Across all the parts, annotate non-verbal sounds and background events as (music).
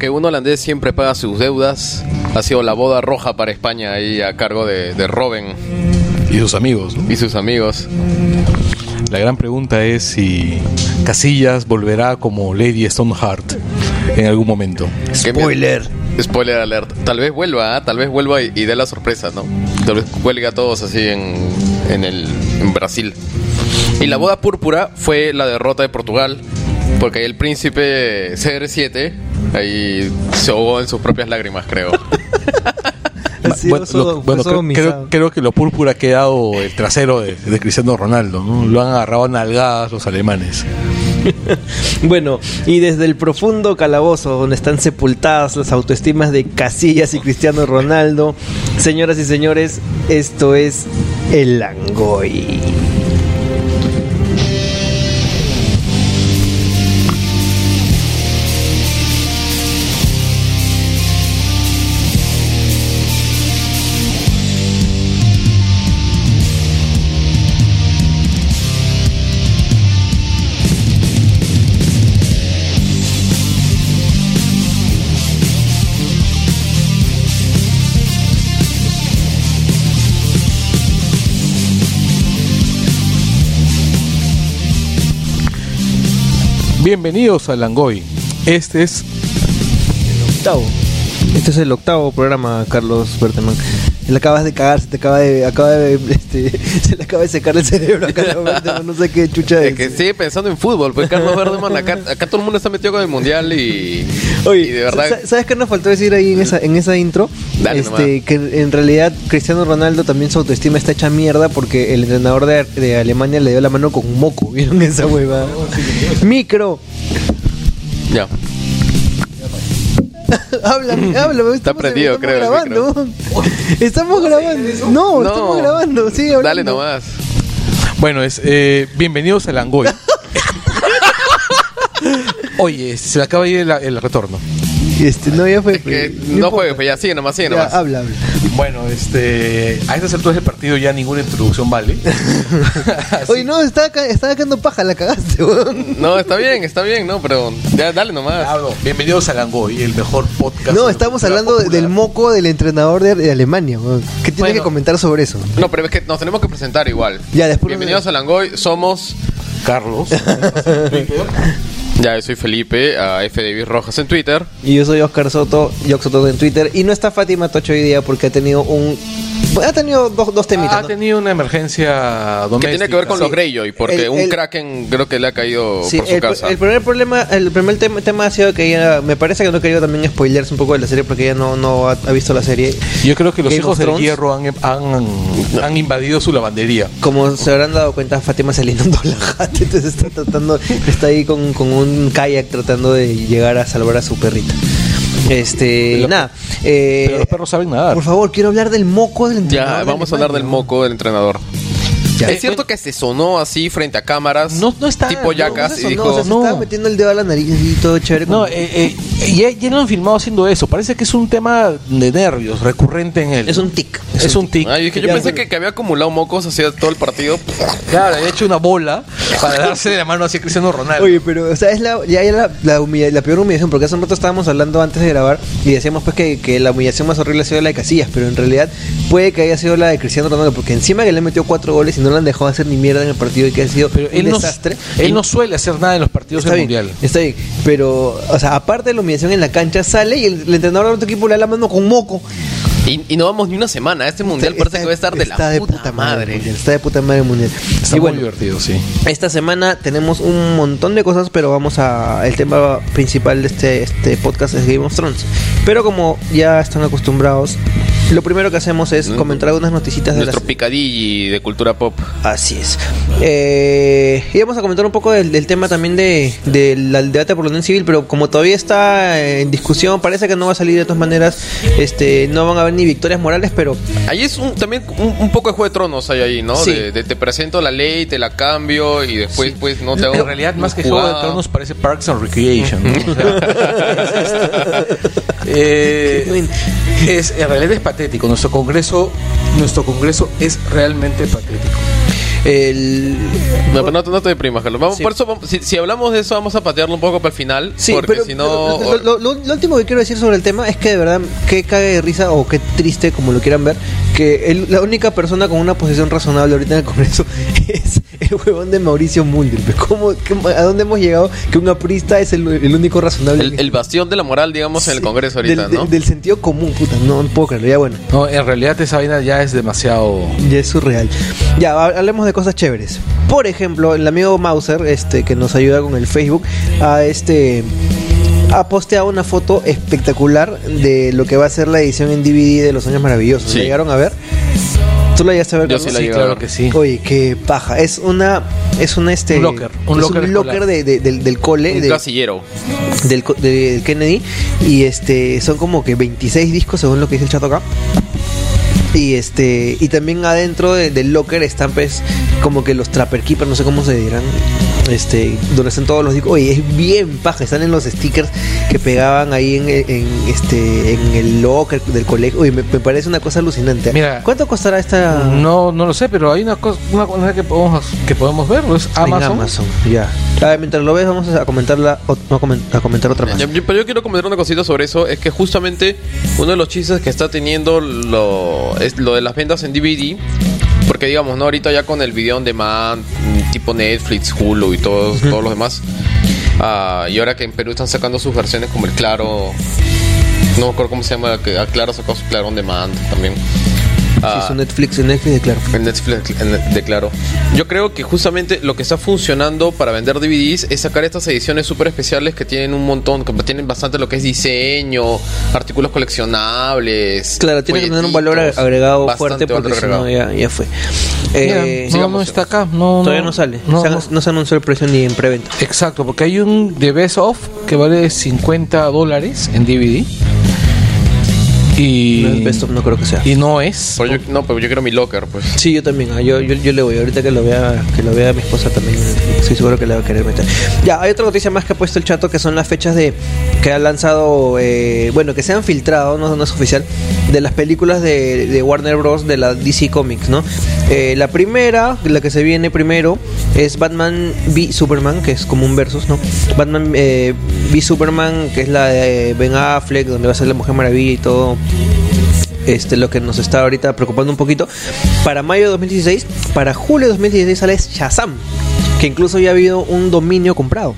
segundo holandés siempre paga sus deudas. Ha sido la boda roja para España ahí a cargo de, de Robben Y sus amigos. ¿no? y sus amigos. La gran pregunta es si Casillas volverá como Lady Stoneheart en algún momento. Spoiler. Spoiler alert. Tal vez vuelva, ¿ah? tal vez vuelva y, y dé la sorpresa, ¿no? Tal vez cuelga a todos así en, en el, en Brasil. Y la boda púrpura fue la derrota de Portugal, porque ahí el príncipe CR7 ahí se ahogó en sus propias lágrimas, creo. Sí, Bueno, eso- lo- bueno, eso creo, mi creo- sa- creo que lo púrpura ha quedado el trasero de, de Cristiano Ronaldo. ¿no? Lo han agarrado a nalgadas los alemanes. Bueno, y desde el profundo calabozo donde están sepultadas las autoestimas de Casillas y Cristiano Ronaldo, señoras y señores, esto es el Langoy. Bienvenidos a Langoy. Este es Octavo. Este es el octavo programa, Carlos Berteman. Le acabas de cagar, se te acaba de, acaba de este, (laughs) se le acaba de secar el cerebro a Carlos Berteman, no sé qué (laughs) (laughs) chucha Es es. que sigue pensando en fútbol, pues Carlos Verdeman, (laughs) acá, acá todo el mundo está metido con el mundial y, y de verdad. sa- ¿sabes qué nos faltó decir ahí en esa, en esa intro? Dale este, que en realidad Cristiano Ronaldo también su autoestima está hecha mierda porque el entrenador de, de Alemania le dio la mano con un moco. (laughs) ¿Vieron esa hueva? Micro, (laughs) Ya. háblame, háblame. Está estamos- prendido, estamos creo, el Grabando. (laughs) Estamos grabando. No, estamos grabando. Sí, Dale nomás. Bueno, es eh, bienvenidos a Langoy. Oye, se me acaba de ir el, el retorno. Este, no, ya fue. Es que pues, no importa. juegues, pues ya, sigue nomás, sigue Ya, nomás. habla, habla. Bueno, este, a estas alturas del partido ya ninguna introducción vale. Oye, no, está, ca- está cagando paja, la cagaste, weón. No, está bien, está bien, no, pero ya, dale nomás. Hablo. Bienvenidos a Langoy, el mejor podcast. No, de estamos cultura hablando de- popular. del moco del entrenador de, de Alemania, weón. ¿Qué tiene Bueno. que comentar sobre eso? No, pero es que nos tenemos que presentar igual. Ya, después- Bienvenidos a Langoy, somos. (laughs) Carlos. Ya, yo soy Felipe, a F. David Rojas en Twitter. Y yo soy Oscar Soto, Yox Soto en Twitter. Y no está Fátima Tocho hoy día porque ha tenido un. Ha tenido dos, dos temitas. ha ¿no? tenido una emergencia doméstica. Que tiene que ver con los Sí. Greyjoy, porque El- un el- Kraken creo que le ha caído Sí, por su el, casa. el primer problema, el primer tem- tema ha sido que ella, me parece que no quería también spoilearse un poco de la serie porque ella no, no ha, ha visto la serie. Yo creo que los Game hijos of del Thrones. hierro han, han- han invadido su lavandería. Como se habrán dado cuenta, Fátima se le inundó la jata, entonces está tratando, está ahí con, con un kayak tratando de llegar a salvar a su perrita. Este, Pero- nada. eh, Pero los perros saben nadar. por favor, quiero hablar del moco del entrenador. Ya, de vamos a hablar del Eh, Alemania. moco del entrenador. Ya. Es cierto que se sonó así frente a cámaras. No- no está- Tipo yacas No, y no, dijo. o sea, se No. estaba metiendo el dedo a la nariz y todo chévere. No, con- eh, eh, ya, ya lo han filmado haciendo eso. Parece que es un tema de nervios recurrente en él. es un tic. Es un tic. Ay, es que yo Ya, pensé bueno. que, que había acumulado mocos hacía todo el partido. pues, Claro, ha hecho una bola para darse de la mano hacia Cristiano Ronaldo. Oye, pero, o sea, es la, ya, ya la, la, humilla- la peor humillación, porque hace un rato estábamos hablando antes de grabar y decíamos pues que, que la humillación más horrible ha sido la de Casillas, pero en realidad puede que haya sido la de Cristiano Ronaldo, porque encima que le metió cuatro goles y no le han dejado hacer ni mierda en el partido y que ha sido pero un él no, desastre. Y- él no suele hacer nada en los partidos Está del bien, Mundial. está bien, pero, o sea, aparte de la humillación en la cancha, sale y el, el entrenador del otro equipo le da la mano con moco. Y, y no vamos ni una semana. Este mundial parece Está- que va a estar de la está puta, madre. mundial, está de puta madre el mundial. Está y muy bueno, divertido, sí. Esta semana tenemos un montón de cosas, pero vamos a. El tema principal de este, este podcast es Game of Thrones. Pero como ya están acostumbrados, lo primero que hacemos es Mm. comentar algunas noticitas de las. Nuestro picadilly de cultura pop. Así es. Eh, y vamos a comentar un poco del, del tema también de, del del debate por la unión civil, pero como todavía está en discusión, parece que no va a salir de todas maneras. Este, no van a haber ni victorias morales, pero Ahí es un, también un, un poco de juego de tronos hay ahí, ¿no? Sí. De, de te presento la ley, te la cambio y después pues no te hago En realidad, más que jugada. Juego de (laughs) Tronos, parece Parks and Recreation. ¿no? O (laughs) sea, eh, es, en realidad es patético. Nuestro congreso, nuestro congreso es realmente patético. El... (laughs) No, pero no, te- no te deprimas, Carlos. Vamos, Sí. Por eso, vamos- si, si hablamos de eso, vamos a patearlo un poco para el final. Sí, porque pero, si no. pero lo, lo- lo último que quiero decir sobre el tema es que de verdad, qué cague de risa o qué triste, como lo quieran ver, que el- la única persona con una posición razonable ahorita en el Congreso (laughs) es el huevón de Mauricio Mulder. Pero ¿Cómo, cómo- a dónde hemos llegado que un aprista es el, el único razonable? en el, el bastión de la moral, digamos, en el Sí, Congreso ahorita, del, de- ¿no? del sentido común, puta, no, no puedo creerlo, ya bueno, No, en realidad esa vaina ya es demasiado. ya es surreal. Ya, ha- hablemos de cosas chéveres. Por ejemplo, el amigo Mauser, este, que nos ayuda con el Facebook, a este ha posteado una foto espectacular de lo que va a ser la edición en DVD de Los Años Maravillosos. Sí. ¿La llegaron a ver? ¿Tú la llegaste a ver? Yo Carlos? la sí, llegué a claro ver. que sí. Oye, qué paja. Es una. Es un este. Un locker, un es locker escolar. de- de- del, del cole. Un de- casillero. del, co- del Kennedy y este son como que 26 discos según lo que dice el chato acá y este y también adentro de- del locker están pues como que los trapper keepers no sé cómo se dirán este donde están todos los discos oye es bien paja están en los stickers que pegaban ahí en, en, este en el locker del colegio oye me, me parece una cosa alucinante Mira. cuánto costará esta No, no lo sé, pero hay una cosa, una cosa que podemos que podemos ver, ¿no? es en Amazon. Amazon, ya A ver, mientras lo ves vamos a comentarla ot- no, comen- a comentar otra más Yo- yo- pero yo quiero comentar una cosita sobre eso. Es que justamente uno de los chistes que está teniendo lo, es lo de las ventas en DVD. Porque digamos, ¿no? Ahorita ya con el video on demand, mm, tipo Netflix, Hulu y todos, todos los demás. ah, y ahora que en Perú están sacando sus versiones como el Claro. No me acuerdo cómo se llama. Que, ah, claro sacó su Claro on demand también. Sí, Ah, su Netflix en Netflix claro en Netflix en- declaró. Yo creo que justamente lo que está funcionando para vender DVDs es sacar estas ediciones súper especiales que tienen un montón, que tienen bastante lo que es diseño, artículos coleccionables. Claro, tiene que tener un valor juguetitos, agregado bastante fuerte porque valor si no agregado. ya, ya fue. Mira, Eh, no, no sigamos. está acá, no, todavía no sale. no, se han- no. no se anunció el precio ni en preventa. Exacto, porque hay un de Best Of que vale 50 dólares en DVD. Y No, el best of no creo que sea. y no es. Pero yo- no, pero yo quiero mi locker, pues. Sí, yo también. ah, Yo, yo, yo le voy. Ahorita que lo vea, que lo vea mi esposa también. Estoy seguro que le va a querer meter. Ya, hay otra noticia más que ha puesto el chato que son las fechas de que ha lanzado, eh, bueno, que se han filtrado, no, no es oficial, de las películas de, de Warner Bros. de la DC Comics, ¿no? Eh, la primera, la que se viene primero, es Batman v Superman, que es como un versus, ¿no? Batman eh, v Superman, que es la de Ben Affleck, donde va a ser la Mujer Maravilla y todo este, lo que nos está ahorita preocupando un poquito. Para mayo de 2016, para julio de 2016 sale Shazam, que incluso ya ha habido un dominio comprado.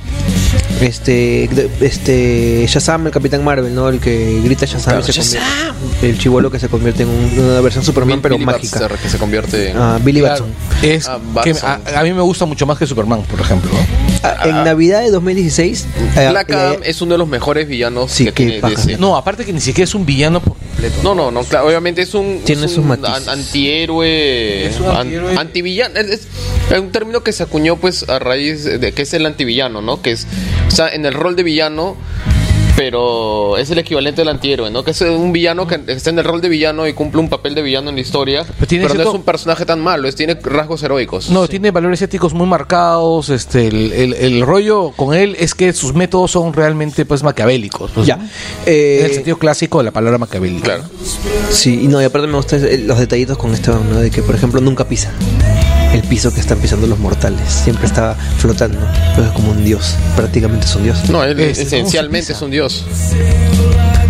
Este, de- este Shazam, el Capitán Marvel, ¿no? El que grita Claro, Shazam, y se Shazam. convierte- el chivolo que se convierte en un- una versión Superman Bill- pero Billy mágica. Baxter, que se convierte en... Ah, Billy Claro, Batson. es Ah, que Batson. a, a mí me gusta mucho más que Superman, por ejemplo. Ah, en Navidad de 2016, eh, Black eh, Adam es uno de los mejores villanos Sí, que qué tiene paja. DC. No, aparte que ni siquiera es un villano por completo. No, no, no, claro, obviamente es un, Tiene es sus un matices. antihéroe, Es un an- antihéroe. antivillano, es, es- es un término que se acuñó pues a raíz de que es el antivillano, ¿no? Que es, o sea, en el rol de villano, pero es el equivalente del antihéroe, ¿no? Que es un villano que está en el rol de villano y cumple un papel de villano en la historia, pero, tiene no cierto- es un personaje tan malo, es, tiene rasgos heroicos. No, tiene valores éticos muy marcados. Este, el, el- el rollo con él es que sus métodos son realmente pues maquiavélicos. pues, Ya. ¿no? Eh, en el sentido clásico de la palabra maquiavélico. Claro. Sí, y no, y aparte me gustan eh, los detallitos con esto, ¿no? De que, por ejemplo, nunca pisa el piso que están pisando los mortales. Siempre está flotando. Pero es como un dios, prácticamente es un dios. No, él Este, esencialmente es un dios.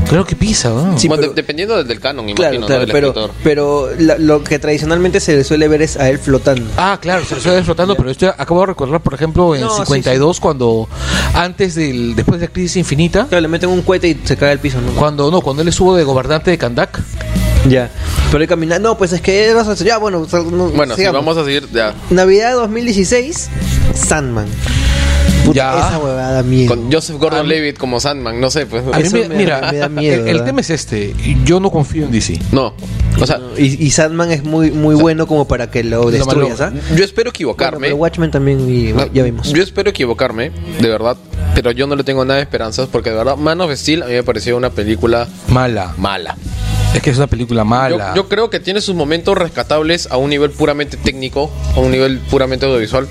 Creo que pisa, ¿no? Sí, Bueno, pero- de- dependiendo del canon, imagino, claro, ¿no? claro, del pero, escritor. pero la- lo que tradicionalmente se le suele ver es a él flotando. Ah, claro, se lo estoy flotando, pero esto acabo de recordar, por ejemplo, en No, sí, 52, cuando antes del, después de la crisis infinita, Claro, le meten un cohete y se cae al piso, ¿no? cuando no, cuando él estuvo de gobernante de Kandak, Ya. Pero él camina. No, pues es que. él va a- Ya, bueno, o sea, no- Bueno, sí, sigamos. vamos a seguir ya. Navidad 2016, Sandman. Puta, Ya. Esa huevada mierda. Con Joseph Gordon-Levitt como Sandman, no sé, pues. a mí Eso me- me- mira, me da miedo, el, el ¿verdad? tema es este, yo no confío en DC. No, o sea, Y, y Sandman es muy, muy bueno como para que lo destruyas, ¿ah? yo espero Bueno, equivocarme. pero Watchmen también y- No, ya vimos. Yo espero equivocarme, de verdad, pero yo no le tengo nada de esperanzas porque de verdad Man of Steel a mí me pareció una película Mala. mala. Es que es una película Yo, mala. yo creo que tiene sus momentos rescatables a un nivel puramente técnico, a un nivel puramente audiovisual,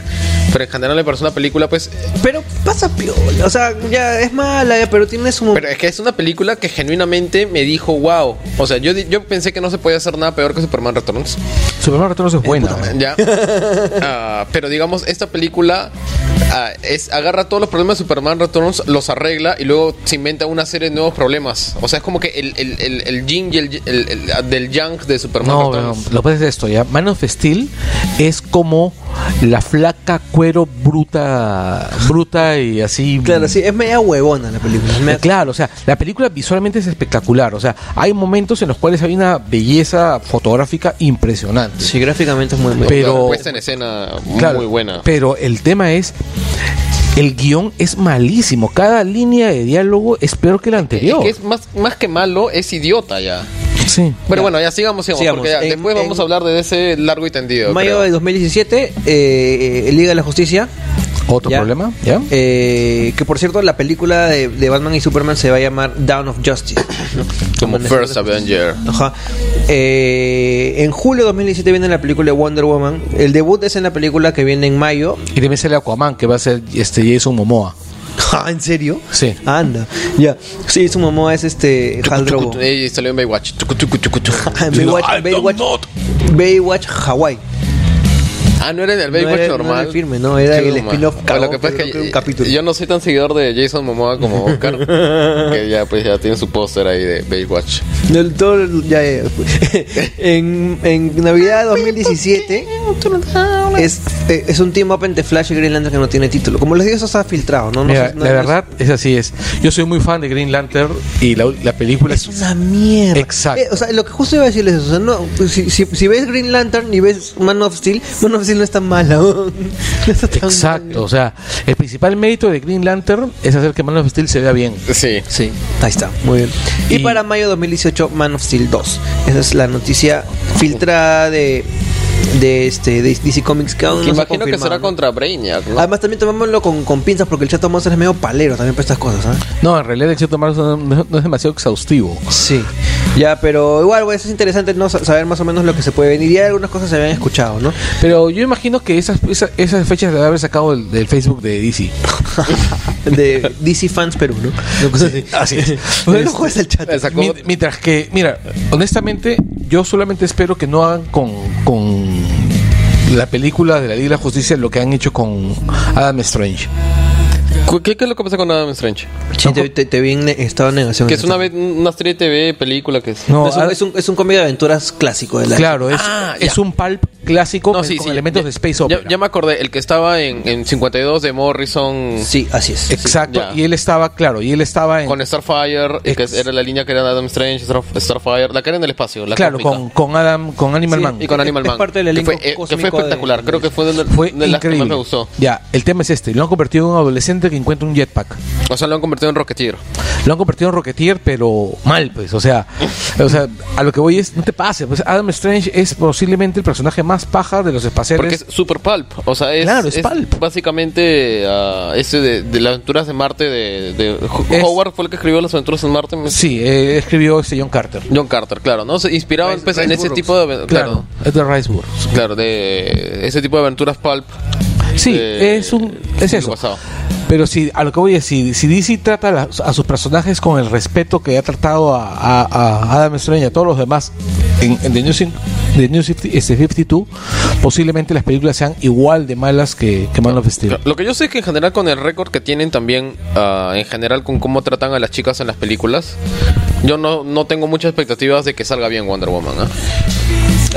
Pero en general me parece una película, pues. Pero pasa piola. O sea, ya es mala, pero tiene su Pero es que es una película que genuinamente me dijo, wow. O sea, yo, di- yo pensé que no se podía hacer nada peor que Superman Returns. Superman Returns es buena. ¿eh? Ya. Ah, pero digamos, esta película ah, es, agarra todos los problemas de Superman Returns, los arregla y luego se inventa una serie de nuevos problemas. O sea, es como que el, el, el, el yin y el, el- el- del yang de Superman No, pero Returns. lo que pasa es esto, ¿ya? Man of Steel es como la flaca cuero bruta, bruta y así. Eh, Claro, sí, es media huevona la película. es media- Claro, o sea, la película visualmente es espectacular. O sea, hay momentos en los cuales hay una belleza fotográfica impresionante. Sí, gráficamente es muy buena. pero- La puesta en escena Claro, muy buena. Pero el tema es, el guión es malísimo. Cada línea de diálogo es peor que la Es anterior. que es más, más que malo, es idiota ya. Sí. Pero bueno, ya sigamos, sigamos. Sigamos. porque ya En- después en- vamos a hablar de ese largo y tendido. Mayo creo. de 2017, eh, eh, Liga de la Justicia. Otro ¿ya? problema, ¿ya? Eh, que por cierto, la película de, de Batman y Superman se va a llamar Down of Justice. ¿no? Como Amanecer First de la Justicia. Avenger. Ajá. Eh, en julio de 2017 viene la película de Wonder Woman. El debut es en la película que viene en mayo. Y también sale Aquaman, que va a ser este Jason Momoa. (laughs) Ah, ¿En serio? Sí. Anda. Ya. Sí, su mamá es este. Hal Drogo. Ey, salió en Baywatch. Tucu, tucu, tucu, tucu. Ah, en (laughs) Baywatch, Baywatch, Baywatch Hawaii. Ah, no era en el No Baywatch era- no normal. era el firme, no, era el Chuma. spin-off Bueno, cagón, lo que pasa es pero creo que que un capítulo. yo no soy tan seguidor de Jason Momoa (laughs) como Oscar. que ya, pues, ya tiene su póster ahí de Baywatch. Del todo- ya, ya. pues. (laughs) en, en Navidad de 2017 es, eh, es un team up entre Flash y Green Lantern que no tiene título. Como les digo, eso está filtrado, ¿no? No Mira, sé- no- la no- verdad es así es. Yo soy muy fan de Green Lantern y la, la película Es es una mierda. Exacto. Eh, o sea, lo que justo iba a decirles es eso. O sea, no, si, si- si ves Green Lantern y ves Man of Steel, Man of Steel no es tan mala. (laughs) No está tan Exacto, o sea, el principal mérito de Green Lantern es hacer que Man of Steel se vea bien. Sí. Sí, ahí está, muy bien. Y, Y- para mayo 2018, Man of Steel 2. Esa es la noticia filtrada de, de este de DC Comics que aún Que no se Ah, ha imagino que confirmado, será ¿no? contra Brainiac. ¿no? Además, también tomémoslo con, con pinzas porque el Chato Monster es medio palero también para estas cosas, ¿ah? No, en realidad el cierto Mars no, no es demasiado exhaustivo. Sí. Ya, pero igual, güey, eso es interesante no Sa- saber más o menos lo que se puede venir. Ya algunas cosas se habían escuchado, (laughs) ¿no? Pero yo imagino que esas, esa- esas fechas de haber sacado del, del Facebook de DC. De DC Fans Perú, ¿no? No, cosas así. Así es. (laughs) Este, Bueno, no juegues al Chato. Le sacó- Mi- mientras que, mira, honestamente, yo solamente espero que no hagan con, con la película de la Liga de la Justicia lo que han hecho con Adam Strange. ¿Cu- ¿Qué, qué es lo que pasa con Adam Strange? Sí, te, te- te vi en ne- estado en negación. Que es una, vez- una serie de TV, película que es. No, Es un, Ad- es, un, es un cómic de aventuras clásico de la claro, es, Ah, es ya. un pulp clásico con, con elementos ya- de Space ya- Opera. Ya, me acordé, el que estaba en, en 52 de Morrison Sí, así es. Exacto, ya. y él estaba, claro, y él estaba en, con Starfire, el que Ex- era la línea que era Adam Strange, Starf- Starfire, la que era en el espacio, la claro, cósmica. con, con Adam, con Animal Sí, Man. y con Animal Es Man. parte del que, fue, elenco eh, que fue cósmico de- espectacular, creo que fue de, Fue de las que increíble. más me gustó. Ya, el tema es este, lo han convertido en un adolescente que encuentra un jetpack. O sea, lo han convertido en Rocketeer. Lo han convertido en Rocketeer, pero mal, pues. O sea, o sea, a lo que voy es, no te pases. Pues Adam Strange es posiblemente el personaje más paja de los espaciales. Porque es super pulp. O sea, es, Claro, es pulp. básicamente ah, ese de, de las aventuras de Marte de, de Ho- Es- Howard fue el que escribió las aventuras en Marte. me- Sí, eh, escribió este John Carter. John Carter, claro, ¿no? Se inspiraba Rice- pues, en Rice ese Burroughs. tipo de aven- Claro, claro. es de Riceburg. Claro, de ese tipo de aventuras pulp. Sí, de- es un. Es del eso. Eh, pasado. Pero si, a lo que voy es, si, si DC trata a, la- a sus personajes con el respeto que ha tratado a, a- a Adam Strange y a todos los demás en, en The New, Cin- The New 50 este, 52, posiblemente las películas sean igual de malas que, que Man of Steel. Claro, Lo que yo sé es que en general con el récord que tienen también, ah, en general con cómo tratan a las chicas en las películas, yo no, no tengo muchas expectativas de que salga bien Wonder Woman. ¿ah?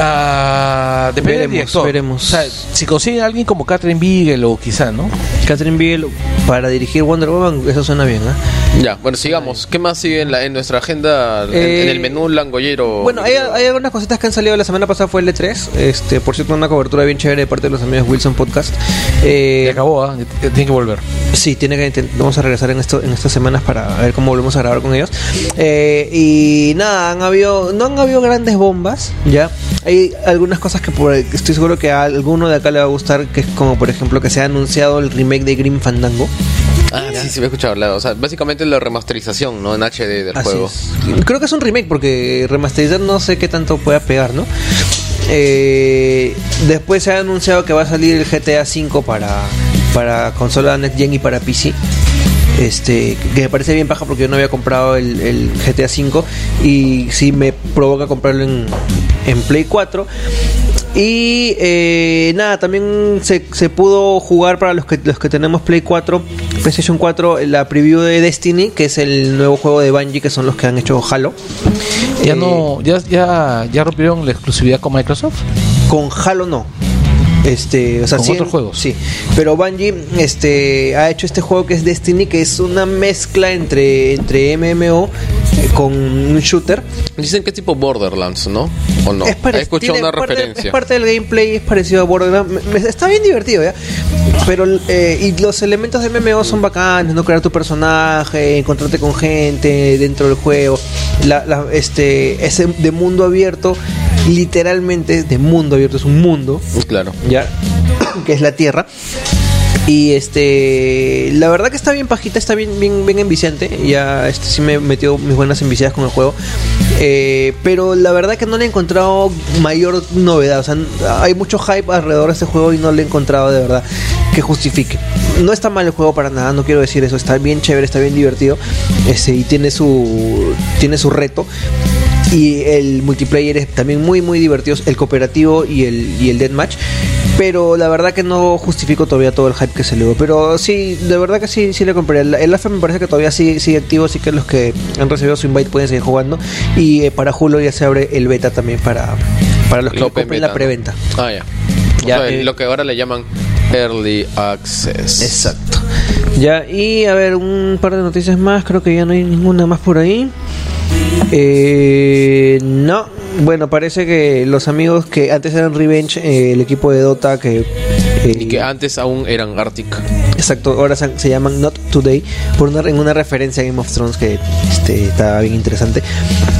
Ah, depende del Veremos, director. veremos. O sea, si consiguen a alguien como Catherine Bigelow, quizá, ¿no? Catherine Biel para dirigir Wonder Woman, eso suena bien, ¿ah Ya, bueno, sigamos. ¿Qué más sigue en, la- en nuestra agenda, en, Eh, en el menú Oh, langollero? Bueno, hay, hay algunas cositas que han salido la semana pasada, fue el E3. Este, por cierto, una cobertura bien chévere de parte de los amigos Wilson Podcast. Eh, Ya acabó, ¿ah? Ya tiene que volver. Sí, tiene que intent- vamos a regresar en esto en estas semanas para ver cómo volvemos a grabar con ellos. Eh, y nada, han habido no han habido grandes bombas, ya. Hay algunas cosas que por- que estoy seguro que a alguno de acá le va a gustar, que es como por ejemplo que se ha anunciado el remake de Grim Fandango. Ah, sí, sí, me he escuchado hablar. O sea, básicamente la remasterización, ¿no? En HD del Así juego. es. Creo que es un remake porque remasterizar no sé qué tanto pueda pegar, ¿no? Eh, después se ha anunciado que va a salir el GTA V para, para consola Next Gen y para PC. Este, que me parece bien paja porque yo no había comprado el, el GTA V y sí me provoca comprarlo en, en Play 4. Y eh, nada, también se, se pudo jugar para los que, los que tenemos Play 4, PlayStation 4, la preview de Destiny, que es el nuevo juego de Bungie, que son los que han hecho Halo. Ya Eh, no, ya, ya, ya rompieron la exclusividad con Microsoft. Eh, Con Halo no. Este, o sea, Con sí, otros en- juegos. Sí, pero Bungie este, ha hecho este juego que es Destiny, que es una mezcla entre, entre MMO eh, con un shooter. Dicen que es tipo Borderlands, ¿no? ¿O no? Es He parec- escuchado tiene una parte- referencia. Es parte del gameplay, es parecido a Borderlands. Me- me- está bien divertido, ¿ya? Pero, eh, y los elementos de MMO son bacanes, ¿no? Crear tu personaje, encontrarte con gente dentro del juego. La, la- este, es de mundo abierto, literalmente de mundo abierto, es un mundo, Claro. ¿ya? (coughs) que es la Tierra. Y este, la verdad que está bien pajita, está bien, bien, bien enviciante. Ya este sí me metió mis buenas enviciadas con el juego. Eh, pero la verdad que no le he encontrado mayor novedad. O sea, n- hay mucho hype alrededor de este juego y no le he encontrado de verdad que justifique. No está mal el juego para nada, no quiero decir eso. Está bien chévere, está bien divertido. Este, y tiene su, tiene su reto. Y el multiplayer es también muy, muy divertido. El cooperativo y el, y el deathmatch. Pero la verdad que no justifico todavía todo el hype que se le dio. Pero sí, de verdad que sí, sí le compré. El, el AFE me parece que todavía sigue, sigue activo, así que los que han recibido su invite pueden seguir jugando. Y eh, para Julio ya se abre el beta también para, para los que El lo open compren beta, la ¿no? preventa. Ah, ya. Ya, O sea, eh. lo que ahora le llaman Early Access. Exacto. Ya, y a ver, un par de noticias más. Creo que ya no hay ninguna más por ahí. Eh, no, bueno, parece que los amigos que antes eran Revenge, eh, el equipo de Dota que. eh, Y que antes aún eran Arctic. Exacto, ahora se, se llaman Not Today, por una, en una referencia a Game of Thrones que este, está bien interesante.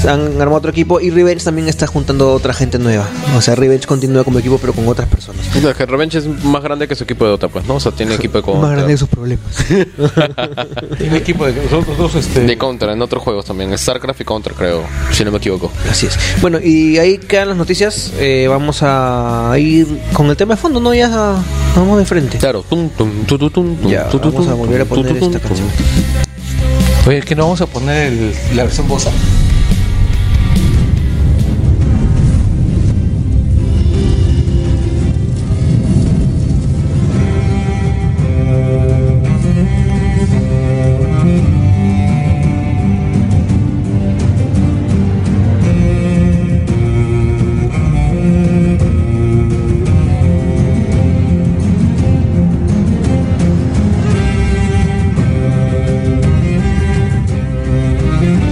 Han armado otro equipo y Revenge también está juntando otra gente nueva. O sea, Revenge continúa como equipo pero con otras personas. Entonces, que Revenge es más grande que su equipo de Dota, pues, ¿no? O sea, tiene equipo de Counter. Más grande de sus problemas. (laughs) El equipo de nosotros dos, este. De Counter, en otros juegos también. StarCraft y Counter, creo, si no me equivoco. Así es. Bueno, y ahí quedan las noticias. Eh, vamos a ir con el tema de fondo, ¿no? Ya vamos de frente. Claro. Tum, tum, tu, tu, tum, tum, Ya, tu, tu, vamos tum, a volver a tum, tu, poner tu, tum, tum. esta canción. Oye, que no vamos a poner el- la versión bosa.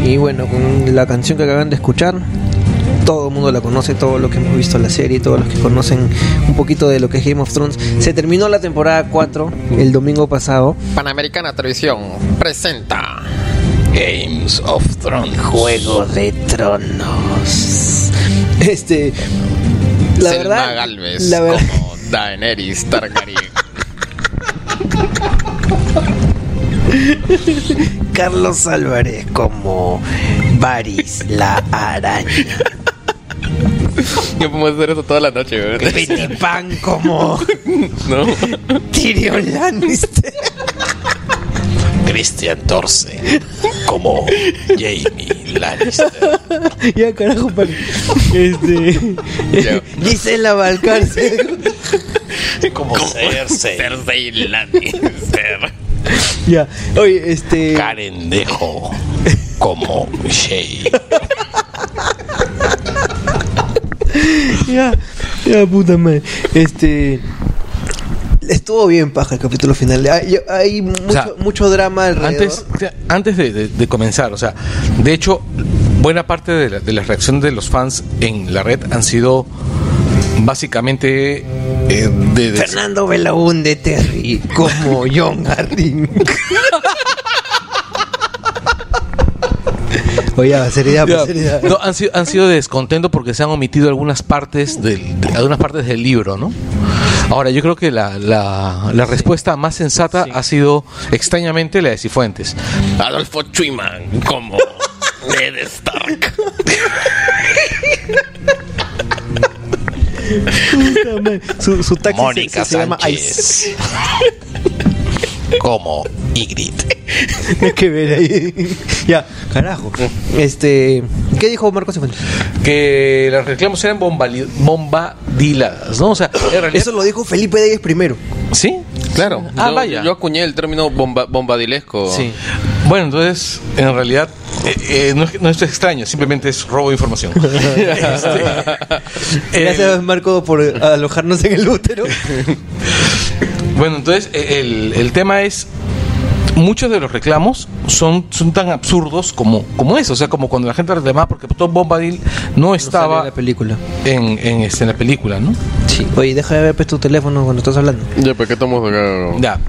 Y bueno, con la canción que acaban de escuchar, todo el mundo la conoce, todos los que hemos visto la serie, todos los que conocen un poquito de lo que es Game of Thrones. Se terminó la temporada 4 el domingo pasado. Panamericana Televisión presenta. Games of Thrones. Juego de Tronos. Este. La Selma verdad. Galvez la verdad. como Daenerys Targaryen. Carlos Álvarez como Varys la araña. (laughs) Yo puedo hacer eso toda la noche, ¿verdad? Petty Pan como (laughs) ¿No? Tyrion Lannister. Christian Torce. Como Jamie Lannister. (laughs) ya carajo, pan. Este. Ya. Gisela Valcárcel. Como Cersei. Cersei Lannister. ya. Oye, este. Carendejo. Como Shay. Ya. Ya, puta madre. Este. Estuvo bien, paja, el capítulo final. Hay, yo- hay mucho, sea, mucho drama alrededor. Antes, antes de, de- de comenzar, o sea, de hecho, buena parte de la, de la reacción de los fans en la red han sido básicamente eh, de, de- Fernando Belaúnde Terry como John Arryn. Oye, va, seriedad, va, Ya, seriedad. no, han, sido, han sido de descontento porque se han omitido algunas partes del, de- algunas partes del libro, ¿no? Ahora, yo creo que la, la- la respuesta más sensata ha sido extrañamente la de Cifuentes. Adolfo Schwiman como (laughs) Ned Stark. Puta madre. su, su taxi se- Mónica se, se llama Ice. Sánchez. Como Ingrid. Hay que ver ahí. ya, carajo. Este, ¿qué dijo Marcos Cifuentes? Que los reclamos eran bombali- bombadiladas, ¿no? O sea, en realidad. Eso lo dijo Felipe Diegues primero. Sí, Claro. Ah, yo, vaya. yo acuñé el término bomba- bombadilesco. Sí. Bueno, entonces, en realidad, eh, eh, no, es- no es extraño, simplemente es robo de (laughs) información. Este, el- Gracias, Marco, por alojarnos en el útero. (laughs) Bueno, entonces eh, el, el tema es, muchos de los reclamos son, son tan absurdos como, como eso, o sea, como cuando la gente reclamaba porque Tom Bombadil no Estaba estaba la película. en, en, este, en la película, ¿no? Sí. Oye, deja de ver pues, tu teléfono cuando estás hablando. Ya, pero ¿qué estamos acá? Ya.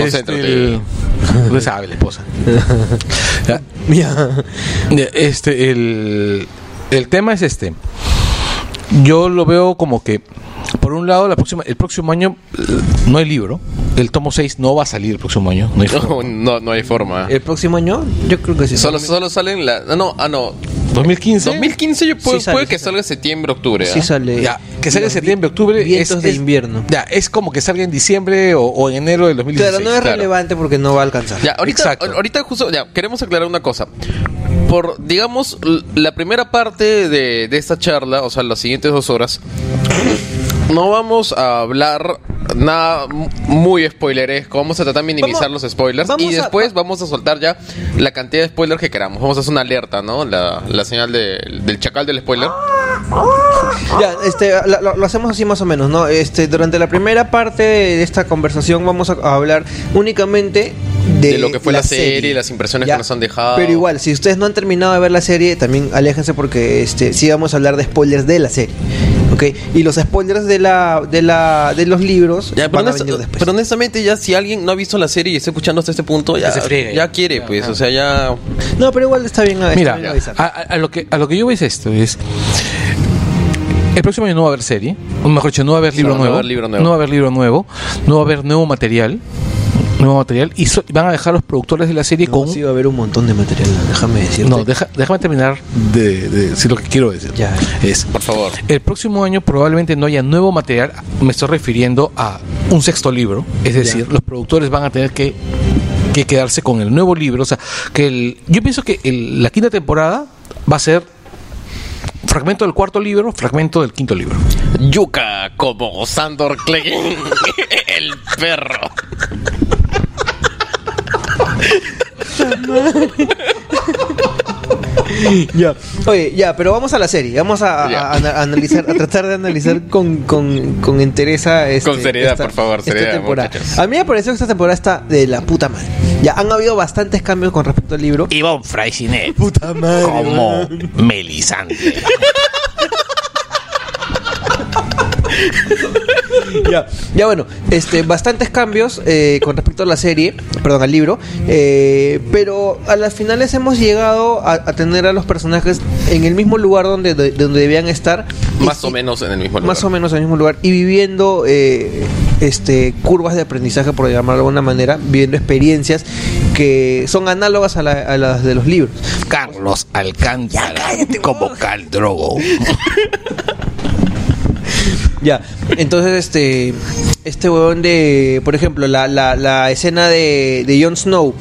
Concéntrate. Este, lo sabe la esposa. Ya. Ya. Ya, Este, el, el tema es este. Yo lo veo como que, por un lado, la próxima, el próximo año eh, no hay libro. El tomo 6 no va a salir el próximo año. No hay No, (laughs) forma. no, no hay forma. ¿El próximo año? Yo creo que sí. Solo, solo salen la. ah, No, ah, no. 2015. 2015 yo puedo, Sí sale, puede sí que sale. salga septiembre, octubre. ¿ah? Sí sale. Ya, que salga en Los septiembre, octubre. vientos de invierno. Ya, es como que salga en diciembre o, o en enero del vi- Claro, 2016. no es claro. relevante porque no va a alcanzar. Ya, ahorita, Exacto. ahor- ahorita justo, ya, queremos aclarar una cosa. Por, digamos, l- la primera parte de, de esta charla, o sea, las siguientes dos horas, no vamos a hablar nada m- muy spoileresco. Vamos a tratar de minimizar Vamos- los spoilers vamos y a- después vamos a soltar ya la cantidad de spoilers que queramos. Vamos a hacer una alerta, ¿no? La, la señal de- del chacal del spoiler. Ya, este, la- lo, lo hacemos así más o menos, ¿no? Este, durante la primera parte de esta conversación vamos a, a hablar únicamente de, De lo que fue la serie, las impresiones que nos han dejado. Pero igual, si ustedes no han terminado de ver la serie, también aléjense porque este, sí vamos a hablar de spoilers de la serie. ¿Ok? Y los spoilers de la, de la, de los libros Ya, pero, van a honesta- venir después. pero honestamente, ya si alguien no ha visto la serie y está escuchando hasta este punto, ya, se friegue. ya quiere, pues, o sea, ya... no, pero igual está bien, está Mira, bien avisar. a, a- a lo que, a lo que yo voy es esto, es... El próximo año no va a haber serie, o mejor dicho, no va a haber libro, No, no va a nuevo, haber libro nuevo. no va a haber libro nuevo, no va a haber nuevo material, nuevo material, y so- van a dejar los productores de la serie No, con... sí va a haber un montón de material, déjame decirte. no, deja- déjame terminar de, de decir lo que quiero decir. Ya. Es, Por favor. el próximo año probablemente no haya nuevo material, me estoy refiriendo a un sexto libro, es decir, los productores van a tener que, que quedarse con el nuevo libro, o sea, que el, yo pienso que el- la quinta temporada va a ser fragmento del cuarto libro, fragmento del quinto libro. Yuka como Sandor Klein, (laughs) el perro. Ya. Oye, ya, pero vamos a la serie. Vamos a, a- Ya. a ana- a analizar, a tratar de analizar con, con, con entereza. este, Con seriedad, por favor, esta seriedad, temporada. muchachos. A mí me pareció que esta temporada está de la puta madre. Ya han habido bastantes cambios con respecto al libro. Ivonne Fraisinet Puta madre. como Melisande. ya. Ya, bueno, este, bastantes cambios eh, con respecto a la serie, perdón, al libro, eh, pero a las finales hemos llegado a, a tener a los personajes en el mismo lugar donde, de- donde debían estar. Más Y- o menos en el mismo lugar. más o menos en el mismo lugar y viviendo eh, este curvas de aprendizaje por llamarlo de alguna manera viviendo experiencias que son análogas a, la- a las de los libros Carlos Alcántara como Cal Drogo. ya entonces este este huevón de por ejemplo la, la- la escena de, de Jon Snow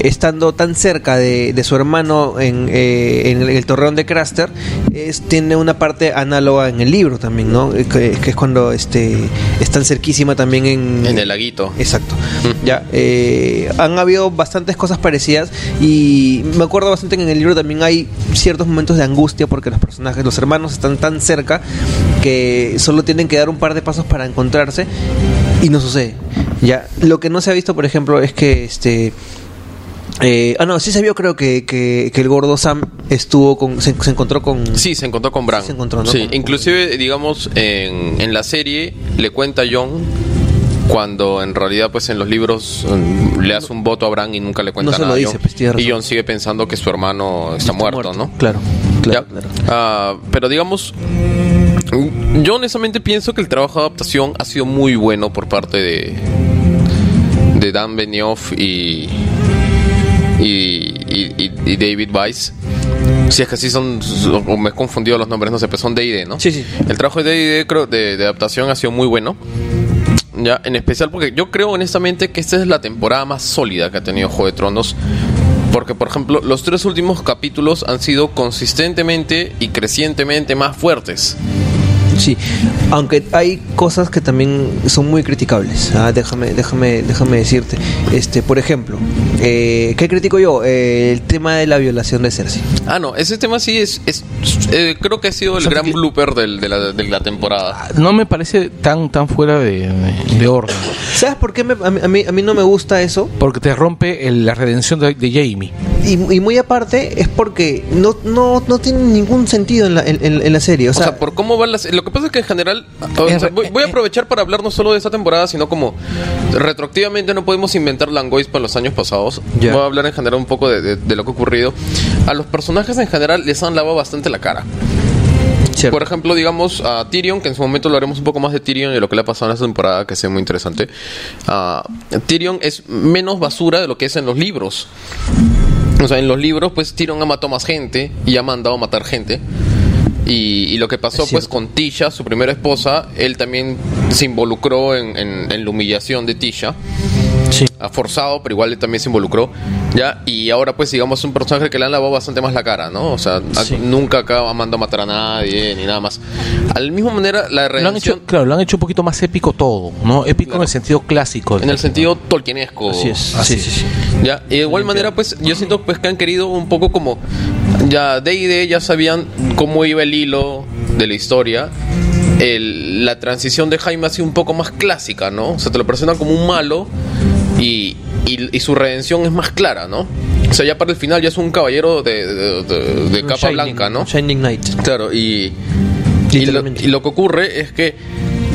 estando tan cerca de, de su hermano en, eh, en el, el torreón de Craster es, tiene una parte análoga en el libro también no Eh, que, que es cuando este están cerquísima también en, En el laguito. Exacto. Mm. Ya, eh, han habido bastantes cosas parecidas y me acuerdo bastante que en el libro también hay ciertos momentos de angustia porque los personajes, los hermanos están tan cerca que solo tienen que dar un par de pasos para encontrarse y no sucede. Ya, lo que no se ha visto, por ejemplo, es que este eh, ah no, sí se vio creo que, que- que el gordo Sam estuvo con se, se encontró con Sí, se encontró con Bran. Se encontró, ¿no? Sí, Con- inclusive, digamos, en, en la serie le cuenta a John cuando en realidad, pues en los libros mm, le hace un voto a Bran y nunca le cuenta se lo nada. a dice, Jon. pues, tiene razón. y John sigue pensando que su hermano está, muerto, ¿no? Claro, claro, Ya. claro. Ah, pero digamos, yo honestamente pienso que el trabajo de adaptación ha sido muy bueno por parte de, de Dan Benioff y, y, y- y- y David Weiss. Si es que sí son, o me he confundido los nombres, no sé, pero son D&D, ¿no? Sí, sí. El trabajo de D&D, creo, de, de adaptación ha sido muy bueno. Ya, en especial porque yo creo honestamente que esta es la temporada más sólida que ha tenido Juego de Tronos. Porque, por ejemplo, los tres últimos capítulos han sido consistentemente y crecientemente más fuertes. Sí, aunque hay cosas que también son muy criticables. Ah, déjame, déjame, déjame decirte. Este, por ejemplo, eh, ¿qué critico yo? Eh, el tema de la violación de Cersei. Ah, no, ese tema sí es. es- eh, creo que ha sido el gran blooper del- de, la, de la temporada. No me parece tan, tan fuera de, de- de orden. ¿Sabes por qué me- a, mí, a mí- a mí no me gusta eso? Porque te rompe el- la redención de, de Jamie. Y, y muy aparte es porque no, no, no tiene ningún sentido en la, en, en- en la serie. O O sea, sea, por cómo van las. Lo que pasa es que en eh, general. o sea, re- voy, voy a aprovechar para hablar no solo de esta temporada, sino como. Retroactivamente no podemos inventar langois para los años pasados. Ya. Voy a hablar en general un poco de, de- de lo que ha ocurrido. A los personajes en general les han lavado bastante la cara. cierto. Por ejemplo, digamos a Tyrion, que en su momento lo haremos un poco más de Tyrion y de lo que le ha pasado en esta temporada, que es muy interesante. Ah, Tyrion es menos basura de lo que es en los libros. O sea, en los libros, pues Tyrion ha matado más gente y ha mandado a matar gente. Y, y lo que pasó, Es pues, cierto. con Tisha, su primera esposa, él también se involucró en, en- en la humillación de Tisha. Sí. Ha forzado, pero igual él también se involucró. Ya, y ahora, pues, digamos, es un personaje que le han lavado bastante más la cara, ¿no? O sea, a- nunca acá ha mandado a matar a nadie, ni nada más. Al mismo manera, la Lo han hecho, redención, claro, lo han hecho un poquito más épico todo, ¿no? Épico en el sentido clásico. en el sentido tolkienesco. Así es. Así sí, es. sí, sí. Ya, y de igual manera, pues yo siento pues, que han querido un poco como. Ya D&D ya sabían cómo iba el hilo de la historia. El- la transición de Jaime ha sido un poco más clásica, ¿no? O sea, te lo presentan como un malo y, y- y su redención es más clara, ¿no? O sea, ya para el final ya es un caballero de, de- de- de capa Shining, blanca, ¿no? Shining Knight. Claro, y, y, lo, Literalmente. y lo que ocurre es que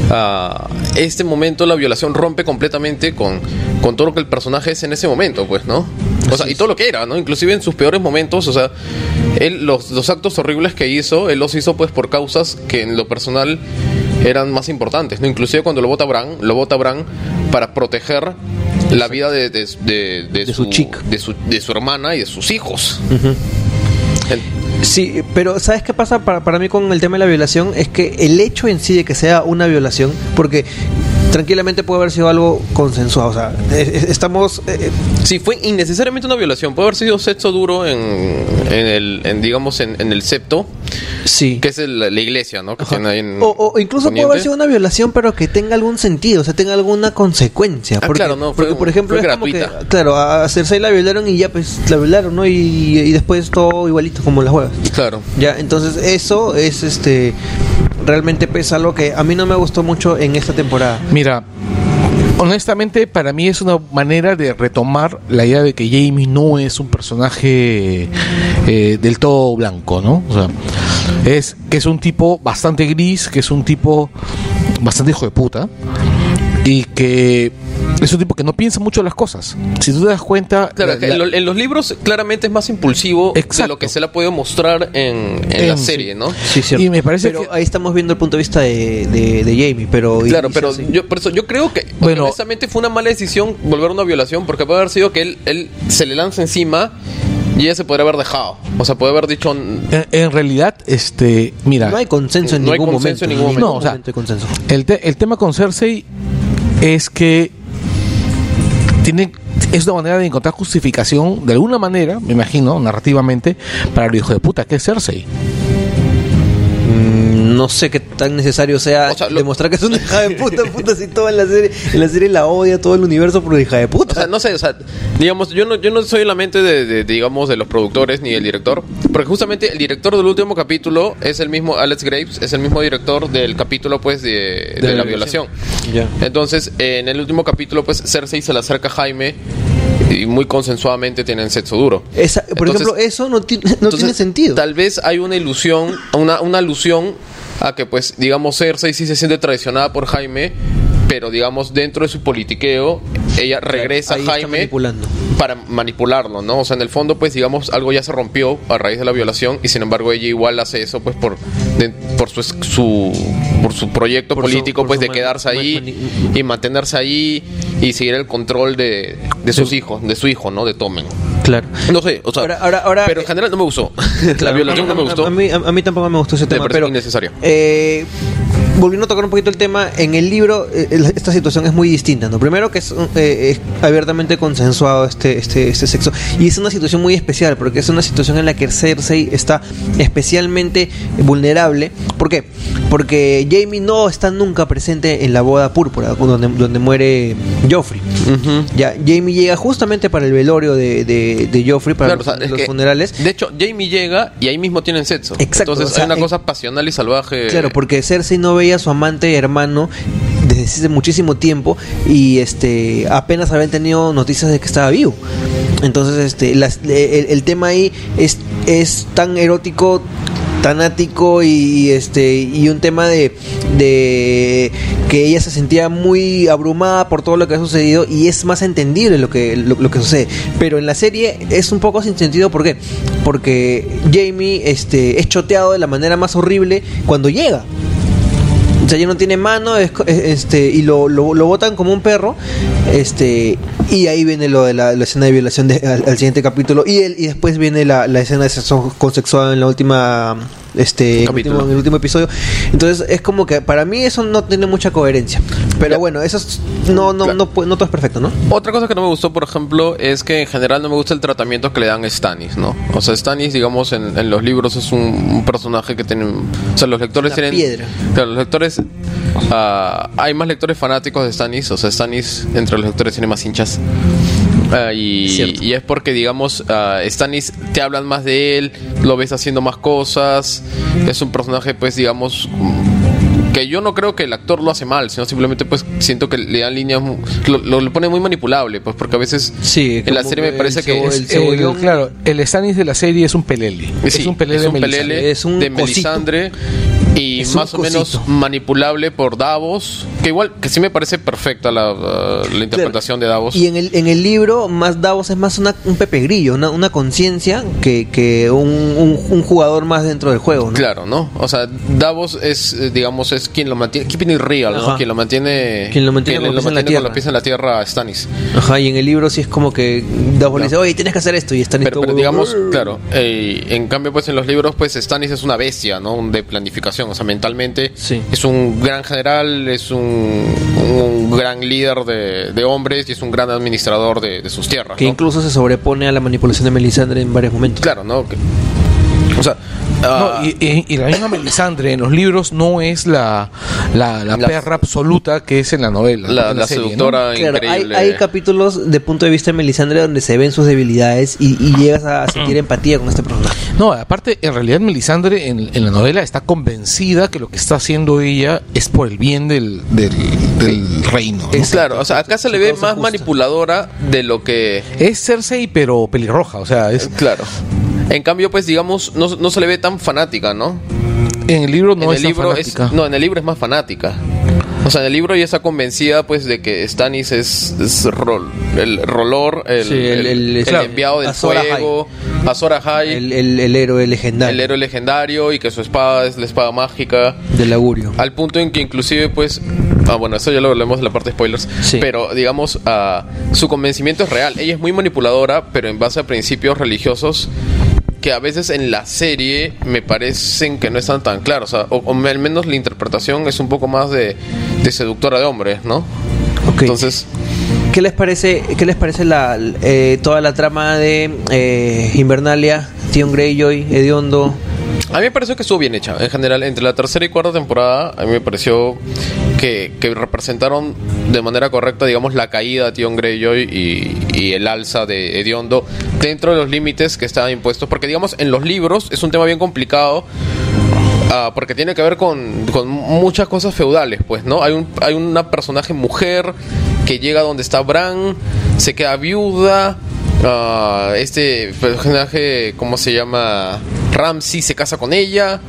ah, este momento la violación rompe completamente con, con todo lo que el personaje es en ese momento, pues, ¿no? O sea, y todo lo que era, ¿no? Inclusive en sus peores momentos, o sea, él, los, los actos horribles que hizo, él los hizo pues por causas que en lo personal eran más importantes, ¿no? Inclusive cuando lo vota Bran, lo vota Bran para proteger la vida de, de- de- de De su chica. de su, de su hermana y de sus hijos. En- Sí, pero ¿sabes qué pasa para, para mí con el tema de la violación? Es que el hecho en sí de que sea una violación, porque tranquilamente puede haber sido algo consensuado, o sea, es- es- estamos... eh, Sí, fue innecesariamente una violación. Puede haber sido sexo duro en, en el, en, digamos, en, en el septo, sí. que es el- la iglesia, ¿no? Que tiene ahí en O, o incluso puede haber Poniente. sido una violación, pero que tenga algún sentido, o sea, tenga alguna consecuencia. Ah, claro, no, fue porque, un- por ejemplo, fue es como que, gratuita. claro, a a Cersei la violaron y ya, pues, la violaron, ¿no? Y, y después todo igualito, como en las huevas. Claro. Ya, entonces eso es, este, realmente pesa algo que a mí no me gustó mucho en esta temporada. Mira, honestamente para mí es una manera de retomar la idea de que Jamie no es un personaje eh, del todo blanco, ¿no? O sea, es que es un tipo bastante gris, que es un tipo bastante hijo de puta y que es un tipo que no piensa mucho las cosas. Si tú te das cuenta, Claro, la- que la- en, lo- en los libros claramente es más impulsivo de Exacto. lo que se le ha podido mostrar en, en la En- serie, ¿no? Sí, cierto. Y me parece pero que- ahí estamos viendo el punto de vista de, de, de Jamie, pero... y- Claro, y pero Cersei. yo, por eso yo creo que Bueno. honestamente fue una mala decisión volver a una violación porque puede haber sido que él, él se le lanza encima y ella se podría haber dejado. O sea, puede haber dicho... en, en realidad, este, mira, No hay consenso en No hay ningún consenso momento. en ningún momento. No, o sea, hay consenso. El, te- el tema con Cersei es que tiene, es una manera de encontrar justificación, de alguna manera, me imagino, narrativamente, para el hijo de puta que es Cersei. Mm, No sé qué tan necesario sea O sea, lo- demostrar que (laughs) es una hija de puta, puta, si toda en la serie, en la serie la odia todo el universo por hija de O sea, puta. no sé, o sea, digamos, yo no, yo no soy la mente de, de- digamos, de los productores ni del director, porque justamente el director del último capítulo es el mismo, Alex Graves, es el mismo director del capítulo, pues, de, de la violación. Entonces, eh, en el último capítulo, pues, Cersei se le acerca a Jaime y muy consensuadamente tienen sexo duro. Esa- por Entonces- ejemplo, eso no, ti- no tiene entonces, sentido. Tal vez hay una ilusión, una, una alusión a que, pues, digamos, Cersei sí se siente traicionada por Jaime, pero, digamos, dentro de su politiqueo, ella regresa Ahí a está Jaime manipulando. para manipularlo, ¿no? O sea, en el fondo, pues, digamos, algo ya se rompió a raíz de la violación y, sin embargo, ella igual hace eso, pues, por, de- por su, es- su por su proyecto Por su- político, por pues, su de mani- quedarse ma- ahí mani- y mantenerse ahí y seguir el control de, de sus hijos, de su hijo, ¿no? De Tomen. Claro. (laughs) No sé, o sea, Ahora- ahora- ahora- eh, pero en general no me gustó. (laughs) La Claro, violación a- no me a- gustó. A, mí, a- a mí tampoco me gustó ese Me tema, pareció pero innecesario. eh, volviendo a tocar un poquito el tema, en el libro eh, el- esta situación es muy distinta. ¿no? Primero que es, un- eh, es abiertamente consensuado este, este, este sexo. Y es una situación muy especial, porque es una situación en la que Cersei está especialmente vulnerable. ¿Por qué? Porque Jamie no está nunca presente en la boda púrpura, donde, donde muere Joffrey. Ujú. Ya, Jamie llega justamente para el velorio de, de, de Joffrey, para Claro, o sea, los, es los que, funerales. De hecho, Jamie llega y ahí mismo tienen sexo. Exacto, Entonces o sea, hay una en- cosa pasional y salvaje. Claro, porque Cersei no veía a su amante y hermano desde hace muchísimo tiempo y este apenas habían tenido noticias de que estaba vivo. Entonces, este las- el, el tema ahí es, es tan erótico, tan ático y, y, este y un tema de, de que ella se sentía muy abrumada por todo lo que ha sucedido y es más entendible lo que lo, lo que sucede. Pero en la serie es un poco sin sentido, ¿por qué? Porque Jamie este, es choteado de la manera más horrible cuando llega. O sea, ya no tiene mano, es co- es- este, y lo, lo, lo botan como un perro, este, y ahí viene lo de la, la escena de violación de- al, al siguiente capítulo, y, el- y después viene la, la escena de sexo consensuado en la última, este, Capítulo. último- en el último episodio. Entonces es como que para mí eso no tiene mucha coherencia, pero Ya. bueno, eso es- no, no, Claro. no, pu- no todo es perfecto, ¿no? Otra cosa que no me gustó, por ejemplo, es que en general no me gusta el tratamiento que le dan a Stannis, ¿no? O sea, Stannis, digamos, en, en los libros es un, un personaje que tiene... O sea, los lectores Una tienen... piedra. Claro, los lectores... ah, hay más lectores fanáticos de Stannis, o sea, Stannis entre los lectores tiene más hinchas. Ah, y, Cierto. y es porque, digamos, ah, Stannis te hablan más de él, lo ves haciendo más cosas, es un personaje, pues, digamos, que yo no creo que el actor lo hace mal, sino simplemente pues siento que le dan líneas, mu- lo, lo- lo pone muy manipulable, pues porque a veces Sí, en la como serie me que parece el que cebo- es, el cebollón. Eh, claro, el Stannis de la serie es un pelele. es- es sí, un pelele, melisandre. pelele Es un de cosito. Melisandre y Es un más o menos cosito. manipulable por Davos, que igual que sí me parece perfecta la, la interpretación de Davos. Y en el, en el libro, más Davos es más una- un Pepe Grillo, una, una conciencia que, que un, un- un jugador más dentro del juego, ¿no? Claro, ¿no? O sea, Davos es, eh, digamos, es quien lo mantiene, keeping it real, ¿no? Ajá. Quien lo mantiene, Quien lo mantiene con los pies mantiene con en la los tierra. pies en la tierra a Stannis. Ajá, y en el libro sí es como que Davos le dice, oye, tienes que hacer esto, uh, y están Pero, pero digamos, claro, eh, en cambio, pues en los libros, pues Stannis es una bestia, ¿no? Un De planificación, o sea, mentalmente Sí. es un gran general, es un, un gran líder de, de hombres y es un gran administrador de, de sus tierras. Que ¿no? incluso se sobrepone a la manipulación de Melisandre en varios momentos. Claro, ¿no? Que- o sea, ah, No, y, y- y la misma Melisandre en los libros no es la, la, la La- perra absoluta que es en la novela. en la, la serie, ¿no? seductora Claro, hay, increíble. hay capítulos de punto de vista de Melisandre donde se ven sus debilidades y, y llegas a sentir empatía con este personaje. No, aparte, en realidad Melisandre en, en la novela está convencida que lo que está haciendo ella es por el bien del, del, del reino. ¿no? Es claro, o sea, acá se le ve causa más justa. manipuladora de lo que Es Cersei, pero pelirroja. O sea, es, Claro. En cambio, pues digamos, no, no se le ve tan fanática, ¿no? Mm. en el libro no en es el tan libro es, fanática. no, en el libro es más fanática. O sea, en el libro ella está convencida, pues, de que Stannis es, es rol- el rolor, el, Sí, el- el- el- el claro. enviado del Azor Ahai. fuego, Azor Ahai, El, el, el, el héroe legendario héroe legendario y que su espada es la espada mágica. del augurio. Al punto en que inclusive, pues, ah, bueno, eso ya lo hablamos en la parte de spoilers. Sí. Pero, digamos, ah, su convencimiento es real. Ella es muy manipuladora, pero en base a principios religiosos que a veces en la serie me parecen que no están tan claros. O, sea, o- o al menos la interpretación es un poco más de, de seductora de hombres, ¿no? Ok. Entonces, ¿Qué les parece, qué les parece la, eh, toda la trama de eh, Invernalia, Tion Greyjoy, Ediondo? A mí me pareció que estuvo bien hecha. En general, entre la tercera y cuarta temporada, a mí me pareció que, que representaron de manera correcta, digamos, la caída de Tion Greyjoy y, y el alza de Ediondo dentro de los límites que estaban impuestos. Porque, digamos, en los libros es un tema bien complicado. Ah, porque tiene que ver con, con muchas cosas feudales, pues, ¿no? Hay, un, hay una personaje mujer que llega donde está Bran, se queda viuda. ah, este personaje, ¿cómo se llama? Ramsey se casa con ella.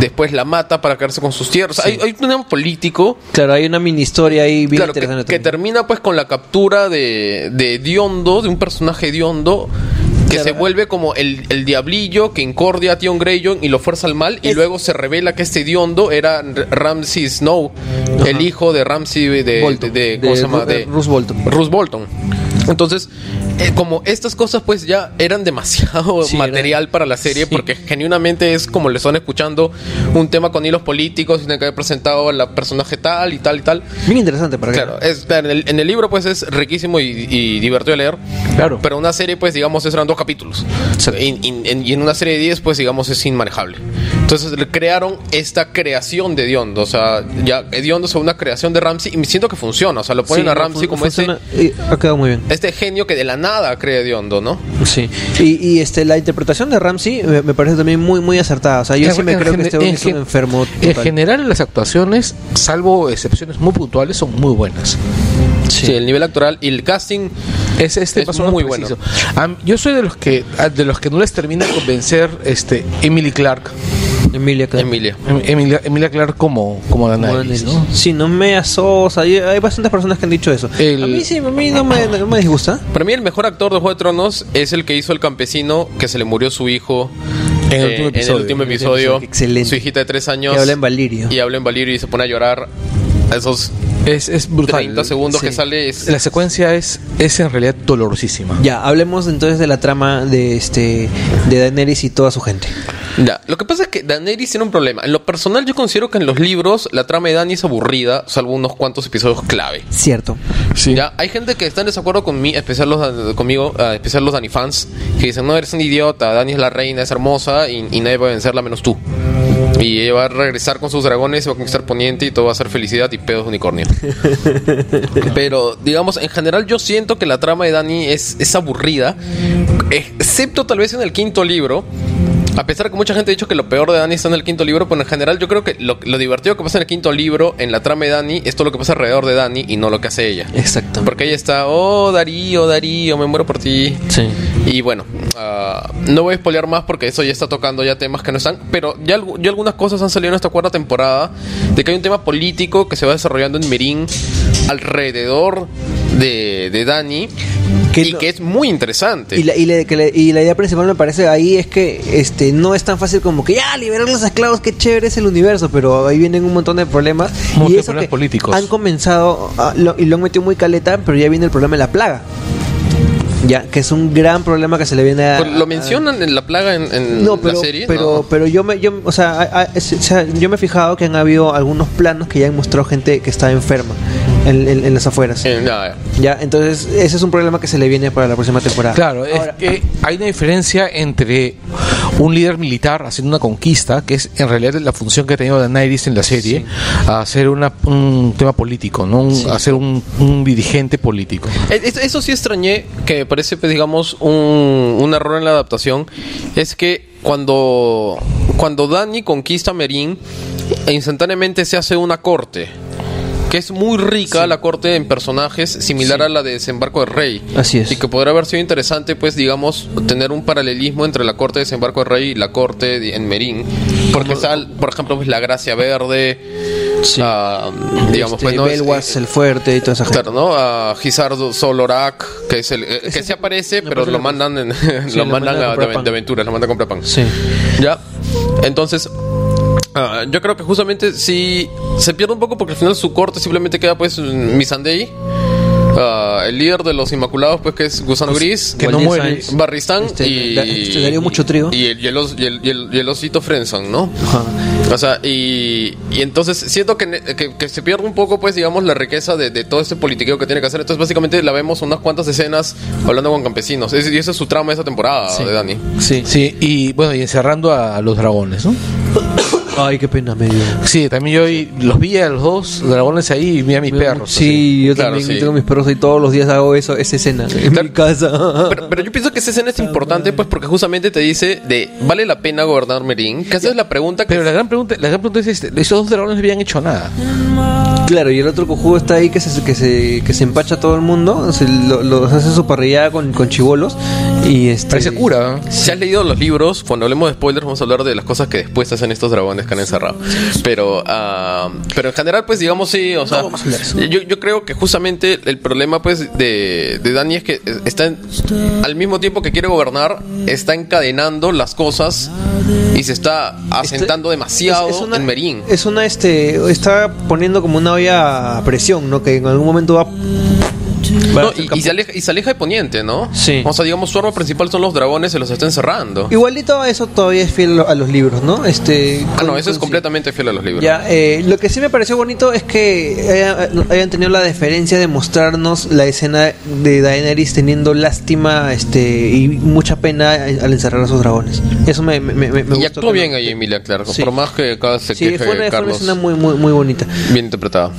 Después la mata para quedarse con sus tierras. Hay, hay un tema político Claro, hay una mini historia ahí bien claro, que- interesante. que, también. termina pues con la captura de, de Diondo, de un personaje Diondo. Que Claro. se vuelve como el, el diablillo que incordia a Tion Greyjoy y lo fuerza al mal. Y Es- luego se revela que este Diondo era Ramsey Snow, el hijo de Ramsey de, de, Bolton, de- ¿Cómo de se llama? Ru- Roose Bolton. Roose Bolton. Entonces, eh, como estas cosas pues ya eran demasiado Sí, material para la serie porque genuinamente es como le están escuchando un tema con hilos políticos y tiene que haber presentado a la personaje tal y tal y tal. Bien interesante para que. Claro, es- en, el, en el libro pues es riquísimo y, y divertido de leer. Claro. Pero una serie pues digamos eran dos capítulos. Y- y- en- y en una serie de 10 pues digamos es inmanejable. Entonces le crearon esta creación de Ediondo. O sea, ya Ediondo es una creación de Ramsey y siento que funciona. O sea, lo ponen a Ramsey como este. ese, funciona- y eh, ha quedado muy bien. este genio que de la nada crea Ediondo, ¿no? Sí. Y, y, este, la interpretación de Ramsey me, me parece también muy, muy acertada. O sea, yo sí me En creo que gen- este hombre en es un gen- enfermo. En total. general, las actuaciones, salvo excepciones muy puntuales, son muy buenas. Sí. el nivel actoral y el casting. Es este Es personaje muy preciso. Am- yo soy de los que a- de los que no les termina de convencer este Emily Clark, Emilia, claro. Emilia. Em- Emilia, Emilia Clark como como la nariz, ¿no? Sí, no me asosa. Hay, hay bastantes personas que han dicho eso. El- A mí sí, a mí no me, no me disgusta. Para mí el mejor actor de Juego de Tronos es el que hizo el campesino que se le murió su hijo eh, En el último episodio. último episodio. Excelente. Su hijita de tres años. Que habla en Valirio. Y habla en Valirio y se pone a llorar. Esos Es, es brutal. 30 segundos sí. que sale es... La secuencia es es en realidad dolorosísima. Ya, hablemos entonces de la trama de este de Daenerys y toda su gente. Ya, Lo que pasa es que Daenerys tiene un problema. En lo personal yo considero que en los libros la trama de Dany es aburrida, salvo unos cuantos episodios clave. Cierto. Ya, hay gente que está en desacuerdo con mí, especial los, dan- conmigo, ah, especial los Dani fans, que dicen, no, eres un idiota, Dani es la reina, es hermosa y, y nadie va a vencerla menos tú. Y ella va a regresar con sus dragones, va a conquistar Poniente y todo va a ser felicidad y pedos de unicornio. Pero, digamos, en general yo siento que la trama de Dani es, es aburrida, excepto tal vez en el quinto libro. A pesar de que mucha gente ha dicho que lo peor de Dani está en el quinto libro, pero en general yo creo que lo, lo divertido que pasa en el quinto libro, en la trama de Dani, es todo lo que pasa alrededor de Dani y no lo que hace ella. Exacto. Porque ahí está, oh Darío, Darío, me muero por ti. Sí. Y bueno, ah, no voy a spoilear más porque eso ya está tocando ya temas que no están. Pero ya, algu- ya algunas cosas han salido en esta cuarta temporada de que hay un tema político que se va desarrollando en Merín alrededor de, de Dani Que y no- que es muy interesante. Y la, y, la, que la- y la idea principal me parece ahí es que este no es tan fácil como que ya liberar los esclavos, qué chévere es el universo, pero ahí vienen un montón de problemas. Montón y de eso problemas que políticos. Han comenzado a- lo- y lo han metido muy caleta, pero ya viene el problema de la plaga. Ya, que es un gran problema que se le viene a. Pues lo a- mencionan en la plaga en, en no, pero, la serie. pero, ¿no? pero yo me, yo, o sea, a- a- es- o sea, yo me he fijado que han habido algunos planos que ya han mostrado gente que está enferma en, en- en las afueras. Eh, nada. Ya, entonces ese es un problema que se le viene para la próxima temporada. Claro, Ahora- es que hay una diferencia entre un líder militar haciendo una conquista, que es en realidad la función que ha tenido Daenerys en la serie, a hacer una- un tema político, no un- a ser un, un dirigente político. Eh, Eso, eso sí extrañé, que me parece, pues, digamos, un, un error en la adaptación, es que cuando, cuando Dani conquista a Merín, e instantáneamente se hace una corte. Que es muy rica la corte en personajes, similar a la de Desembarco del Rey. Así es. Y que podría haber sido interesante, pues, digamos, tener un paralelismo entre la corte de Desembarco del Rey y la corte de- en Merín. Porque está, por ejemplo, pues, la Gracia Verde. ah, digamos, Este, pues, ¿no? Es- Belwas, el fuerte y toda esa gente. Claro, ¿no? A Gizardo Solorak, que es el eh, que se aparece, pero lo mandan, en- (laughs) lo lo mandan mandan a a- comprar de, pan. de aventuras, lo mandan a comprar pan. Sí. Ya. Entonces, ah, yo creo que justamente si se pierde un poco porque al final su corte simplemente queda pues Misandei. ah, el líder de los Inmaculados, pues que es Gusano Gris, que no Waldir muere. Sainz. Barristán Este, y, da- este, Darío Mucho Trigo. y el, y el os- y el- y el- y el osito Frenson, ¿no? Ajá. O sea, y, y entonces siento que, ne- que- que se pierde un poco, pues, digamos, la riqueza de, de todo este politiqueo que tiene que hacer. Entonces, básicamente la vemos unas cuantas escenas hablando con campesinos. Es- y esa es su trama de esa temporada de Dani. Sí. Sí, y bueno, y encerrando a los dragones, ¿no? Ay, qué pena me dio. Sí, también yo hoy los vi a los dos dragones ahí y vi a mis perros. Sí, así. yo Claro, también sí. tengo mis perros y todos los días hago eso, esa escena en mi casa. (laughs) Pero, pero yo pienso que esa escena es importante, pues, porque justamente te dice de, ¿vale la pena gobernar Merín? Que esa es la pregunta que... Pero la gran pregunta, la gran pregunta es este, esos dos dragones no habían hecho nada. Claro, y el otro cojudo está ahí que se, que se, que se empacha a todo el mundo, se, lo- los hace su parrillada con, con chivolos y este... Parece cura. ¿no? Si has leído los libros, cuando hablemos de spoilers vamos a hablar de las cosas que después hacen estos dragones que han encerrado. Pero, ah, pero en general, pues digamos sí, o sea, yo, yo creo que justamente el problema pues de, de Dani es que está en- al mismo tiempo que quiere gobernar, está encadenando las cosas y se está asentando demasiado Este Es- es una- en Merín. Es una, este, está poniendo como una olla a presión, ¿no? Que en algún momento va No, Bueno, y, y se aleja, y se aleja de Poniente, ¿no? Sí. O sea, digamos, su arma principal son los dragones, se los está encerrando. Igualito eso todavía es fiel a lo- a los libros, ¿no? Este, Ah, no, con- eso es con- completamente fiel a los libros. Ya, eh, lo que sí me pareció bonito es que haya- hayan tenido la deferencia de mostrarnos la escena de Daenerys teniendo lástima este y mucha pena al encerrar a sus dragones. Eso me, me, me, me y gustó que actuó lo- bien ahí Emilia Clarke, Sí. por más que acá se Sí, queje fue una, fue una Carlos. escena muy, muy, muy bonita. Bien interpretada.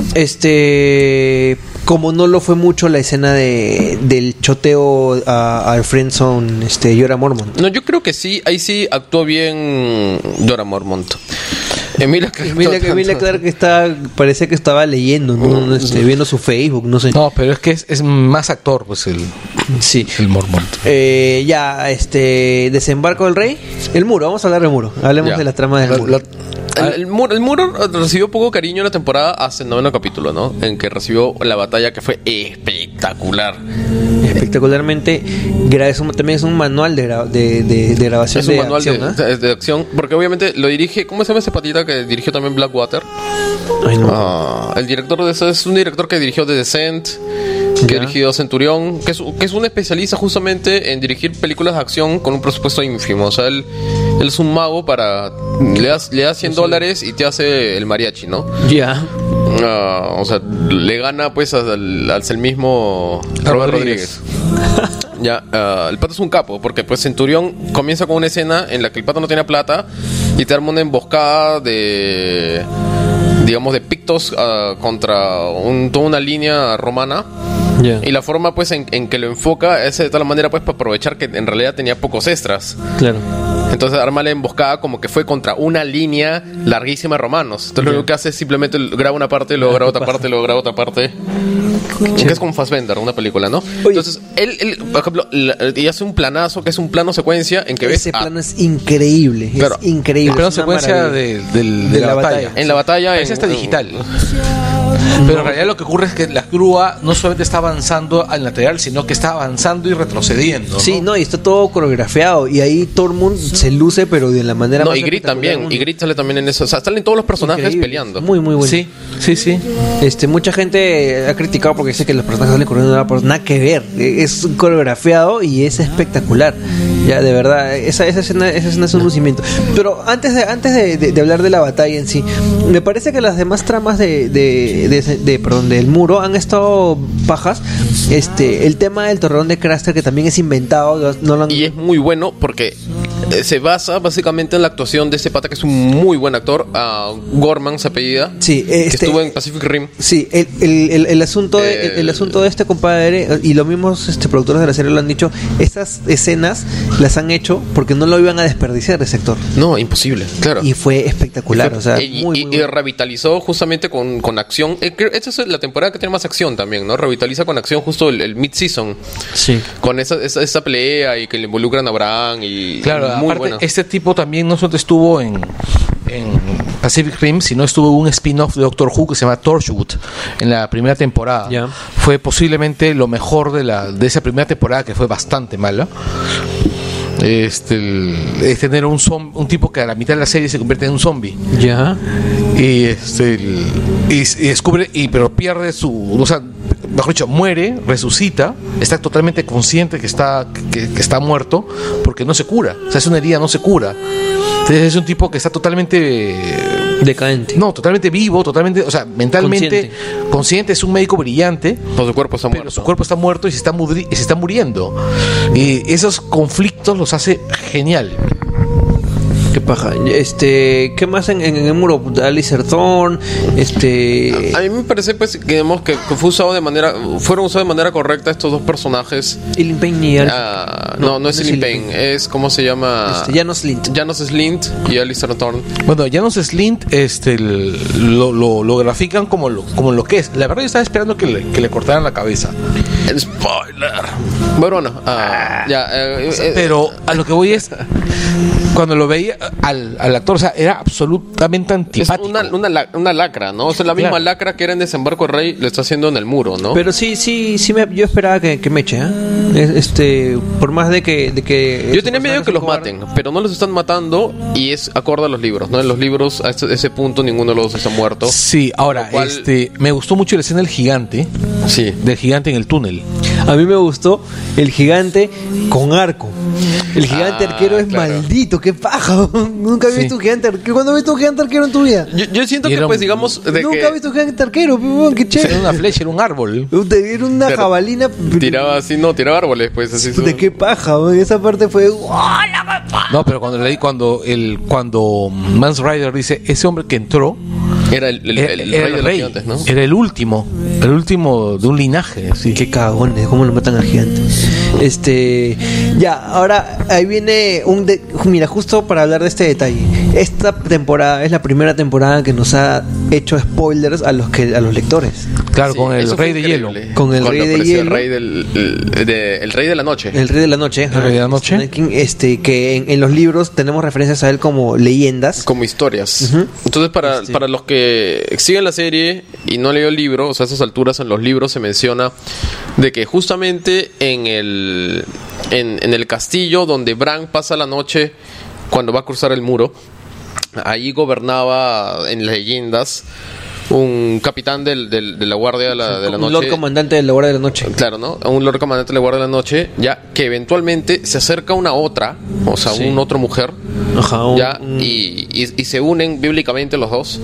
Este, como no lo fue mucho la escena de, del choteo a- al friendzone, este, (laughs) Llora Mormont. No, yo creo que sí, ahí sí actuó bien Dora Mormont. Emilia Clarke. Emilia, no Emilia tanto. Clarke está, parece que estaba leyendo, Oh, ¿no? Este, viendo su Facebook, no sé. No, pero es que es, es más actor, pues el, Sí. el Mormont. Eh, ya, este, desembarco del rey, el muro, vamos a hablar del muro, hablemos Ya. de las tramas del La- muro. la- el, el muro, el muro recibió poco cariño en la temporada hasta el noveno capítulo, ¿no? En que recibió la batalla que fue espectacular. Espectacularmente, gra- es un- también es un manual de, gra- de, de- de grabación Es un de manual acción, ¿ah? de, de- de acción, porque obviamente lo dirige, ¿cómo se llama ese patita que dirigió también Blackwater? Ay, no. Ah, el director de eso es un director que dirigió The Descent, que dirigió Centurión, que es, que es un especialista justamente en dirigir películas de acción con un presupuesto ínfimo. O sea, él, él es un mago para... Le das, le das 100 dólares y te hace el mariachi, ¿no? Ya. Ah, o sea, le gana pues al, al- al mismo Robert Rodríguez. (laughs) ya, ah, el pato es un capo, porque pues Centurión comienza con una escena en la que el pato no tiene plata y te arma una emboscada de, digamos, de pictos ah, contra un- toda una línea romana. Ya. Y la forma pues en, en que lo enfoca es de tal manera pues para aprovechar que en realidad tenía pocos extras. Claro. Entonces arma la emboscada como que fue contra una línea larguísima de romanos. Entonces lo único que hace es simplemente l- graba una parte, luego graba otra parte, luego graba otra parte. Que es con Fassbender, una película, ¿no? Entonces, él, él, por ejemplo, la- y hace un planazo, que es un plano secuencia en que ves ah, Ese a- plano es increíble, Claro. es increíble. El plano es una secuencia maravilla. de, del- De de la la, batalla. batalla. en la batalla. Parece en- hasta en- digital. Pero en realidad lo que ocurre es que la grúa no solamente está avanzando al lateral, sino que está avanzando y retrocediendo. Sí, no, y está todo coreografiado y ahí todo el mundo se luce, pero de la manera No, más y Grit espectacular del también. mundo. Y Grit sale también en eso. O sea, salen todos los personajes Increíble. peleando. Muy, muy bueno. Sí, sí, sí. Este, mucha gente ha criticado porque dice que los personajes salen corriendo, nada, por- nada que ver. Es coreografiado y es espectacular. Ya, de verdad, esa, esa, escena, esa escena es un lucimiento. Pero antes, de, antes de, de- de hablar de la batalla en sí, me parece que las demás tramas de, de, de, de- perdón, del muro han estado bajas. Este, el tema del torreón de Craster, que también es inventado, no lo han- Y es muy bueno porque eh, se basa básicamente en la actuación de ese pata que es un muy buen actor. ah, Gorman se apellida. Sí, que este- estuvo en Pacific Rim. Sí, el, el- el- el asunto de, el, el El- asunto de este compadre eh, y los mismos este, productores de la serie lo han dicho, estas escenas las han hecho porque no lo iban a desperdiciar de sector No, imposible, claro. y fue espectacular, o sea, Eh, y, muy, y- muy y bueno. revitalizó justamente con, con acción. Eh, creo- Esta es la temporada que tiene más acción también, ¿no? Revitaliza con acción justo el, el mid-season. Sí. Con esa, esa, esa pelea y que le involucran a Bran y. Claro, muy aparte, buena. este tipo también no solo estuvo en, en Pacific Rim, sino estuvo en un spin-off de Doctor Who que se llama Torchwood en la primera temporada. Ya. Fue posiblemente lo mejor de, la, de esa primera temporada, que fue bastante mala. Este, el- es tener un, zom- un tipo que a la mitad de la serie se convierte en un zombie Ya. y este el- y, y descubre y pero pierde su o sea mejor dicho muere resucita está totalmente consciente que está que, que está muerto porque no se cura o sea es una herida no se cura entonces es un tipo que está totalmente Decadente. no totalmente vivo totalmente o sea mentalmente Consciente. consciente, es un médico brillante Pero su cuerpo está pero muerto. su cuerpo está muerto y se está, mudri- y se está muriendo. Y esos conflictos los hace genial. Qué paja. Este, ¿qué más en, en- en el muro? Alistair Thorne, este A mí me parece pues que digamos que que fue usado de manera fueron usados de manera correcta estos dos personajes. Ellen Payne y Alistair- Ah, no, no, es Lil Payne, es cómo se llama este, Janos Slint. Janos Slint y Alistair Thorne. Bueno, Janos Slint este, el- lo, lo- lo grafican como lo, como lo que es. La verdad, yo estaba esperando que le, que le cortaran la cabeza. Spoiler. Bueno, bueno, ah, ya eh, eh, Pero a lo que voy es. cuando lo veía al, al actor, o sea, era absolutamente Es antipático. una, una, la- una lacra, ¿no? O sea, la misma Claro. lacra que era en Desembarco del Rey lo está haciendo en el muro, ¿no? Pero sí, sí, sí me, yo esperaba que, que me eche, ¿ah? Es- Este, por más de que, de que Yo tenía miedo personajes que los son cobardes. maten, pero no los están matando y es acorde a los libros, ¿no? En los libros, a este- ese punto, ninguno de los dos está muerto. Sí, ahora, Lo cual- este, me gustó mucho la escena del gigante, Sí. del gigante en el túnel. A mí me gustó el gigante con arco. El gigante Ah, arquero es claro. maldito, qué paja. (laughs) Nunca he Sí. visto un gigante arquero. ¿Cuándo has visto un gigante arquero en tu vida? Yo, yo siento Y que, era pues, un- digamos, de Nunca he que visto un gigante arquero, weón, qué Era chévere. una flecha, era un árbol. Era una Claro. jabalina. tiraba así, no, tiraba árboles, pues, así. De su- qué paja, weón. Esa parte fue. ¡guau! No, pero cuando leí, cuando el, cuando Mans Rider dice, ese hombre que entró Era el, el- era el era rey de el los rey, gigantes, ¿no? era el último, el último de un linaje, sí. Qué cagones, cómo lo matan al gigante. Este, ya, ahora ahí viene un de- mira, justo para hablar de este detalle. Esta temporada es la primera temporada que nos ha hecho spoilers a los que a los lectores. claro, Sí, con el eso fue rey de hielo. increíble. Con el Cuando rey de apareció hielo. El rey, del, el, de- el rey de la noche. El Rey de la Noche. ajá, Rey de la Noche. Stephen King, este, que en, en los libros tenemos referencias a él como leyendas. Como historias. Ujú. Este- Entonces, para, para los que siguen la serie y no leo el libro, o sea, a esas alturas en los libros se menciona de que justamente en el, en, en el castillo donde Bran pasa la noche cuando va a cruzar el muro, ahí gobernaba en leyendas un capitán del- del- de la guardia de la, de la un noche. Lord Comandante de la Guardia de la Noche. Claro, ¿no? A un Lord Comandante le guarda la noche, ya que eventualmente se acerca una otra, o sea, un otra mujer, Ajá, un- ya, un- y, y- y se unen bíblicamente los dos,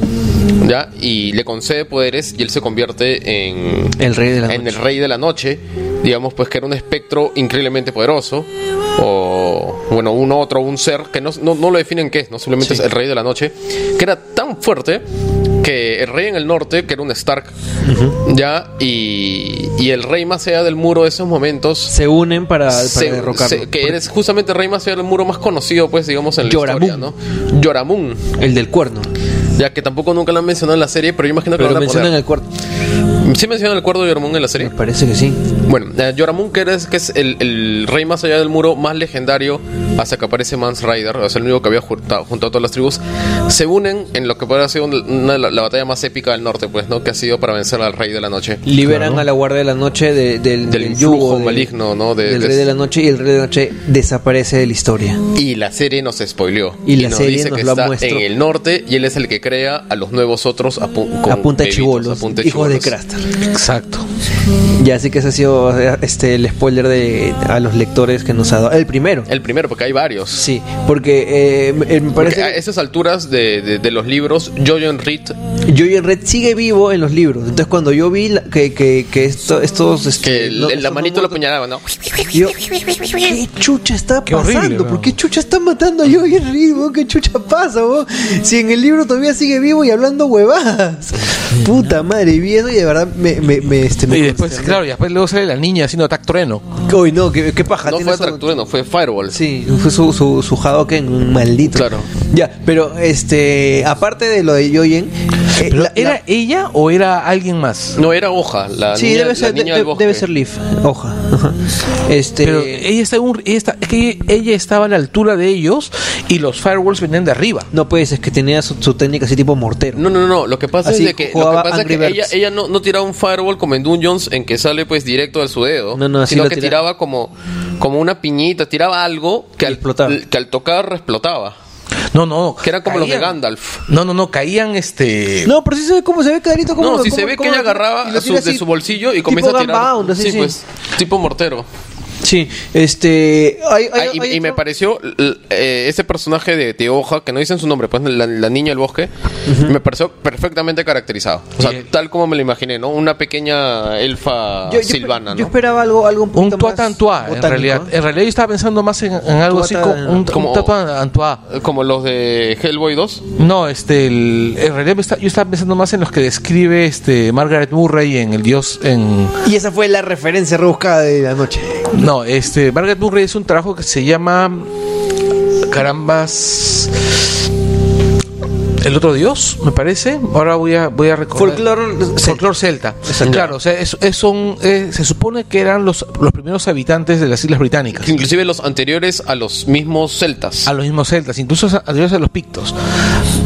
ya, y le concede poderes y él se convierte en, El Rey de la en Noche. el Rey de la Noche, digamos, pues que era un espectro increíblemente poderoso, o bueno, un otro, un ser, que no, no, no lo definen qué es, ¿no? Simplemente es el Rey de la Noche, que era tan fuerte que el Rey en el Norte, que era un Stark, ya, y, y el Rey más allá del muro de esos momentos. Se unen para, para se- derrocarlo. se- que eres justamente el rey más allá del muro más conocido, pues, digamos, en la Yoramún. historia, ¿no? Yoramun, El del cuerno. ya que tampoco nunca lo han mencionado en la serie, pero yo imagino que Pero lo van a mencionan poner. el cuerno. Sí mencionan el cuerdo de Yoramun en la serie. Me parece que sí. Bueno, eh, Yoramun, que es, que es el, el rey más allá del muro, más legendario, hasta que aparece Mans Rider, o sea, el único que había juntado, juntado a todas las tribus, se unen en lo que podría ser un- una de la, la batalla más épica del norte, pues, ¿no? Que ha sido para vencer al rey de la noche. Liberan a la Guardia de la Noche de- del, Del influjo maligno, ¿no? De- del de- Rey de la Noche y el Rey de la Noche desaparece de la historia. Y la serie nos spoileó. Y la nos serie dice nos que lo está muestra. en el norte y él es el que crea a los nuevos otros a, pu- con a punta de bebitos, chivolos, a punta de hijos de chibolos. Craster. Exacto. Ya, así que ese ha sido eh, este, el spoiler de, a los lectores que nos ha dado. El primero. El primero, porque hay varios. Sí, porque eh, me eh, me Porque parece a esas alturas de, de- de los libros, Jojo Reed que Jojo Red sigue vivo en los libros. Entonces, cuando yo vi la- que, que, que esto, estos. este, que el- no- la estos manito lo no muertos- apuñalaba, ¿no? yo, ¿Qué chucha está Qué pasando? horrible, weón. ¿Por qué chucha están matando a Jojo Red? weón? ¿Qué chucha pasa, weón? Si en el libro todavía sigue vivo y hablando huevadas. Puta madre, vi eso y de verdad me. me, me, este, me Y después, consterné. claro, y después luego sale la niña haciendo ataque trueno. Uy, no, qué, qué paja. No tiene fue eso- Tracture, no fue Fireball. Sí, fue su, su, su Hadoken un maldito. Claro. Ya, pero este, aparte de lo de Yoyen, eh, Pero, la- ¿Era la- ella o era alguien más? No, era hoja. La sí, niña, debe, ser, la niña de- del de- bosque. debe ser Leaf, hoja. Ajá. Este, Pero ella, está en un- ella está- es que ella estaba a la altura de ellos y los firewalls venían de arriba. no puedes, es que tenía su, su técnica así tipo mortero. No, no, no, no. Lo que pasa Así es de que, lo que, jugaba pasa es que Angry ella, Birds. ella no, no tiraba un Fireball como en Dungeons en que sale pues directo de su dedo. No, no, así sino lo que tira- tiraba como, como una piñita, tiraba algo que al, explotaba. que al tocar explotaba. No, no. Que era como los de caían. Gandalf. No, no, no, caían este. No, pero sí se ve cómo se ve clarito. Cómo, No, si cómo- se ve que cómo ella lo- agarraba y lo su- tira de así, su bolsillo y tipo comienza a tirar. Gunbound, así, sí, sí. pues, tipo mortero. Sí, este. hay- hay- Ah, y, hay y me otro- pareció l- eh, ese personaje de, de Hoja, que no dicen su nombre, pues la, la niña del bosque, me pareció perfectamente caracterizado. O sea, tal como me lo imaginé, ¿no? Una pequeña elfa yo- yo- silvana, Yo ¿no? esperaba algo, algo un Un poquito tuat más antua, en botánico, realidad. ¿no? En realidad yo estaba pensando más en, en algo así Tuat como an- un, como- tuat antua. Como los de Hellboy 2. No, este, el- en realidad me está- yo estaba pensando más en los que describe este Margaret Murray en El Dios en Y esa fue la referencia rebuscada de la noche. no, este Margaret Murray es un trabajo que se llama carambas el otro dios, me parece. Ahora voy a, voy a recordar. Folclor celta. Folclor celta. Exacto. Claro, o sea, es, es un- eh, se supone que eran los, los primeros habitantes de las islas británicas. Inclusive los anteriores a los mismos celtas. A los mismos celtas, incluso a, a los pictos.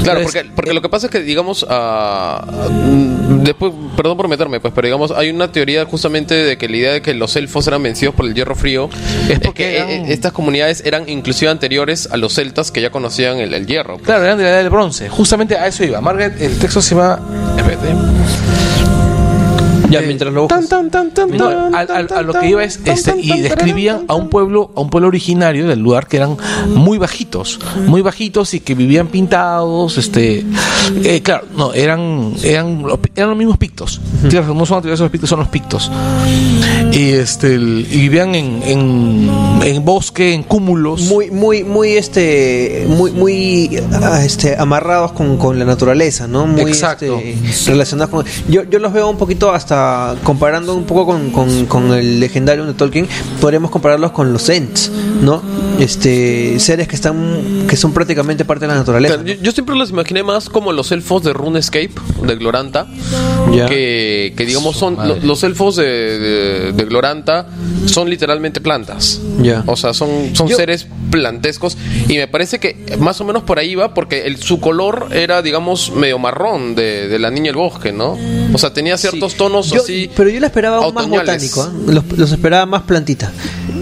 Claro, Es- porque, porque lo que pasa es que, digamos, ah, mm, después, perdón por meterme, pues, pero digamos, hay una teoría justamente de que la idea de que los elfos eran vencidos por el hierro frío Es es porque porque eran- estas comunidades eran inclusive anteriores a los celtas que ya conocían el, el hierro. Claro, eran de la edad del bronce. Justamente a eso iba. Margaret, el texto se llama. Espérate. Ya, Eh, mientras lo buscas. No, a, a- a lo que iba es este, y describían a un pueblo, a un pueblo originario del lugar que eran muy bajitos, muy bajitos y que vivían pintados, este, eh, claro, no, eran, eran, los- eran los mismos pictos, Tienes razón, no son anteriores a los pictos, son los pictos, y este, el- y vivían en, en, en bosque, en cúmulos, muy muy muy este muy muy ah, este amarrados con, con la naturaleza no muy Exacto. este, relacionados con yo, yo los veo un poquito hasta comparando un poco con, con, con el legendario de Tolkien podríamos compararlos con los Ents no este seres que están que son prácticamente parte de la naturaleza Claro, yo, yo siempre los imaginé más como los elfos de RuneScape, de Gloranta, Ya. que, que digamos son lo- los elfos de, de- de Gloranta son literalmente plantas. Ya. O sea, son, son seres plantescos y me parece que más o menos por ahí va porque el, su color era, digamos, medio marrón de, de la niña del bosque, ¿no? O sea, tenía ciertos tonos Yo- así. Pero yo lo esperaba aún más otoñales. botánico, ¿ah? los, los esperaba más plantita.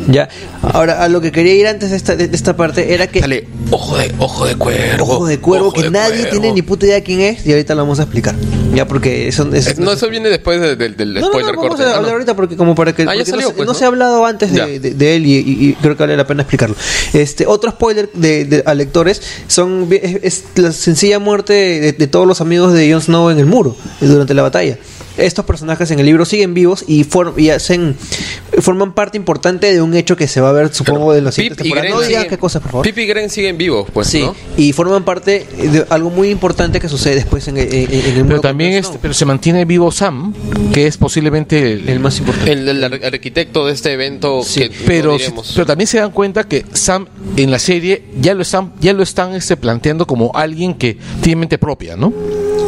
Ya. Ahora, a lo que quería ir antes de esta, de esta parte era que Dale, ojo de, ojo de cuervo. ¿eh? Ojo de cuervo ojo que de nadie cuervo. tiene ni puta idea quién es y ahorita lo vamos a explicar. Ya porque eso es Eh, No, eso viene después de- del, del No, no, spoiler no, vamos corte. a Ah, hablar no. ahorita porque como para que Ah, ya porque salió, no, se, pues, no ¿no? se ha hablado antes Ya. de, de- de él y, y- y creo que vale la pena explicarlo. Este otro spoiler de, de- a lectores son vi- es, es la sencilla muerte de, de todos los amigos de Jon Snow en el muro eh, durante la batalla. Estos personajes en el libro siguen vivos y, for- y hacen forman parte importante de un hecho que se va a ver supongo de los siguientes Pip y temporadas. Gren No digas siguen- qué cosas, por favor. Pip y Gren siguen vivos, pues, Sí, ¿no? y forman parte de algo muy importante que sucede después en, en- en el mundo. pues, pero también con Jon este, pero se mantiene vivo Sam, que es posiblemente el, Snow, el más importante. El, el ar- arquitecto de este evento Sí, que no pero, diremos. pero también se dan cuenta que Sam en la serie ya lo están, ya lo están este, planteando como alguien que tiene mente propia, ¿no?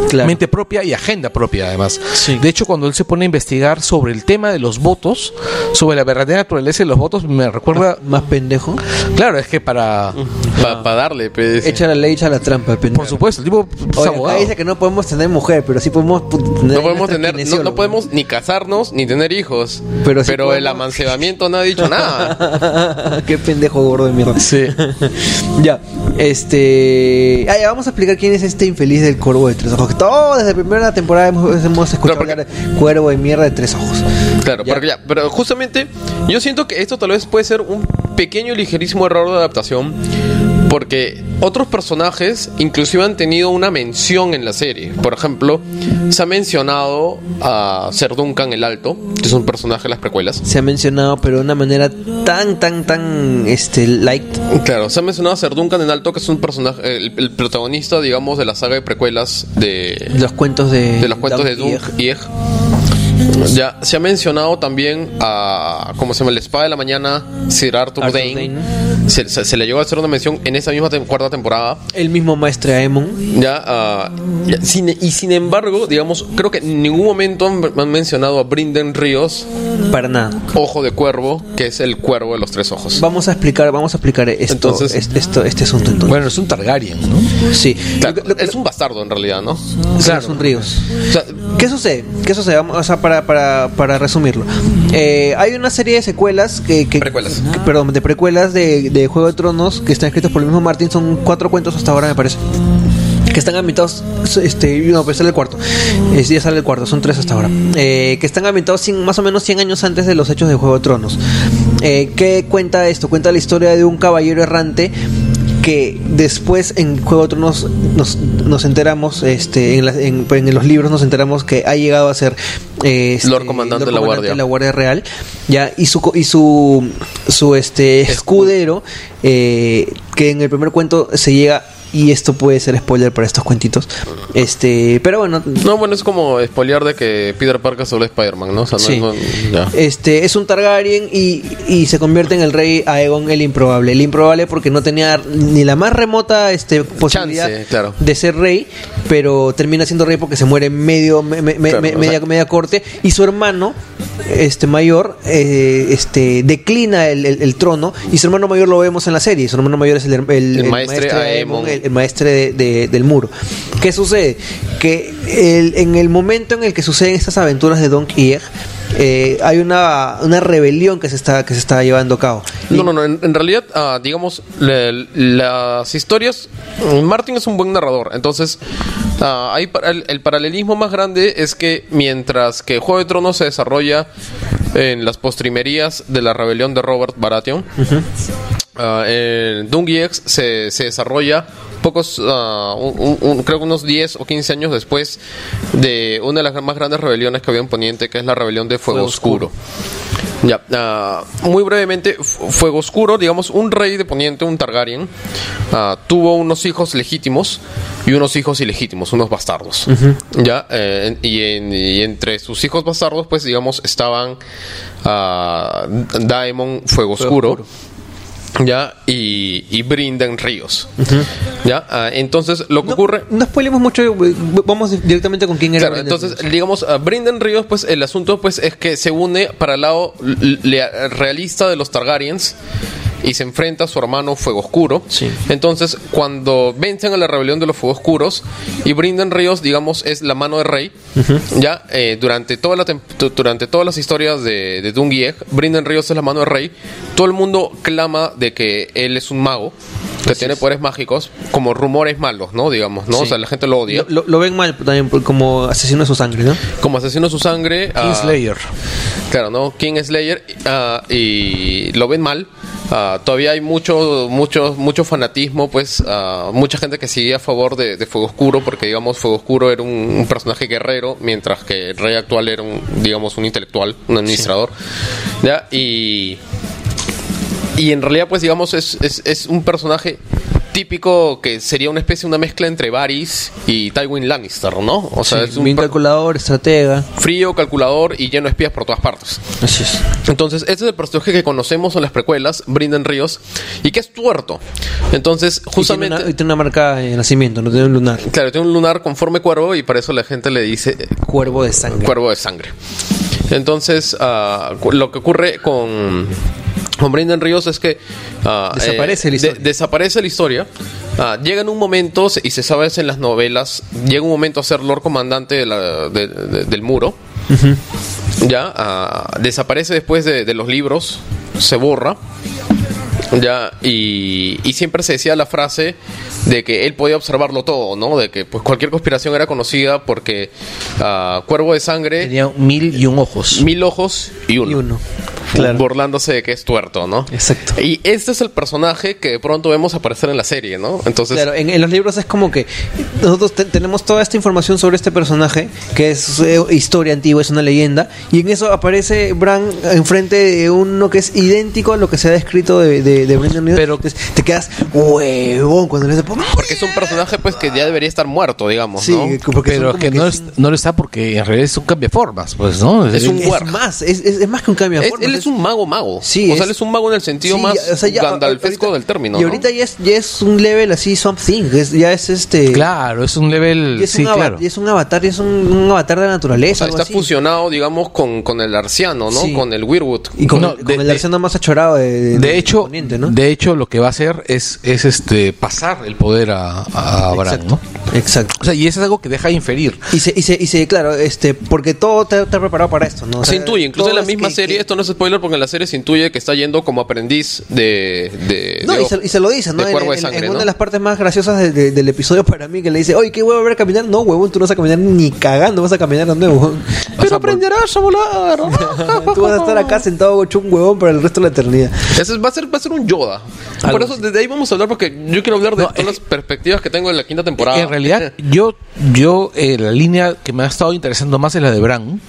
Claro. Mente propia y agenda propia, además. De hecho, cuando él se pone a investigar sobre el tema de los votos, sobre la verdadera naturaleza de los votos, me recuerda. más pendejo. Claro, es que para. para darle, pues. Echa la ley, echa la trampa, pendejo. Por supuesto, el tipo es Oye, acá abogado. dice que no podemos tener mujer, pero sí podemos pu- tener No podemos nuestra tener, no, kinesióloga. no podemos ni casarnos ni tener hijos. Pero, Pero sí el podemos- amancebamiento no ha dicho nada. Ah, Qué pendejo gordo de mierda. Sí. (laughs) ya, este. ah, ya, vamos a explicar quién es este infeliz del cuervo de tres ojos. Que todo desde la primera temporada hemos, hemos escuchado Claro, porque- hablar de cuervo de mierda de tres ojos. Claro, Ya. porque ya- pero justamente yo siento que esto tal vez puede ser un pequeño ligerísimo error de adaptación porque otros personajes inclusive han tenido una mención en la serie. Por ejemplo, se ha mencionado a Ser Duncan el Alto, que es un personaje de las precuelas. Se ha mencionado, pero de una manera tan, tan, tan, este, light. Claro, se ha mencionado a Ser Duncan el Alto, que es un personaje, el, el protagonista, digamos, de la saga de precuelas de, de Los cuentos de. de los cuentos de Dunk Dunk y y Egg. Ya se ha mencionado también a, ¿cómo se llama? El Espada de la Mañana, Sir Arthur, Arthur Dane. Se, se- se le llegó a hacer una mención en esa misma tem- cuarta temporada. El mismo maestro Aemon. Ya, ah, ya, sin- y sin embargo, digamos, creo que en ningún momento han, han mencionado a Brinden Ríos, Para nada. Ojo de Cuervo, que es el cuervo de los tres ojos. Vamos a explicar, vamos a explicar esto, Entonces- es- esto, este asunto entonces. Bueno, es un Targaryen, ¿no? sí. Claro, Lo que- lo- es un bastardo en realidad, ¿no? O sí, son ríos. sea, ¿Qué sucede? ¿Qué sucede? Vamos, o sea, para, para, para resumirlo. Eh, hay una serie de secuelas que... que- Precuelas. que- perdón, de precuelas de, de Juego de Tronos que están escritos por el mismo Martin. Son cuatro cuentos hasta ahora, me parece. Que están ambientados, este, no, pues sale el cuarto. Es, ya sale el cuarto, son tres hasta ahora. Eh, que están ambientados cien- más o menos 100 años antes de los hechos de Juego de Tronos. Eh, ¿Qué cuenta esto? Cuenta la historia de un caballero errante que después en Juego de Tronos nos, nos enteramos, este, en, la- en- en los libros nos enteramos que ha llegado a ser eh, este, Lord Comandante de la Guardia. de la Guardia Real, ya, y su, co- y su, su este, escudero, eh, que en el primer cuento se llega y esto puede ser spoiler para estos cuentitos. Este, pero bueno, No, bueno, es como espolear de que Peter Parker solo es Spider-Man, ¿no? O sea, no, Sí. no- ya. Este, es un Targaryen y, y se convierte en el rey Aegon el improbable. El improbable porque no tenía ni la más remota este, posibilidad claro. de ser rey, pero termina siendo rey porque se muere en medio, me- me- me- Claro, me- o media, sea- media corte. Y su hermano este mayor eh, este declina el, el- el trono y su hermano mayor lo vemos en la serie. Su hermano mayor es el, her- el, El el maestre Aemon. el- el maestre de- de- del muro. ¿Qué sucede? Que el- en el momento en el que suceden estas aventuras de Don Quijote, eh, hay una, una rebelión que se está que se está llevando a cabo. No, no, no. En, en realidad, ah, digamos, le- las historias. Martin es un buen narrador. Entonces, ah, hay par- el, el paralelismo más grande es que mientras que Juego de Tronos se desarrolla en las postrimerías de la rebelión de Robert Baratheon, ah, el Dungeon X se, se desarrolla pocos, ah, un- un- un- creo que unos 10 o 15 años después de una de las más grandes rebeliones que había en Poniente, que es la rebelión de Fuego, Oscuro. Ya, ah, muy brevemente, Fu- Fuego Oscuro, digamos, un rey de Poniente, un Targaryen, ah, tuvo unos hijos legítimos y unos hijos ilegítimos, unos bastardos. Ya, eh, en- y, en- y entre sus hijos bastardos, pues, digamos, estaban ah, Daemon Fuego Oscuro. Ya, y, y Brinden Ríos. Ya, ah, entonces lo que No, ocurre. no spoilemos mucho, eh, vamos directamente con quién era. Claro, Brandon. entonces, digamos, a Brinden Ríos, pues el asunto pues es que se une para el lado l- le- realista de los Targaryens y se enfrenta a su hermano Fuego Oscuro. Entonces, cuando vencen a la rebelión de los Fuegos Oscuros y Brinden Ríos, digamos, es la mano de rey, ya eh, durante toda la tem- tu- durante todas las historias de, de Dungieg, Brinden Ríos es la mano de rey. Todo el mundo clama de que él es un mago. Que tiene poderes mágicos, como rumores malos, ¿no? Digamos, ¿no? O sea, la gente lo odia Lo, lo- lo ven mal también por- como asesino de su sangre, ¿no? como asesino de su sangre. ah, Slayer. Claro, ¿no? King Slayer. ah, y lo ven mal. Ah, todavía hay mucho, mucho, mucho fanatismo, pues ah, mucha gente que sigue a favor de, de Fuego Oscuro, porque digamos Fuego Oscuro era un, un personaje guerrero, mientras que el rey actual era un, digamos, un intelectual, un administrador. ¿Ya? Y, y en realidad, pues digamos, es, es, es un personaje típico que sería una especie, una mezcla entre Varys y Tywin Lannister, ¿no? O sea, es un bien per- calculador, estratega. frío, calculador y lleno de espías por todas partes. Así es. Entonces, este es el personaje que conocemos en las precuelas, Brinden Ríos, y que es tuerto. Entonces, Justamente. Y justamente... tiene una, y tiene una marca de nacimiento, no tiene un lunar. Claro, tiene un lunar conforme cuervo y para eso la gente le dice eh, Cuervo de sangre. cuervo de sangre. Entonces, ah, cu- lo que ocurre con, con Brendan Ríos es que... ah, Desaparece la historia. desaparece la historia. Ah, llega en un momento, se- y se sabe es en las novelas, llega un momento a ser Lord Comandante de la- de- de- del muro. Ya, ah, desaparece después de, de los libros, se borra. Ya, y, y siempre se decía la frase de que él podía observarlo todo, ¿no? De que pues cualquier conspiración era conocida porque ah, Cuervo de Sangre, Tenía mil y un ojos. mil ojos y uno. Y uno. Claro. Burlándose de que es tuerto, ¿no? Exacto. Y este es el personaje que de pronto vemos aparecer en la serie, ¿no? Entonces, Claro, en, en los libros es como que nosotros te- tenemos toda esta información sobre este personaje, que es eh, historia antigua, es una leyenda, y en eso aparece Bran enfrente de uno que es idéntico a lo que se ha descrito de, de, de Brendan Lee. Pero- Entonces, te quedas huevón cuando "Pues, lees porque es un personaje pues que ya debería estar muerto, digamos, Sí, ¿no? porque Pero son como es que no, es, es- no lo está porque en realidad es un cambiaformas, pues, ¿no? Es un es huerco. más, es, es- es más que un cambio de Es- forma, él es un mago mago. Sí, o sea, es- él es un mago en el sentido Sí, más ya- o sea, ya- gandalfesco ahorita- del término. Y ¿no? ahorita ya, es, ya es un level así, something. Es, ya es este. Claro, es un level. ya es, sí, un ava- claro. ya es un avatar, ya es un, un avatar de la O sea, naturaleza. algo está así. fusionado, digamos, con, con el arciano, ¿no? Sí. Con el Weirwood. Y con, No, el, de- con el de- arsenal más achorado de, de- De de hecho, Poniente, ¿no? de hecho, lo que va a hacer es, es este pasar el poder a, a Bran, Exacto. ¿no? Exacto. O sea, y eso es algo que deja de inferir. Y se, y se, y se claro, este, porque todo te está preparado para esto, ¿no? O se sea, intuye, incluso en todo la es misma que- serie, que- esto no es spoiler porque en la serie se intuye que está yendo como aprendiz de... de- No, de y se, Ojo, y se lo dicen, ¿no? de En, Cuervo de en- Sangre, en una ¿no? de las partes más graciosas de- de- del episodio para mí, que le dice, oye, ¿qué huevo volver a caminar? No, huevón, tú no vas a caminar ni cagando, vas a caminar donde, huevón. (laughs) Pero (laughs) aprenderás a volar. (laughs) tú vas a estar acá sentado hecho un huevón para el resto de la eternidad. Ese es- va, a ser, va a ser un Yoda. Por eso desde ahí vamos a hablar porque yo quiero hablar de todas eh, las perspectivas que tengo en la quinta temporada. En realidad, yo, yo eh, la línea que me ha estado interesando más es la de Bran.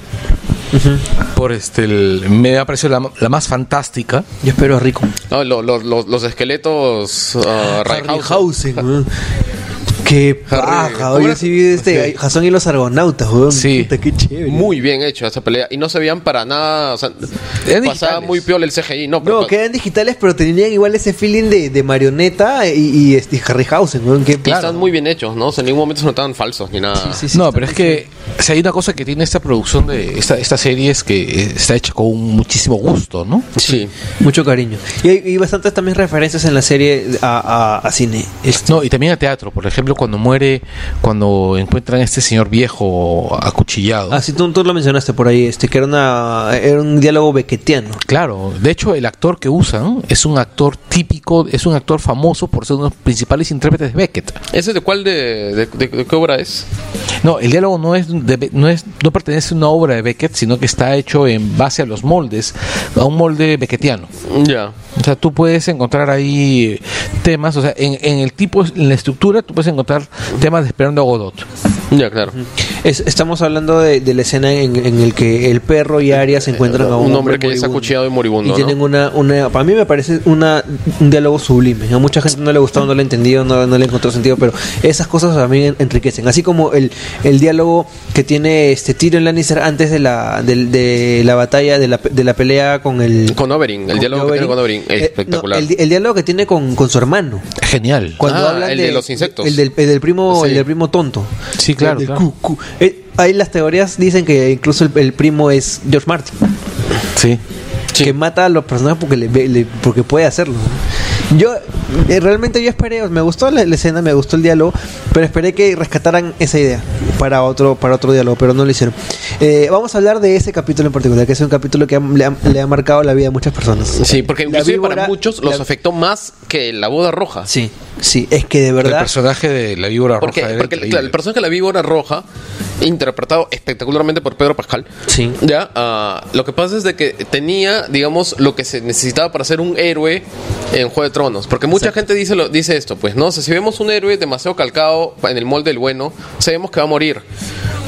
por este el- me ha parecido la, la más fantástica Yo espero a Rico. (laughs) No, lo- lo- lo- los esqueletos. ah, Reinhausen. Harryhausen, weón. (laughs) Qué paja. ¿Cómo Oye, era? sí vi este Jason y los Argonautas, weón. Sí. Puta, qué chévere. Muy bien hecho esa pelea. Y no se veían para nada. O sea, pasaba digitales. muy piola el CGI. No, pero No, que eran digitales, pero tenían igual ese feeling de, de marioneta y, y, este, Harryhausen, weón. Qué y están muy bien hechos, ¿no? O sea, en ningún momento se notaban falsos ni nada. Sí, sí, no, está pero es que si hay una cosa que tiene esta producción de esta, esta serie es que eh, está hecha con muchísimo gusto, ¿no? Sí. Mucho cariño. Y hay y bastantes también referencias en la serie a, a- a cine. Este, No, y también a teatro, por ejemplo, cuando muere, cuando encuentran a este señor viejo acuchillado. así Ah, tú, tú lo mencionaste por ahí, este que era, una, era un diálogo bequetiano. Claro, de hecho el actor que usan es un actor típico, es un actor famoso por ser uno de los principales intérpretes de Beckett. ¿Ese de cuál de, de- de- de qué obra es? No, el diálogo no es, de Be- no es no pertenece a una obra de Beckett, sino que está hecho en base a los moldes, a un molde beckettiano. Ya. O sea, tú puedes encontrar ahí temas, o sea, en, en el tipo, en la estructura, tú puedes encontrar temas de Esperando a Godot. Ya, Mm. claro. Es- estamos hablando de, de la escena en, en el que el perro y Arias se encuentran a Eh, un, Un hombre que ya está moribundo. acuchillado y moribundo. Y ¿no? tienen una, una, para mí me parece una, un diálogo sublime. A mucha gente no le gustó, no le entendió, no, no le encontró sentido, pero esas cosas a mí en- enriquecen. Así como el, el diálogo que tiene este Tyrion Lannister antes de la, del- de, la batalla, de la, pe- de la pelea con el... Con Oberyn, el diálogo que tiene con Oberyn es Eh, espectacular. no, el, di- el diálogo que tiene con, con su hermano. Genial. Cuando Ah, hablan el de los insectos. El del, el del primo, el Sí. del primo tonto. Sí, claro, El del claro. cu- cu- Eh, ahí las teorías dicen que incluso el, el primo es George Martin Sí. que mata a los personajes porque le, le- porque puede hacerlo. Yo eh, realmente yo esperé, me gustó la, la escena, me gustó el diálogo, pero esperé que rescataran esa idea para otro para otro diálogo, pero no lo hicieron. Eh, vamos a hablar de ese capítulo en particular, que es un capítulo que ha- le, ha, le ha marcado la vida a muchas personas. Sí, porque La inclusive víbora- para muchos los la- afectó más que la boda roja. Sí, sí, es que de El verdad personaje de la víbora Porque, roja. era porque, increíble. claro, el personaje de la víbora roja, interpretado espectacularmente por Pedro Pascal, Sí. ya ah, lo que pasa es de que tenía, digamos, lo que se necesitaba para ser un héroe en Juego de Tronos. Porque mucha gente dice, lo, dice esto, pues, ¿no? O sea, si vemos un héroe demasiado calcado en el molde del bueno, sabemos que va a morir.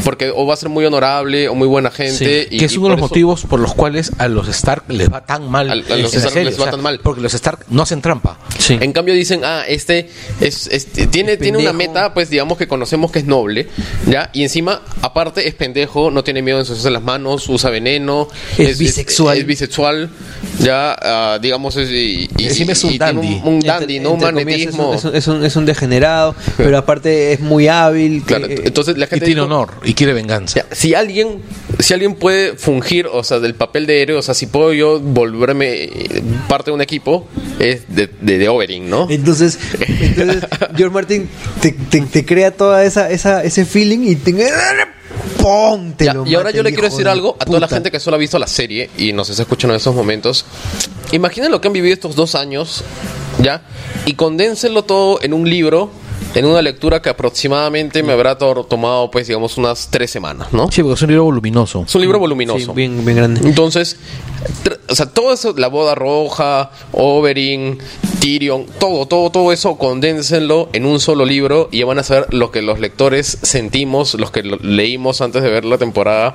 Porque o va a ser muy honorable o muy buena gente. Sí, y- que es y uno de por los eso- motivos por los cuales a los Stark les va tan mal. A- a en los la Stark serie, les va tan mal. Porque los Stark no hacen trampa. Sí. En cambio dicen, ah, este es, es- tiene, tiene una pendejo. meta, pues digamos que conocemos que es noble, ¿ya? Y encima, aparte, es pendejo, no tiene miedo de ensuciarse las manos, usa veneno. Es bisexual. Es, bisexual, ya, ah, digamos, es- y, y- Encima es un y tiene dandy. Un, un dandy, ¿no? Un Entre comillas, es un- magnetismo. es un- es un- es un degenerado, pero aparte es muy hábil. que- Claro, entonces la Y gente tiene dijo, honor y quiere venganza. ya, si alguien, si alguien puede fungir, o sea, del papel de héroe, o sea, si puedo yo volverme eh, parte de un equipo, es de, de, de Overing, ¿no? Entonces, (laughs) entonces George Martin te, te- te crea toda esa, esa ese feeling y te ponte. Ya, y ahora yo le quiero decir algo a toda la gente que solo ha visto la serie y nos está escuchando en estos momentos. Imaginen lo que han vivido estos dos años, ¿ya? Y condénsenlo todo en un libro, en una lectura que aproximadamente me habrá to- tomado, pues, digamos, unas tres semanas, ¿no? Sí, porque es un libro voluminoso. Es un libro voluminoso. bien, bien grande. Entonces, tr- o sea, todo eso, la boda roja, Oberyn, Tyrion, todo, todo, todo eso, condénsenlo en un solo libro y ya van a saber lo que los lectores sentimos, los que lo- leímos antes de ver la temporada,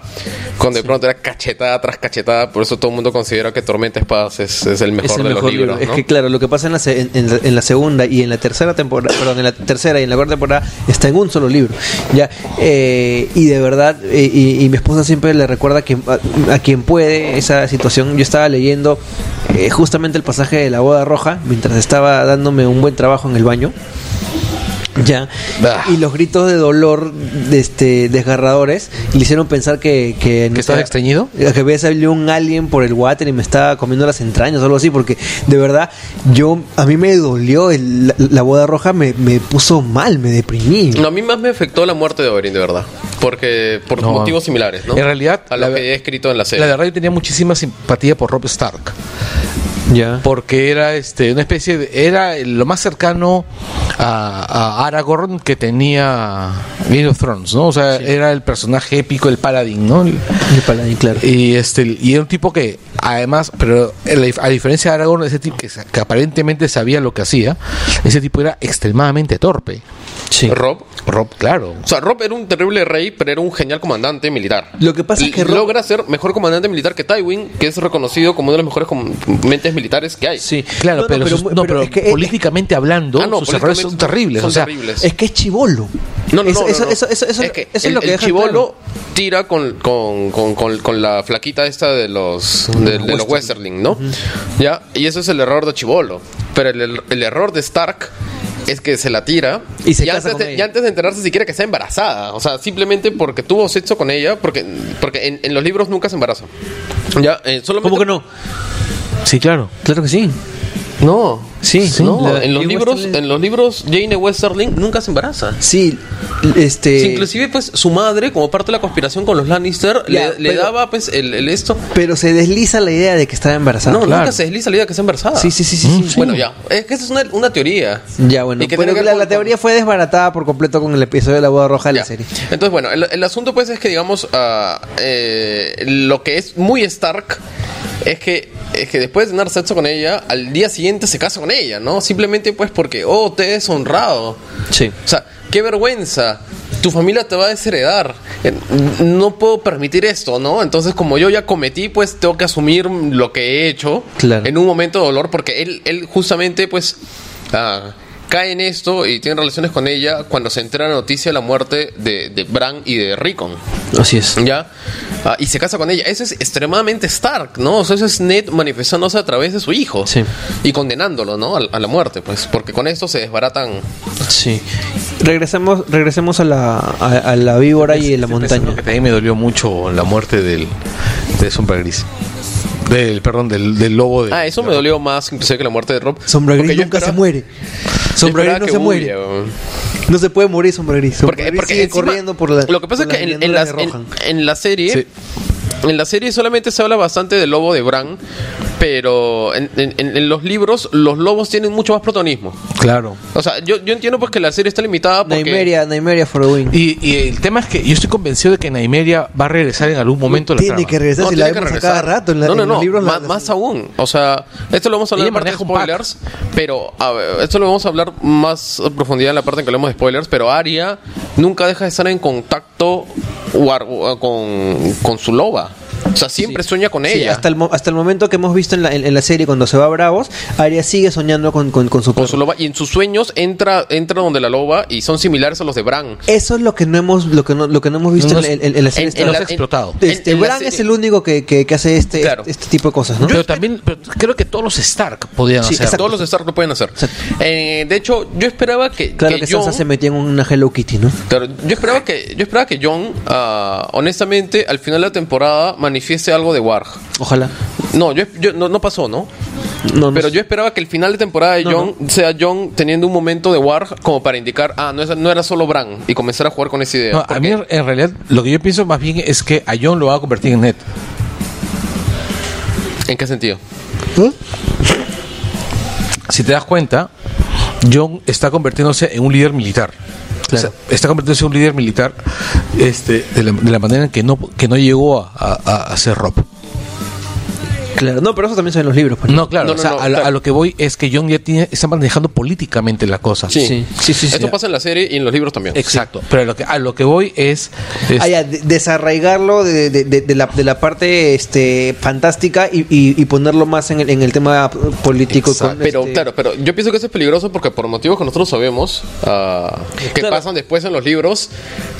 cuando de pronto era cachetada tras cachetada, por eso todo el mundo considera que Tormenta de Espadas es, es el mejor Es el de mejor los libro. libros. Es ¿no? que claro, lo que pasa en la, se- en, en la- en la segunda y en la tercera temporada, perdón, en la tercera y en la cuarta temporada está en un solo libro. Ya eh, y de verdad eh, y, y mi esposa siempre le recuerda que a, a quien puede esa situación. Yo estaba leyendo eh, justamente el pasaje de la boda roja mientras estaba dándome un buen trabajo en el baño. Ya. Y los gritos de dolor de este, desgarradores le hicieron pensar que... ¿Que, ¿Que estabas extrañido? Que había salido un alien por el water y me estaba comiendo las entrañas o algo así, porque de verdad yo a mí me dolió, el- la, la boda roja me, me puso mal, me deprimí. No, a mí más me afectó la muerte de Oberyn, de verdad. Porque, por No. motivos similares, ¿no? En realidad, a lo la- que he escrito en la serie. La verdad yo tenía muchísima simpatía por Rob Stark. Ya. Porque era este una especie de, era lo más cercano a, a Aragorn que tenía Game of Thrones, ¿no? O sea, era el personaje épico, el paladín, ¿no? El paladín, Eh, claro. Y este y era un tipo que además, pero en la dif- a diferencia de Aragorn, ese tipo que, sa- que aparentemente sabía lo que hacía, ese tipo era extremadamente torpe. Sí. Rob. Rob, claro. O sea, Rob era un terrible rey, pero era un genial comandante militar. Lo que pasa es que L- Rob- Logra ser mejor comandante militar que Tywin, que es reconocido como uno de los mejores com- mentes militares que hay. Sí, claro, No, no, pero, pero sus- mu- no, pero pero es que- eh, es- políticamente hablando, Ah, no, sus errores son políticamente terribles. son o sea, terribles. Es que es chivolo. No, no, Eso- no, no, eso- no. eso- eso- eso- es que, eso es el, lo que el deja chivolo tira con, con, con, con, con la flaquita esta de los de, de los Westerling, ¿no? Ya, y eso es el error de chivolo. Pero el, el- el error de Stark es que se la tira Y se casa antes con de, ella. y antes de enterarse siquiera que sea embarazada, o sea, simplemente porque tuvo sexo con ella, porque porque en, en los libros nunca se embaraza. Ya, eh, solamente ¿Cómo que no? sí, claro. Claro que sí. No. Sí, no, la- en los y libros Westerling- en los libros Jane Westerling nunca se embaraza. Sí, este. Sí, inclusive, pues, su madre, como parte de la conspiración con los Lannister, Ya, le, le pero- daba, pues, el, el esto. Pero se desliza la idea de que estaba embarazada. no, nunca se desliza la idea que sea embarazada. Sí, sí, sí, sí. Mm, sí. Bueno, ya. Es que esa es una, una teoría. Ya, bueno. Y que pero tiene que la, ver la con- teoría fue desbaratada por completo con el episodio de la boda roja de Ya. la serie. Entonces, bueno, el, el asunto, pues, es que, digamos, ah, eh, lo que es muy Stark es que, es que después de tener sexo con ella, al día siguiente se casa con ella, ¿no? Simplemente, pues, porque, oh, te he deshonrado. Sí. O sea, qué vergüenza. Tu familia te va a desheredar. Eh, No puedo permitir esto, ¿no? Entonces, como yo ya cometí, pues tengo que asumir lo que he hecho Claro. en un momento de dolor, porque él, él justamente, pues, ah, cae en esto y tiene relaciones con ella cuando se entera la noticia de la muerte de, de Bran y de Rickon. Así es. ¿Ya? Ah, y se casa con ella. Eso es extremadamente Stark, ¿no? O sea, eso es Ned manifestándose a través de su hijo. Sí. Y condenándolo, ¿no? A, a la muerte, pues. Porque con esto se desbaratan Sí. Regresemos, regresemos a la, a, a la víbora y a la montaña. Que también me dolió mucho la muerte del de Sombra Gris. Del, perdón, del, del lobo de. Ah, eso me dolió más inclusive que la muerte de Rob. Sombra Porque Gris yo nunca esperaba- se muere. yo Sombra Gris esperaba no que se huya, muere. weón. No se puede morir Sombra Gris. Sombra Porque, Gris porque sigue encima- corriendo por la. Lo que pasa es por que en, en llanuras las- de en- Rohan. en la serie. Sí. En la serie solamente se habla bastante del lobo de Bran, pero en, en- en- en los libros los lobos tienen mucho más protagonismo. Claro. O sea, yo, yo entiendo pues que la serie está limitada porque... Nymeria, Nymeria for the win. Y, y el tema es que yo estoy convencido de que Naimeria va a regresar en algún momento. a la Tiene trama. que regresar si la tiene que vemos a regresar. cada rato en, la, no, no, en no. los libros. la- ma- más aún. O sea, esto lo vamos a hablar Ella en parte de maneja un pack. spoilers, pero a ver, esto lo vamos a hablar más a profundidad en la parte en que hablemos de spoilers, pero Aria nunca deja de estar en contacto o ar- o con, con su loba. O sea, siempre sueña con Sí, ella. hasta, el, mo- hasta el momento que hemos visto en la, en, en la serie cuando se va a Bravos, Arya sigue soñando con, con, con su con perro. su loba y en sus sueños entra entra donde la loba y son similares a los de Bran. Eso es lo que no hemos, lo que no, lo que no hemos visto No en, en- en la en- en serie. Star la- Wars. en- explotado. en- Este, en la Bran serie- es el único que, que, que hace este, Claro. este tipo de cosas, ¿no? Pero también pero creo que todos los Stark podían Sí, hacerlo. exacto. Todos los de Stark lo pueden hacer. Eh, de hecho, yo esperaba que. claro que, Jon- Sansa se metió en una Hello Kitty, ¿no? Claro, yo esperaba que, yo esperaba que John, ah, honestamente, al final de la temporada manifieste algo de Warg. Ojalá. No, yo, yo- no, no pasó, ¿no? No, no Pero sé. yo esperaba que el final de temporada de John sea John teniendo un momento de Warg como para indicar, ah, no, es- no era solo Bran y comenzar a jugar con esa idea. No, a Porque- mí en realidad lo que yo pienso más bien es que a John lo va a convertir en Ned. ¿En qué sentido? ¿Eh? Si te das cuenta, John está convirtiéndose en un líder militar. O sea, está convirtiéndose en un líder militar este, de, la, de la manera en que no, que no llegó a, a- a ser Rob. Claro, no, pero eso también se ve en los libros. pues. No, claro, No, no, o sea, no, a, lo- claro. a lo que voy es que John ya tiene, está manejando políticamente la cosa. Sí, sí, sí, sí. Esto pasa en la serie y en los libros también. Exacto. Pero a lo que, a lo que voy es. es- Ah, ya, de- desarraigarlo de, de- de- de la, de la parte este, fantástica y, y- y ponerlo más en el, en el tema político. Exacto. con, Ah, Pero este- claro, pero yo pienso que eso es peligroso porque por motivos que nosotros sabemos, ah, que Claro. pasan después en los libros,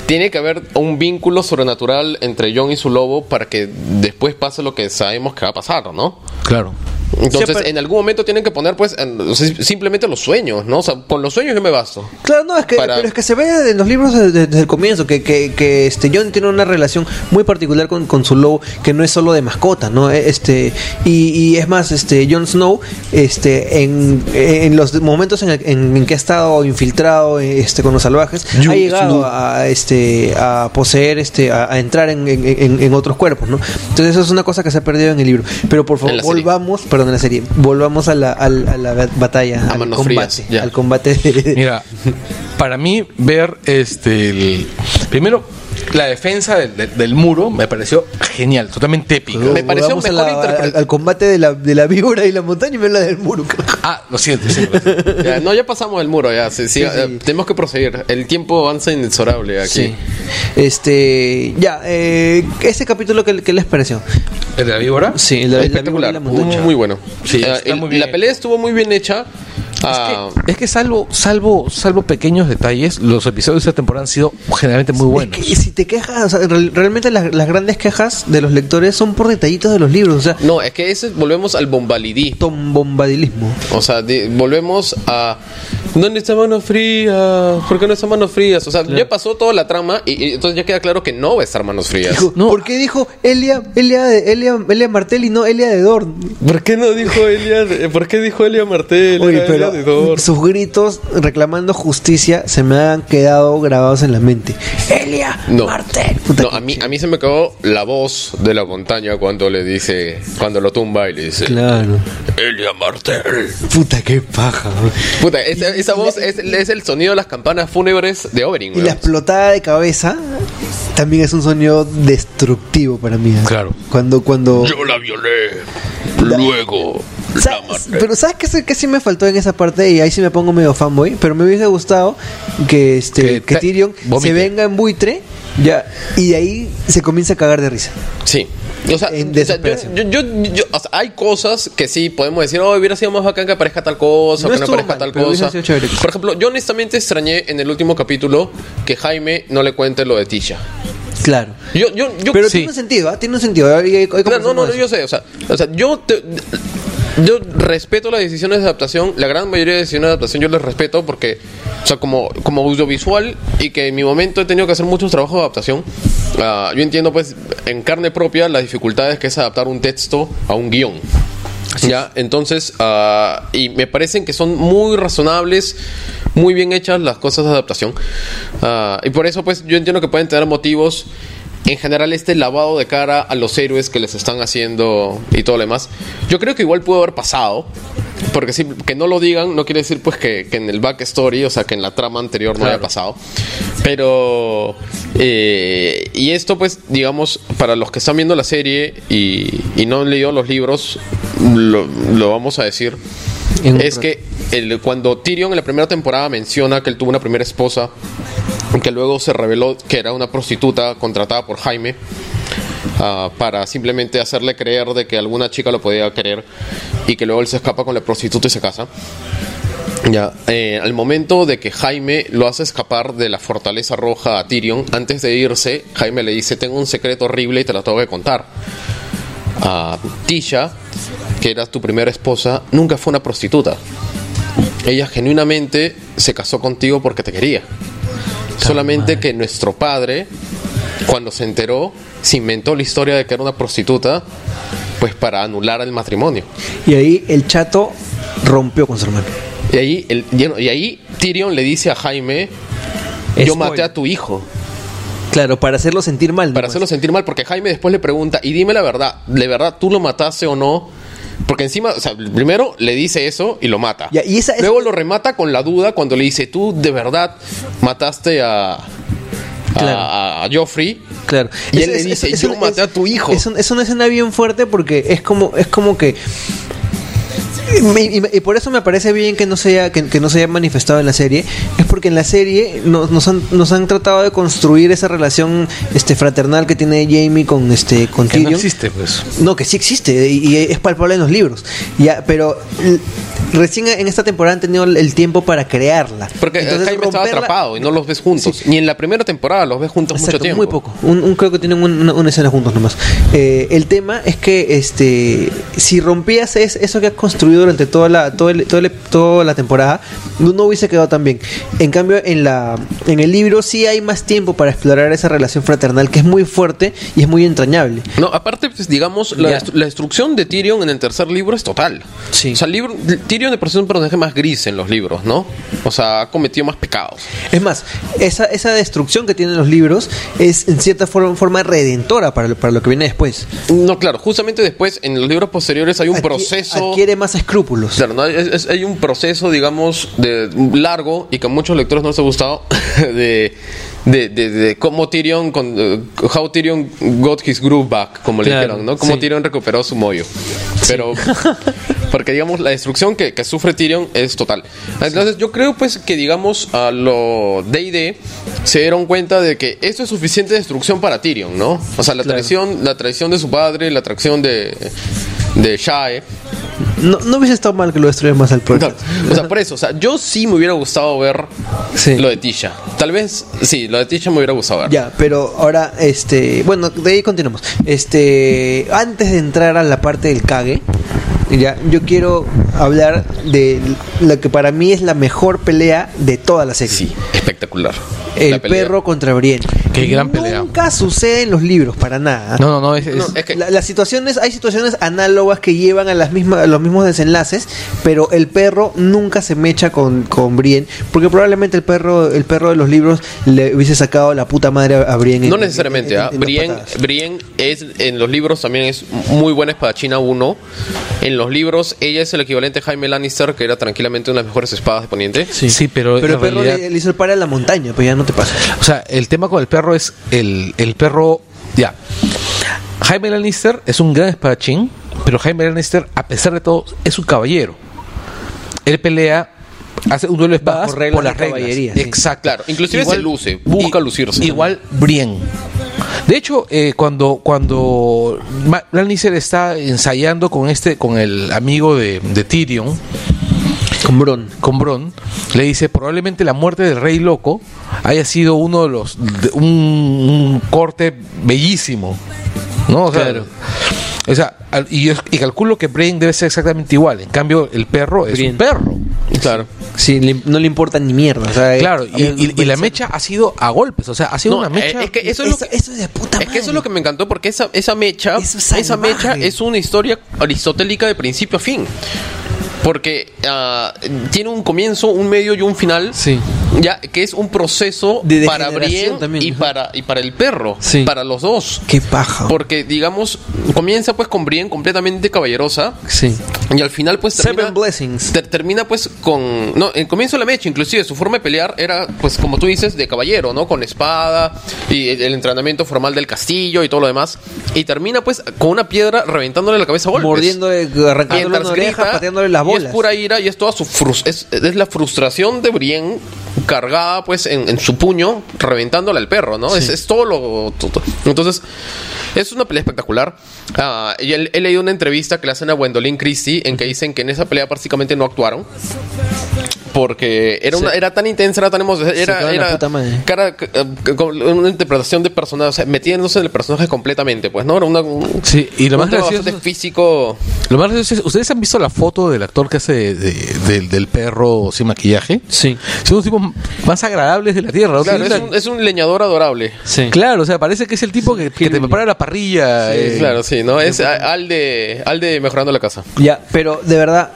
tiene que haber un vínculo sobrenatural entre John y su lobo para que después pase lo que sabemos que va a pasar, ¿no? Claro. Entonces, Siempre- en algún momento tienen que poner, pues, en- o sea, simplemente los sueños, ¿no? O sea, con los sueños yo me basto. Claro, no, es que, Para- pero es que se ve en los libros de- de- desde, el comienzo que, que, que, este, John tiene una relación muy particular con, con su lobo que no es solo de mascota, ¿no? Eh, Este, y, y es más, este, Jon Snow, este, en, en los momentos en, el- en- en que ha estado infiltrado eh, este, con los salvajes, ha llegado a, este, a poseer, este, a, a entrar en, en- en- en otros cuerpos, ¿no? Entonces eso es una cosa que se ha perdido en el libro. Pero por En favor, la serie. volvamos, perdón, en la serie, volvamos a la, al- a la batalla, A al manos combate, frías, ya. (laughs) al combate de- Mira, para mí ver este el- primero la defensa del, del- del muro me pareció genial, totalmente épica. Me pareció Volvamos a mejor la- interpre- al, al combate de la, de la víbora y la montaña y ver la del muro. Ah, lo siento, sí, lo siento. (laughs) Ya, no, ya pasamos el muro, ya. sí, sí, Sí, sí. eh, tenemos que proseguir. El tiempo avanza inexorable aquí. Sí. Este, ya, eh, ese capítulo, ¿qué, qué les pareció? ¿El de la víbora? Sí, el de la, la víbora y Espectacular. la muy, montaña. muy bueno. Sí, Ah, está el- muy bien La hecho. pelea estuvo muy bien hecha. Ah, Es que salvo, salvo, salvo pequeños detalles, los episodios de esta temporada han sido generalmente muy buenos. Es que si te quejas, o sea, real- realmente las, las grandes quejas de los lectores son por detallitos de los libros, o sea, No, es que ese, volvemos al bombalidí. tom bombadilismo. O sea, di- volvemos a. ¿Dónde está mano fría? ¿Por qué no está manos frías? O sea, ya pasó toda la trama y, y entonces ya queda claro que no va a estar manos frías. Dijo, No. ¿Por qué dijo Elia, Elia, de- Elia, Elia Martel y no Elia de Dorn? ¿Por qué no dijo Elia? de- ¿Por qué dijo Elia Martel? Oye, Era Elia de pero Dor. sus gritos reclamando justicia se me han quedado grabados en la mente. Elia No, Martel. Puta no que- a, mí, a mí se me quedó la voz de la montaña cuando le dice, cuando lo tumba y le dice, Claro. Elia Martel. Puta, qué paja. bro. Puta, esa, esa voz es, es el sonido de las campanas fúnebres de Overing. Y la explotada de cabeza también es un sonido destructivo para mí. ¿eh? Claro. Cuando, cuando... Yo la violé. Luego. Sa- Pero ¿sabes qué, se- qué sí me faltó en esa parte? Y ahí sí me pongo medio fanboy, pero me hubiese gustado que, este, Que que te- Tyrion se vomite. venga en buitre ya, y de ahí se comienza a cagar de risa. Sí. O sea, En o sea, desesperación. yo, yo- yo- yo- o sea, hay cosas que sí podemos decir, oh, hubiera sido más bacán que aparezca tal cosa, No que no estuvo aparezca mal, tal pero hubiese cosa. sido chévere. Por ejemplo, yo honestamente extrañé en el último capítulo que Jaime no le cuente lo de Tisha. Claro. Yo, yo, yo, Pero sí. tiene un sentido, ¿ah? Tiene un sentido. Ahí- ahí- ahí Claro, no, no, conversamos no, de yo eso. sé, o sea, o sea, yo te- yo respeto las decisiones de adaptación, la gran mayoría de decisiones de adaptación yo las respeto porque, o sea, como, como audiovisual y que en mi momento he tenido que hacer muchos trabajos de adaptación, ah, yo entiendo pues en carne propia las dificultades que es adaptar un texto a un guión. Ya, entonces, ah, y me parecen que son muy razonables, muy bien hechas las cosas de adaptación. Ah, y por eso, pues, yo entiendo que pueden tener motivos. En general, este lavado de cara a los héroes que les están haciendo y todo lo demás. Yo creo que igual pudo haber pasado. Porque sí, que no lo digan no quiere decir pues que, que en el backstory, o sea, que en la trama anterior no haya pasado. Pero... eh, y esto pues, digamos, para los que están viendo la serie y, y no han leído los libros, lo, lo vamos a decir. En un Es rato. que el, cuando Tyrion en la primera temporada menciona que él tuvo una primera esposa, que luego se reveló que era una prostituta contratada por Jaime, ah, para simplemente hacerle creer de que alguna chica lo podía querer y que luego él se escapa con la prostituta y se casa. Ya, eh, al momento de que Jaime lo hace escapar de la fortaleza roja a Tyrion, antes de irse, Jaime le dice, tengo un secreto horrible y te lo tengo que contar. A Tisha, que era tu primera esposa, nunca fue una prostituta. Ella genuinamente se casó contigo porque te quería. Solamente que nuestro padre, cuando se enteró, se inventó la historia de que era una prostituta, pues para anular el matrimonio. Y ahí el chato rompió con su hermano. Y ahí, el, y no, y ahí Tyrion le dice a Jaime, yo Spoiler. maté a tu hijo. Claro, para hacerlo sentir mal. pues. Para nomás. hacerlo sentir mal, porque Jaime después le pregunta, y dime la verdad, ¿de verdad tú lo mataste o no? Porque encima, o sea, primero le dice eso y lo mata. Ya, y esa- esa- Luego lo remata con la duda cuando le dice, tú de verdad mataste a... a- Claro. A, Joffrey. Claro. Y Es- él le es- dice, es- yo es- maté a tu hijo. Es, un- es una escena bien fuerte porque es como, es como que... Y, y- y por eso me parece bien que no se haya, que, que no se haya manifestado en la serie. Es porque en la serie nos, nos, han, nos han tratado de construir esa relación este fraternal que tiene Jamie con este con Que no Tyrion. existe, pues. No, que sí existe y, y es palpable en los libros. Ya, pero l- recién en esta temporada han tenido el- el tiempo para crearla. Porque Jaime estaba romperla- atrapado y no los ves juntos. Ni en la primera temporada los ves juntos mucho Exacto, tiempo. muy poco. Un, un- creo que tienen un- una, una escena juntos nomás. Eh, el tema es que este si rompías es, eso que has construido durante toda la todo el- todo el- toda la temporada, no, no hubiese quedado tan bien. En cambio, en la en el libro sí hay más tiempo para explorar esa relación fraternal que es muy fuerte y es muy entrañable. No, aparte, pues, digamos, la, Ya. destru- la destrucción de Tyrion en el tercer libro es total. Sí. O sea, el libro- Tyrion de por sí es un personaje más gris en los libros, ¿no? O sea, ha cometido más pecados. Es más, esa, esa destrucción que tienen los libros es en cierta forma, forma redentora para lo, para lo que viene después. No, claro, justamente después, en los libros posteriores hay un Adqui- proceso... adquiere más escrúpulos. Claro, ¿no? Es- es- hay un proceso, digamos, (laughs) de, largo y que a muchos lectores no les ha gustado de, de, de- de cómo Tyrion, con, eh, how Tyrion got his groove back, como le Claro, dijeron, ¿no? Cómo sí. Tyrion recuperó su mollo. Pero, (laughs) porque digamos, la destrucción que, que sufre Tyrion es total. Entonces, yo creo pues que digamos a lo D&D se dieron cuenta de que esto es suficiente destrucción para Tyrion, ¿no? O sea, la Claro. traición, la traición de su padre, la traición de, de Shae. No, no hubiese estado mal que lo destruyas más al Claro. podcast. O sea, por eso, o sea, yo sí me hubiera gustado ver Sí. lo de Tisha. Tal vez, sí, lo de Tisha me hubiera gustado ver. Ya, pero ahora, este. Bueno, de ahí continuamos. Este. Antes de entrar a la parte del cague, ya, yo quiero hablar de la que para mí es la mejor pelea de toda la serie. Sí, espectacular. La El pelea. perro contra Brienne. Qué gran pelea. Nunca sucede en los libros, para nada. No, Ah. no, no, es, No, es- es que La- las situaciones, hay situaciones análogas que llevan a las mismas, a los mismos desenlaces, pero el perro nunca se mecha con, con Brienne, porque probablemente el perro, el perro de los libros le hubiese sacado la puta madre a a Brienne. en- no en- necesariamente, en- ¿ah? en- en dos Brienne, patadas. Brienne es, en los libros también es muy buena espadachina uno. En los libros, ella es el equivalente a Jaime Lannister, que era tranquilamente una de las mejores espadas de Poniente. sí. pero, Pero el en perro realidad- le, le hizo el par a la montaña, pues ya no te pasa. O sea, el tema con el perro es el, el perro. Ya. Jaime Lannister es un gran espadachín, pero Jaime Lannister, a pesar de todo, es un caballero. Él pelea, hace un duelo de espadas Bajo reglas por las de reglas. caballería, sí. Exacto. Claro, inclusive se luce, y- busca lucirse. Igual Brienne. De hecho, eh, cuando, cuando Ma- Lannister está ensayando con este, con el amigo de, de Tyrion, Con Bron. con Bron, le dice probablemente la muerte del rey loco haya sido uno de los de- un, un corte bellísimo, ¿no? O sea, Claro. o sea, al- y, es- y calculo que Brain debe ser exactamente igual. En cambio, el perro es Brienne. un perro. Claro. Sí, le- no le importa ni mierda. o sea, Claro, eh, y, y- y la eh, mecha ha sido a golpes, o sea, ha sido No, una mecha. eh, es que eso es lo eso, que- eso es de puta Es que eso es lo que madre. me encantó porque esa, esa mecha Eso es esa salvaje. mecha es una historia aristotélica de principio a fin. Porque ah, tiene un comienzo, un medio y un final. Sí. Ya que es un proceso De para degeneración Brienne también, y ajá. Ah. para y para el perro, Sí. para los dos. Qué paja. Porque digamos comienza pues con Brienne completamente caballerosa Sí. y al final pues termina, Seven Blessings. ter- termina pues con no, el comienzo de la mecha inclusive su forma de pelear era pues como tú dices de caballero, ¿no? Con espada y el, el entrenamiento formal del castillo y todo lo demás y termina pues con una piedra reventándole la cabeza a golpes. Mordiéndole, arrancándole Mientras una oreja, grita, pateándole las Y es bolas. pura ira y es toda su frus- es, es la frustración de Brienne cargada pues en, en su puño, reventándole al perro, ¿no? Es, es todo lo... to- to- Entonces, es una pelea espectacular. Ah, y he, he leído una entrevista que le hacen a Gwendolyn Christie en que dicen que en esa pelea prácticamente no actuaron. Porque era, una, era tan intensa, era tan emocionante, era, quedaron la era puta madre. cara- c- c- con una interpretación de personaje, o sea, metiéndose en el personaje completamente, pues, ¿no? Era una, un, Sí, y lo un más tema gracioso- bastante físico. Lo más gracioso es, ¿ustedes han visto la foto del actor que hace de- de- del- del perro sin maquillaje? Sí. Son los tipos más agradables de la tierra. ¿no? Claro, Sí, es un, es un leñador adorable. Sí. Claro, o sea, parece que es el tipo que, que te prepara la parrilla. eh, Claro, sí, ¿no? Es a- al de, al de mejorando la casa. Ya, pero de verdad,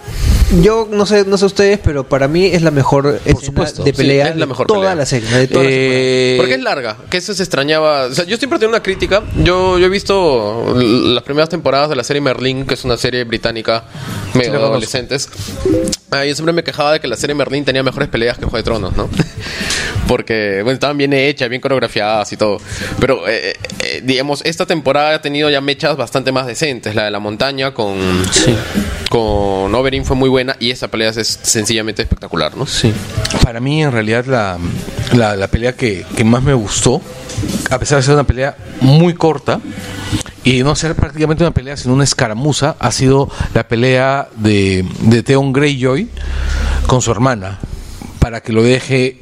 yo no sé, no sé ustedes, pero para mí es la mejor escena supuesto, de sí, pelea es la mejor de toda pelea. la serie, de toda la temporada. eh, Porque es larga, que eso se extrañaba. O sea, yo siempre tengo una crítica. Yo, yo he visto l- las primeras temporadas de la serie Merlin, que es una serie británica medio de adolescentes. Ah, yo siempre me quejaba de que la serie Merlin tenía mejores peleas que Juego de Tronos, ¿no? (laughs) Porque, bueno, estaban bien hechas, bien coreografiadas y todo. Pero, eh, eh, digamos, esta temporada ha tenido ya mechas bastante más decentes. La de la montaña con, con Oberyn fue muy buena y esa pelea es sencillamente espectacular, ¿no? Sí. Para mí, en realidad, la, la- la pelea que, que más me gustó, a pesar de ser una pelea muy corta y no ser prácticamente una pelea, sino una escaramuza, ha sido la pelea de, de Theon Greyjoy con su hermana para que lo deje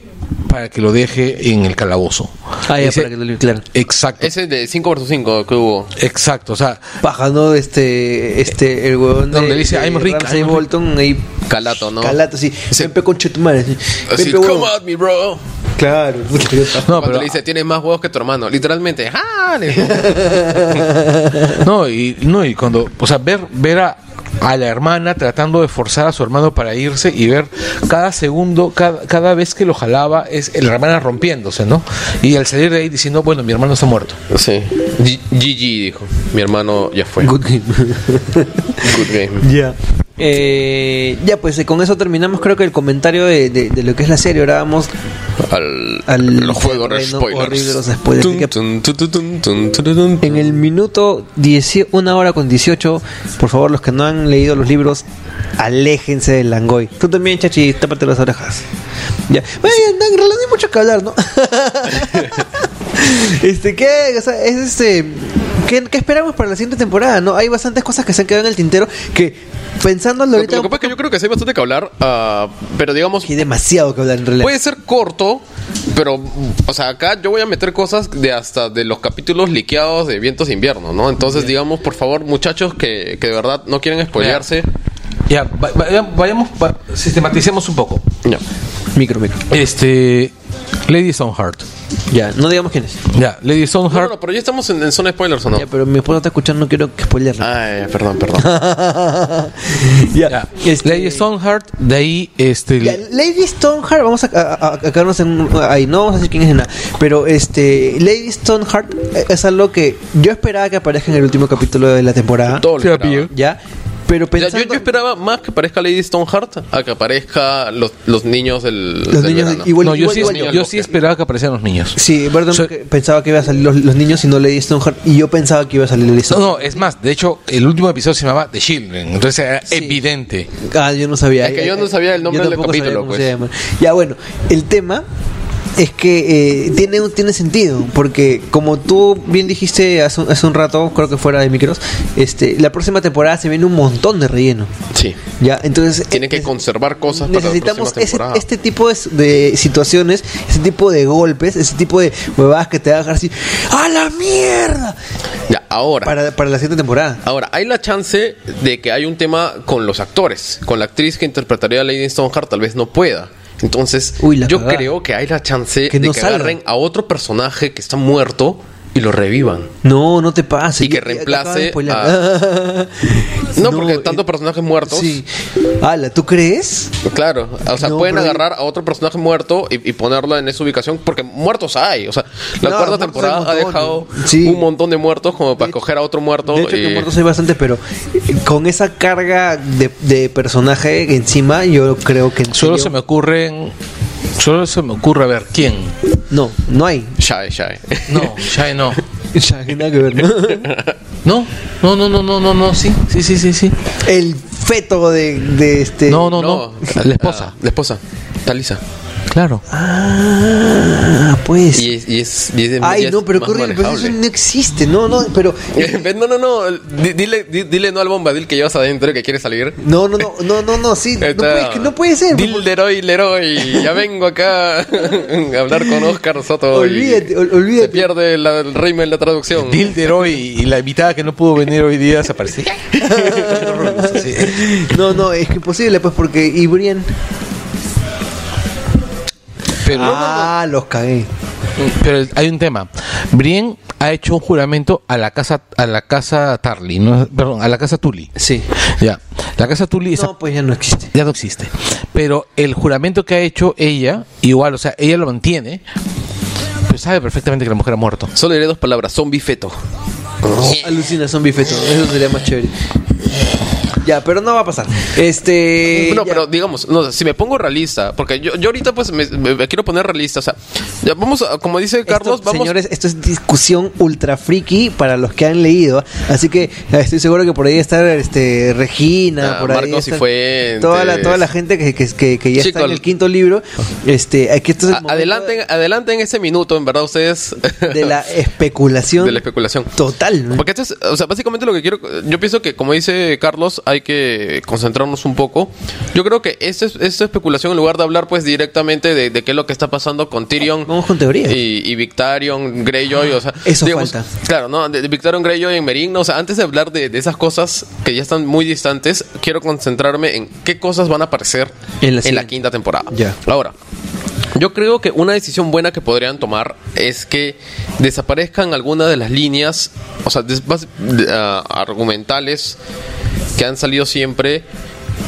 para que lo deje en el calabozo. Ah, ya, Ese- para que lo claro. Exacto. Ese de 5 vs 5 que hubo. Exacto, o sea, Paja, ¿no? Este, este, el huevón de, Donde dice, de "I'm rica, Ramsay I'm rica". Bolton, ahí, Calato, ¿no? calato, sí. Sí. Pepe con chetumare, sí. Así, Pepe, huevón. come at me, bro. Claro, (laughs) puta, qué paja. no, Cuando pero le dice, tienes más huevos que tu hermano. Literalmente, ¡ah! le- (laughs) No, y no, y cuando, o sea, ver, ver a, a la hermana tratando de forzar a su hermano para irse y ver cada segundo, cada, cada vez que lo jalaba, es la hermana rompiéndose, ¿no? Y al salir de ahí diciendo, bueno, mi hermano está muerto. Sí. G- GG dijo. Mi hermano ya fue. Good game. Good game. Ya. Eh, ya, pues eh, con eso terminamos creo que el comentario de, de- de lo que es la serie. Ahora vamos al, Al los juegos de terreno spoilers. horrible de los spoilers, Tun, que- tun, tun, tun, tun, tun, tun, tun. En el minuto 10, una hora con 18, por favor, los que no han leído los libros, aléjense del Langoy. Tú también, chachi, tápate las orejas. Ya. Bueno, ya, no, en realidad no hay mucho que hablar, ¿no? (laughs) este, ¿qué? O sea, es este. ¿Qué, qué esperamos para la siguiente temporada? ¿No? Hay bastantes cosas que se han quedado en el tintero que pensándolo Lo, ahorita. lo que pasa es que yo creo que sí hay bastante que hablar, ah, pero digamos, Hay demasiado que hablar en realidad. puede ser corto, pero, o sea, acá yo voy a meter cosas de hasta de los capítulos liqueados de Vientos de Invierno, ¿no? Entonces, digamos, por favor, muchachos que, que de verdad no quieren spoilearse. Ya, va- va- vayamos, va- sistematicemos un poco. Ya. Micro, micro. Este. Lady Stoneheart. Ya, no digamos quién es. Ya, Lady No, no, Stoneheart. no, pero ya estamos en, en zona de spoilers, ¿o no? Ah. Ya, pero mi esposa está escuchando, no quiero que spoilerla. Ay, perdón, (laughs) perdón. ya. ya. Este- Lady Stoneheart, de ahí, este. Ya, Lady Stoneheart, vamos a, a- a- a quedarnos en, ahí, no vamos a decir quién es en nada, pero este, Lady Stoneheart eh, es algo que yo esperaba que aparezca en el último capítulo de la temporada, Todo lo Ya, esperaba. pillo. ¿ya? Pero O sea, pensando... yo, yo esperaba más que aparezca Lady Stoneheart a que aparezca los, los niños del, Los del niños verano. igual- no, yo sí, igual- yo igual- sí esperaba que aparecieran los niños. Sí, Verdon Soy- que pensaba que iba a salir los, los niños y no Lady Stoneheart, y yo pensaba que iba a salir Lady No, no, Stoneheart. es más, de hecho, el último episodio se llamaba The Children, entonces era evidente. Ah, yo no sabía. Es que Eh, yo no eh, sabía el nombre del tampoco sabía capítulo, cómo pues. se llama. Ya, bueno, el tema es que eh, tiene, un- tiene sentido, porque como tú bien dijiste hace, un- hace un rato, creo que fuera de micros, este, la próxima temporada se viene un montón de relleno. Sí. Ya, entonces Tienen que eh, conservar cosas para la próxima necesitamos ese- temporada. este tipo de, de situaciones, ese tipo de golpes, ese tipo de huevadas que te van a dejar así a la mierda Ya, ahora. para, para la siguiente temporada. Ahora, hay la chance de que hay un tema con los actores. Con la actriz que interpretaría a Lady Stoneheart tal vez no pueda. Entonces, Uy, la yo cagada. creo que hay la chance Que de no que salga. agarren a otro personaje que está muerto y lo revivan. No, no te pases. Y que Yo- yo- te acabo de reemplace spoilear. (laughs) No, porque eh, tantos personajes muertos. Sí. Ala, ¿tú crees? Claro, o sea, No, pueden pero- agarrar a otro personaje muerto y, y ponerlo en esa ubicación, porque muertos hay. O sea, la No, cuarta muertos temporada ha hay un dejado montón. Sí. un montón de muertos como para De- coger a otro muerto. de hecho, y- que muertos hay bastante, pero eh, con esa carga de, de personaje encima, yo creo que. en Solo serio- se me ocurren. Solo se me ocurre a ver quién. No, (laughs) no hay. (laughs) Shy, shy. (laughs) No, Shai no. Ya, nada que ver, ¿no? No, no, no, no, no, no, no, sí, sí, sí, sí, sí. (laughs) El feto de, de este. No, no, Eh, no. La esposa, Ah, (laughs) la esposa. Talisa. claro. Ah, pues. Y es, y es, y es- y Ay, es no, pero más corre, pues, pero eso manejable. no existe. No, no, pero. eh, (laughs) no, no, no. Di- Dile, di- dile no al bombadil que llevas adentro y que quiere salir. No, no, no, no, no, no, sí. No Está- puede, que no puede ser. Dil Leroy, Leroy. Ya vengo acá (laughs) a hablar con Oscar Soto. y Olvídate, ol- Se olvídate. pierde la- el ritmo de la traducción. Dilderoy y la invitada que no pudo venir hoy día se apareció. (laughs) No, no, es que imposible, pues, porque. ¿Y Brian? Pero, ah, los cagué. pero hay un tema. Brienne ha hecho un juramento a la casa, a la casa Tarly, no, perdón, a la casa Tully. Sí. Ya. La casa Tully es No, pues ya no existe. ya no existe. Pero el juramento que ha hecho ella, igual, o sea, ella lo mantiene, pero sabe perfectamente que la mujer ha muerto. Solo diré dos palabras. Zombie feto. Alucina zombie feto, eso sería más chévere. Ya, pero no va a pasar. Este. No, ya. pero digamos, no, si me pongo realista, porque yo, yo ahorita pues me, me- me quiero poner realista, o sea, ya vamos a, como dice Esto, Carlos, vamos Señores, esto es discusión ultra friki para los que han leído. Así que eh, estoy seguro que por ahí está este, Regina, Ah, por ahí. Marcos está Cifuentes. Toda la, toda la gente que, que, que- que ya Chicos, está en el quinto libro. Este, aquí esto es el a- momento adelanten, adelanten ese minuto, en verdad ustedes De (laughs) la (laughs) especulación. de la especulación. Total. ¿no? Porque esto es, o sea, básicamente lo que quiero, yo pienso que como dice Carlos, hay que concentrarnos un poco. Yo creo que esta es, esta especulación, en lugar de hablar pues directamente de, de qué es lo que está pasando con Tyrion. Vamos con teoría. Y, y Victarion, Greyjoy, o sea, Eso falta. Claro, no, de, de Victarion, Greyjoy en Merín, no, o sea, antes de hablar de, de esas cosas que ya están muy distantes, quiero concentrarme en qué cosas van a aparecer En la en la siguiente. quinta temporada. Ya. Ahora, yo creo que una decisión buena que podrían tomar es que desaparezcan algunas de las líneas, o sea, des- bas- de- ah, argumentales que han salido siempre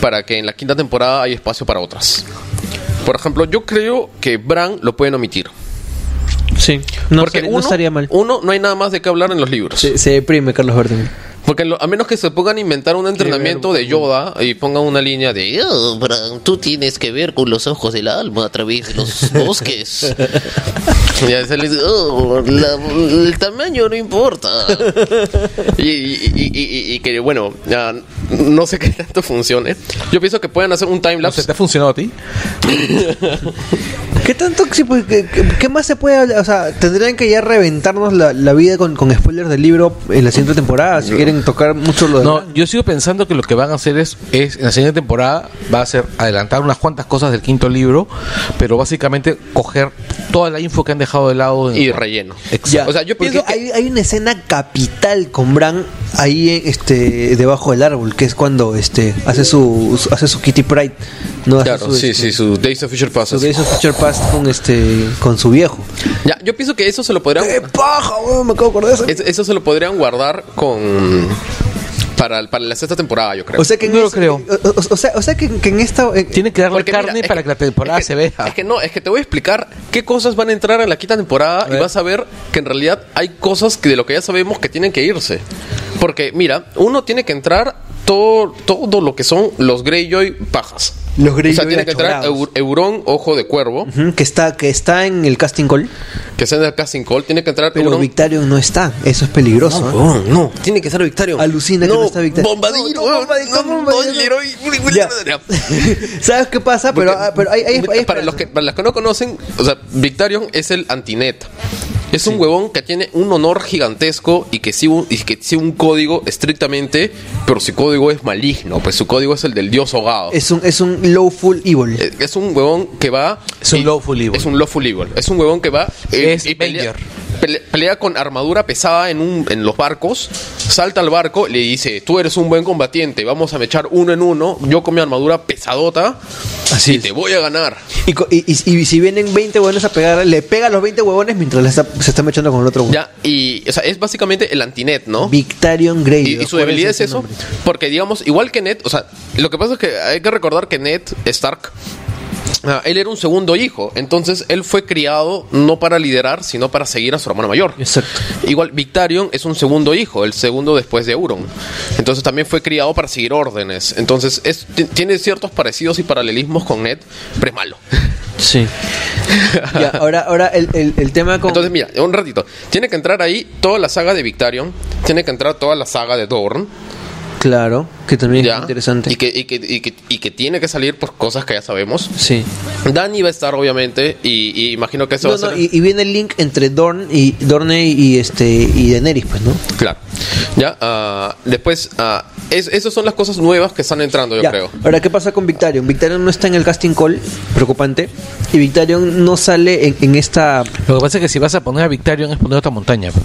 para que en la quinta temporada hay espacio para otras. Por ejemplo, yo creo que Bran lo pueden omitir. Sí, no, porque estaría- no uno, estaría mal. Uno, no hay nada más de qué hablar en los libros. Se, se deprime Carlos Berton. Porque Porque lo- a menos que se pongan a inventar un entrenamiento de Yoda y pongan una línea de "Oh, Bran, tú tienes que ver con los ojos del alma a través de los bosques. y a veces les digo, "Oh, la- el tamaño no importa. y, y- y- y- y que bueno, ya, no sé qué tanto funcione. Yo pienso que pueden hacer un timelapse. ¿Te ha funcionado a ti? ¿Qué tanto? sí, pues, ¿Qué, qué, qué más se puede hablar? O sea, tendrían que ya reventarnos la, la vida con, con spoilers del libro en la siguiente temporada. Si quieren tocar mucho lo de. No, yo sigo pensando que lo que van a hacer es, es en la siguiente temporada va a ser adelantar unas cuantas cosas del quinto libro, pero básicamente coger toda la info que han dejado de lado. en- y relleno. Ya, O sea, yo porque pienso que hay, hay una escena capital con Bran ahí este debajo del árbol, que es cuando este hace su, su- hace su Kitty Pride. No hace Claro, su, sí, este, sí, su Days of Future Past. su Days of Future Past con este con su viejo. Ya, yo pienso que eso se lo podrían ¡Qué paja, weón! Me acabo de acordar de eso. es- eso se lo podrían guardar con para, para la sexta temporada, yo creo. O sea que en No lo ese- creo. O, o- o sea, o sea que, que en esta en- Tienen que darle Porque mira, carne es para que, la temporada es que- se vea. Es que no, es que te voy a explicar qué cosas van a entrar en la quinta temporada y vas a ver que en realidad hay cosas que de lo que ya sabemos que tienen que irse. Porque, mira, uno tiene que entrar todo, todo lo que son los Greyjoy pajas. Los O sea, Greyjoy tiene que entrar achorados. Eur- Euron, ojo de cuervo, Ujú, que está que está en el casting call, que sea en el casting call. Tiene que entrar pero Euron. Victarion no está. Eso es peligroso. ¿eh? no, tiene que ser Victarion. Alucina que no está Victarion. Bombadil, No, no, Bombadil, no, Bombadil. Ya. (laughs) ¿Sabes qué pasa? Pero, Porque- ah, pero hay, hay- hay para, esperanza. los que, para los que no conocen, o sea, Victarion es el antinet. Es un huevón que tiene un honor gigantesco y que sigue un, y que sigue un código estrictamente, pero su código es maligno, pues su código es el del dios ahogado. Es un, es un lawful evil. Eh, Es un huevón que va. Es un y- lawful evil. Es un lawful evil. Es un huevón que va. Es pelea, Avenger. pele- pelea con armadura pesada en, un, en los barcos. Salta al barco, le dice: Tú eres un buen combatiente, vamos a mechar uno en uno. Yo con mi armadura pesadota. Así y te voy a ganar. Y, co- y, y- y si vienen 20 huevones a pegar, le pega a los 20 huevones mientras le está- se está mechando con el otro huevón. Ya, y. O sea, es básicamente el antinet, ¿no? Victarion Grey. Y, y su debilidad es eso, (laughs) porque digamos, igual que Ned, o sea, lo que pasa es que hay que recordar que Ned Stark, ah, él era un segundo hijo, entonces él fue criado no para liderar, sino para seguir a su hermano mayor. Exacto. Igual Victarion es un segundo hijo, el segundo después de Euron, entonces también fue criado para seguir órdenes, entonces es- ti- tiene ciertos parecidos y paralelismos con Ned, pero es malo. Sí. Ya, ahora ahora el, el- el tema con. Entonces, mira, un ratito. Tiene que entrar ahí toda la saga de Victarion. Tiene que entrar toda la saga de Dorn. claro, que también Ya. es interesante. Y que, y, que, y, que, y que tiene que salir por cosas que ya sabemos. Sí. Dani va a estar, obviamente, y, y imagino que eso No, va a no, ser. y, y viene el link entre Dorn y Dorne y este y Daenerys, pues, ¿no? Claro. Ya, ah, después, ah, es- esas son las cosas nuevas que están entrando, yo Ya, creo. Ahora, ¿qué pasa con Victarion? Victarion no está en el casting call, preocupante. Y Victarion no sale en, en esta. Lo que pasa es que si vas a poner a Victarion es poner otra montaña. pe.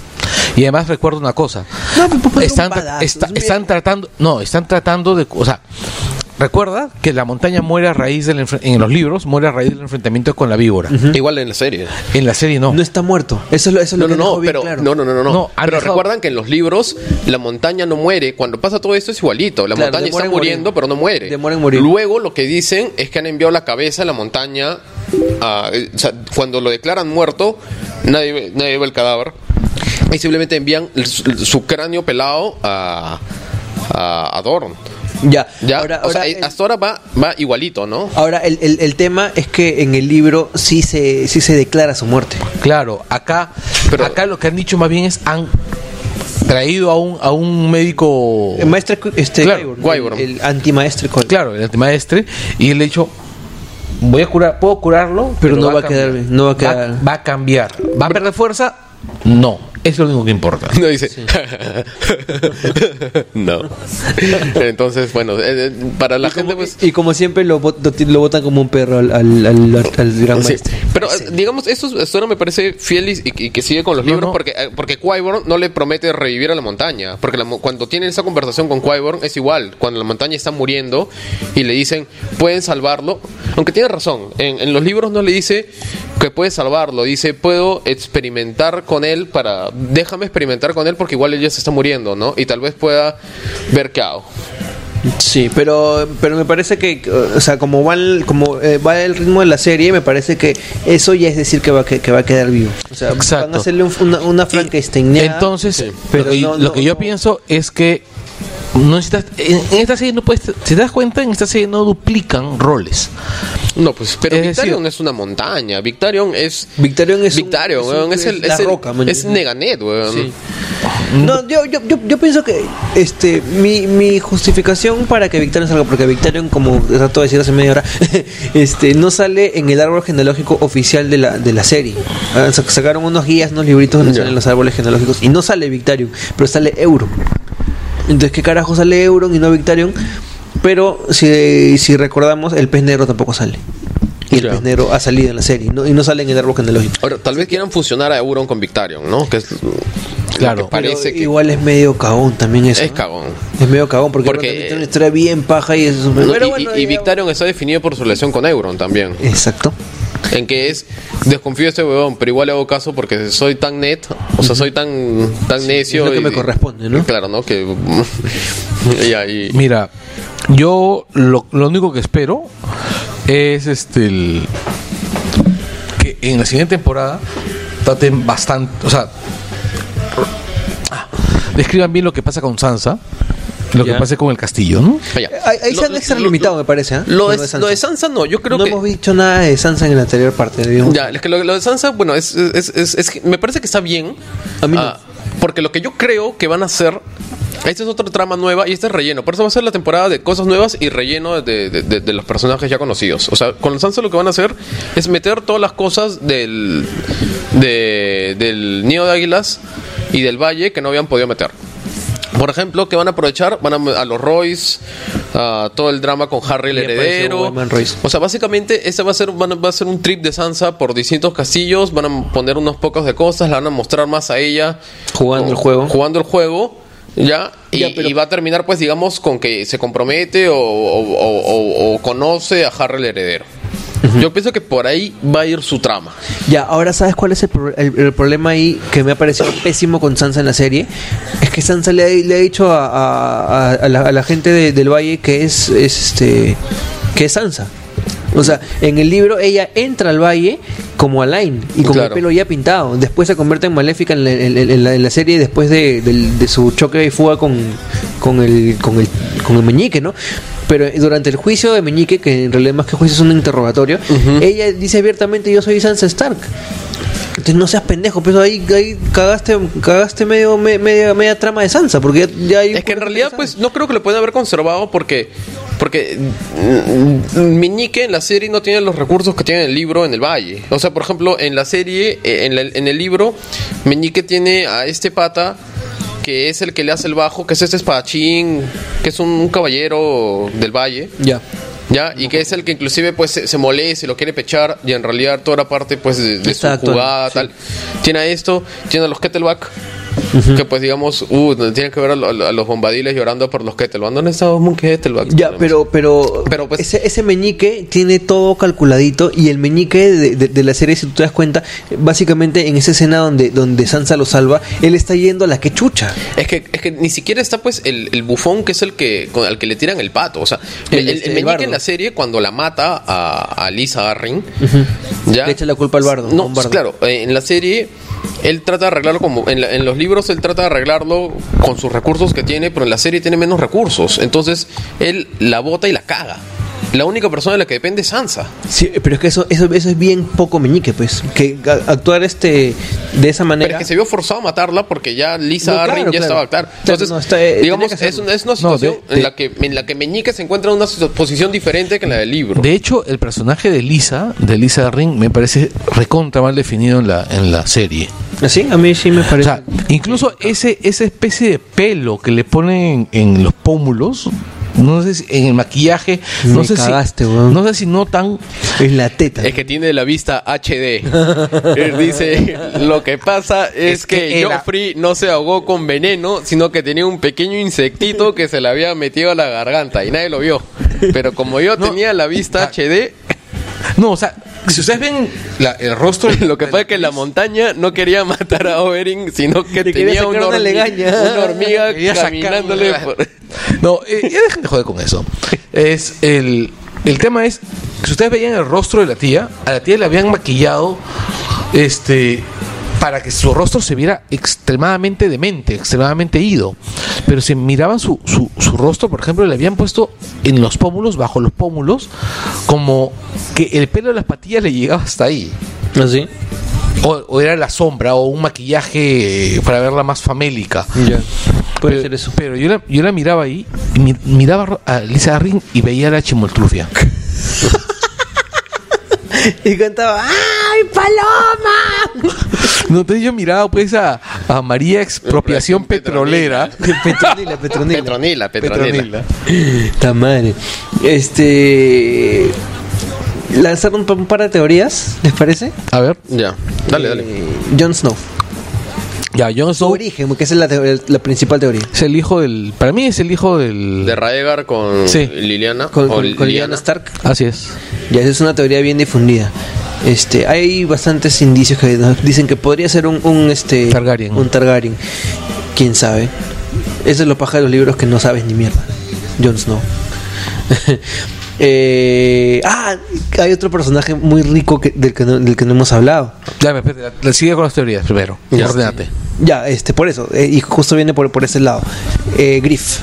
Y además recuerdo una cosa. No, pues, pues, Están, un badass, está- es un- están tratando, no, están tratando de, o sea, recuerda que la montaña muere a raíz del enfren- en los libros muere a raíz del enfrentamiento con la víbora. Igual en la serie. En la serie no. No está muerto. Eso es lo, eso es No, no, lo que dejó no, bien pero, claro. no, no, no, no, no. No, han Pero dejado- recuerdan que en los libros la montaña no muere. Cuando pasa todo esto es igualito. La Claro, montaña está demora en morir. muriendo, pero no muere. Demora en morir. Luego lo que dicen es que han enviado la cabeza a la montaña. a- eh, o sea, cuando lo declaran muerto, nadie, ve- nadie ve el cadáver. Y simplemente envían el- su, su cráneo pelado a, a, a Dorn. Ya, Ya, ahora, o sea, ahora eh, el, hasta ahora va, va igualito, ¿no? ahora el- el- el tema es que en el libro sí se, sí se declara su muerte. Oh. Claro, acá, Pero- acá lo que han dicho más bien es han traído a un, a un médico, El maestro este, Claro, Wyvern. el, el antimaestro Colburn. claro, el antimaestre, y él le ha dicho, voy a curar, puedo curarlo, Pero no va a quedar cambiar. bien, no va a quedar. va a cambiar. ¿Va a perder fuerza? No, es lo único que importa. No dice. (laughs) no. Entonces, bueno, eh, eh, para la gente, pues. Y como siempre lo, bot- lo ti- lo botan como un perro al, al- al- al gran Sí, maestro. Pero eh, digamos, eso, eso no me parece fiel y, y que sigue con los libros no. porque eh, porque Qyburn no le promete revivir a la montaña. Porque la mo- cuando tienen esa conversación con Qyburn es igual. Cuando la montaña está muriendo y le dicen, pueden salvarlo. Aunque tiene razón, en, en los libros no le dice que puede salvarlo. Dice, puedo experimentar con él para... Déjame experimentar con él porque igual ella se está muriendo, ¿no? Y tal vez pueda ver qué hago. Sí, pero, pero me parece que, o sea, como va el, como, eh, va el ritmo de la serie, me parece que eso ya es decir que va, a que, que va a quedar vivo. O sea, van Exacto. a hacerle un- una, una Frankensteineada, Entonces, pero lo que, no- lo no- que yo no. pienso es que No necesitas, en, en esta serie no puedes. Si te das cuenta, en esta serie no duplican roles. No, pues, pero Es decir- Victarion es una montaña. Victarion es. Victarion es un- Victarion, es un- weón. Es, el. es la es el- roca, man. es Neganet, weón. No, yo, yo, yo, yo pienso que este mi, mi justificación para que Victarion salga, porque Victarion, como trato de decir hace media hora, (laughs) este no sale en el árbol genealógico oficial de la, de la serie. Ah, sac- Sacaron unos guías, unos libritos donde Ya. salen los árboles genealógicos y no sale Victarion, pero sale Euron. Entonces, ¿qué carajo sale Euron y no Victarion? Pero si, si recordamos, el pez negro tampoco sale. Y el Ya. pez negro ha salido en la serie no- y no sale en el árbol genealógico. Ahora, tal vez quieran fusionar a Euron con Victarion, ¿no? Que es. Claro. lo que parece Pero que. Igual ¿eh? es medio cagón también eso. Es ¿no? cagón. Es medio cagón porque, Porque- porque tiene una historia bien paja y eso. No, Pero y, bueno, y- y ya- Victarion está definido por su relación con Euron también. Exacto. En que es, desconfío de este huevón, pero igual le hago caso porque soy tan net, o sea, soy tan, tan necio. es lo que y- me corresponde, ¿no? y Claro, ¿no? Que. (laughs) y ahí. Mira, yo lo, lo único que espero es este el- que en la siguiente temporada traten bastante, o sea, ah, describan bien lo que pasa con Sansa, lo Ya. que pasa con el castillo, ¿no? Allá. Ahí, ahí se Lo- han lo- extralimitado, me parece. ¿ah? Lo Con de, lo de Sansa no, yo creo no que. hemos dicho nada de Sansa en la anterior parte. digamos. Ya, es que lo, lo de Sansa, bueno, es, es- es- es que me parece que está bien. A mí no. Ah, porque lo que yo creo que van a hacer. Esta es otra trama nueva y este es relleno. Por eso va a ser la temporada de cosas nuevas y relleno de, de- de- de los personajes ya conocidos. O sea, con Sansa lo que van a hacer es meter todas las cosas del. de- del Nido de Águilas y del Valle que no habían podido meter. Por ejemplo, que van a aprovechar, van a, a los Royce, a todo el drama con Harry el Y apareció heredero. Wyman Royce. O sea, básicamente ese va a ser van a- va a ser un trip de Sansa por distintos castillos, van a poner unos pocos de cosas, la van a mostrar más a ella Jugando o- el juego. jugando el juego, ya. Y, Ya, pero- y va a terminar, pues, digamos, con que se compromete o, o- o- o- o conoce a Harry el heredero. Yo pienso que por ahí va a ir su trama. Ya, ahora sabes cuál es el, pro- el- el problema ahí que me ha parecido pésimo con Sansa en la serie. Es que Sansa le, ha- le ha dicho a, a- a- a la, a la gente de- del valle que es, es, este que es Sansa. O sea, en el libro ella entra al valle como Alain y con Claro. el pelo ya pintado. Después se convierte en maléfica en la, en- en- en la- en la serie después de, del- de su choque y fuga con, con, el, con, el, con el meñique, ¿no? Pero eh, durante el juicio de meñique, que en realidad más que juicio es un interrogatorio, ella dice abiertamente yo soy Sansa Stark. Entonces no seas pendejo, pero ahí, ahí cagaste, cagaste medio, me- media, media trama de Sansa, porque ya, ya hay... Es que en realidad, pues, no creo que lo pueden haber conservado porque. Porque mm, mm, Meñique en la serie no tiene los recursos que tiene en el libro en el valle. O sea, por ejemplo, en la serie, eh, en, la- en el libro, Meñique tiene a este pata que es el que le hace el bajo, que es este espadachín, que es un caballero del valle. Ya. ¿Ya? Y que es el que inclusive pues se, se molesta y lo quiere pechar y en realidad toda la parte pues de, de su Está actuando, jugada sí. tal. Tiene a esto, tiene a los kettleback. Que pues digamos, uh, tienen que ver a, lo- a los bombadiles llorando por los kettleback. ¿Dónde está un kettleback? Ya, pero, pero, Pero, pues- ese, ese meñique tiene todo calculadito y el meñique de, de- de la serie, si tú te das cuenta, básicamente en esa escena donde, donde Sansa lo salva, él está yendo a la quechucha. Es que, es que ni siquiera está pues el, el bufón que es el que con, al que le tiran el pato. O sea, el, El, el- el este, el meñique bardo. en la serie cuando la mata a, a Lisa Garrin, ¿ya? Le echa la culpa al bardo, a No, un bardo. claro, eh, en la serie él trata de arreglarlo como en, la- en los libros él trata de arreglarlo con sus recursos que tiene, pero en la serie tiene menos recursos. Entonces él la bota y la caga. La única persona de la que depende es Sansa. Sí, pero es que eso, eso, eso es bien poco meñique, pues. Que a- actuar este de esa Pero manera. es que se vio forzado a matarla porque ya Lisa No, claro, Arryn ya claro. estaba claro. Claro, Entonces, no, está- eh, digamos, tenía que es una, es una No, de- situación en, de- la que, en la que Meñique se encuentra en una situ- posición diferente que en la del libro. De hecho, el personaje de Lisa, de Lisa Ring, me parece recontra mal definido en la, en la serie. ¿Así? A mí sí me O parece. sea, incluso ese, esa especie de pelo que le ponen en, los pómulos, no sé si en el maquillaje, Me no sé cagaste, si, weón. no sé si notan es la teta. Es que tiene la vista (laughs) HD. Él dice, lo que pasa es, Es que, que era- Joffrey no se ahogó con veneno, sino que tenía un pequeño insectito que se le había metido a la garganta y nadie lo vio. Pero como yo tenía la Ah. vista HD, No, o sea, si ustedes ven la- el rostro, lo (laughs) que pasa es que la montaña no quería matar a Oberyn, sino que Le quería tenía sacar una, una hormi- legaña. una (laughs) hormiga Quería sacarle caminándole la- por... No, eh, ya dejen de joder con eso. Es el, el tema es, si ustedes veían el rostro de la tía, a la tía le habían maquillado este para que su rostro se viera extremadamente demente, extremadamente ido. pero se miraban su, su, su rostro, por ejemplo, le habían puesto en los pómulos, bajo los pómulos, como que el pelo de las patillas le llegaba hasta ahí. ¿Así? O, o era la sombra, o un maquillaje eh, para verla más famélica. Ya. Puede Pero- ser eso. Pero yo la, yo la miraba ahí, y mi- miraba a Lisa Ring y veía la chimoltrufia. (laughs) Y cantaba, ¡ay, paloma! No, entonces yo miraba pues a, a María Expropiación Petronila. Petrolera. (laughs) Petronila, Petronila. Petronila, Petronila. Ta madre. Este. Lanzaron pa- un par de teorías, ¿les parece? A ver, Ya, dale, dale. Eh, Jon Snow. ya, Jon Su Snow origen, que esa es la, teo- la principal teoría. es el hijo del. Para mí es el hijo del. De Raegar con Sí. Liliana. Con, o con- con Liliana. Lyanna Stark. Así es. Ya, esa es una teoría bien difundida. Este, hay bastantes indicios que nos dicen que podría ser un, un, este Targaryen. un Targaryen. Quién sabe. Eso es lo paja de los libros que no sabes ni mierda. Jon Snow. (laughs) Eh, ah, hay otro personaje muy rico que- del, que no, del que no hemos hablado. Ya, espérate, la- la- sigue con las teorías primero. Ya. Ordenate. Ya, este, por eso. eh, y justo viene por, por ese lado. Eh, Griff.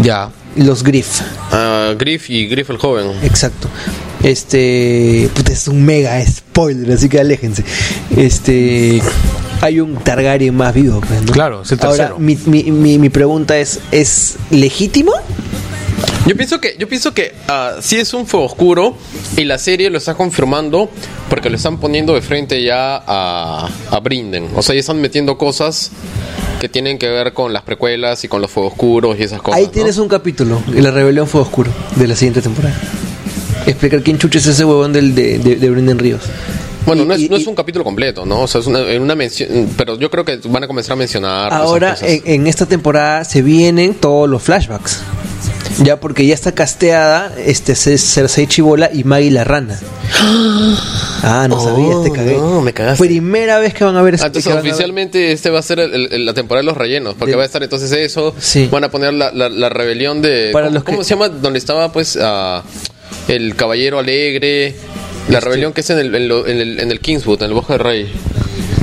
Ya. Los Griff. Ah, Griff y Griff el joven. Exacto. Este. puta, es un mega spoiler, así que aléjense. Este. Hay un Targaryen más vivo, pues, ¿no? Claro, es el tercero. Ahora, mi, mi, mi, mi pregunta es: ¿es legítimo? Yo pienso que, yo pienso que si es un fuego oscuro y la serie lo está confirmando porque lo están poniendo de frente ya a, a Brinden. O sea, ya están metiendo cosas que tienen que ver con las precuelas y con los fuegos oscuros y esas cosas. Ahí ¿no? tienes un capítulo: La rebelión fue oscuro de la siguiente temporada. Explicar quién chucha es ese huevón del, de, de, de Brendan Ríos. Bueno, no Y- es, y- no es y- un capítulo completo, ¿no? O sea, es una, en una mención, pero yo creo que van a comenzar a mencionar. esas Ahora, cosas. en, en esta temporada se vienen todos los flashbacks. Ya porque ya está casteada este Ce- Cersei Chibola y Maggie (gasps) la rana. Ah, no sabías, te cagué. Oh, no, me cagaste. Primera vez este que van a ver eso. Ah, Entonces, oficialmente, este va a ser el- el- el- la temporada de los rellenos, porque De- va a estar entonces eso. Sí. Van a poner la, la- la rebelión de. Para ¿cómo, los que- cómo se llama? Donde estaba, pues, ah, el Caballero Alegre. La Este. rebelión que es en el, en, lo- en el, en el Kingswood, en el Bosque del Rey.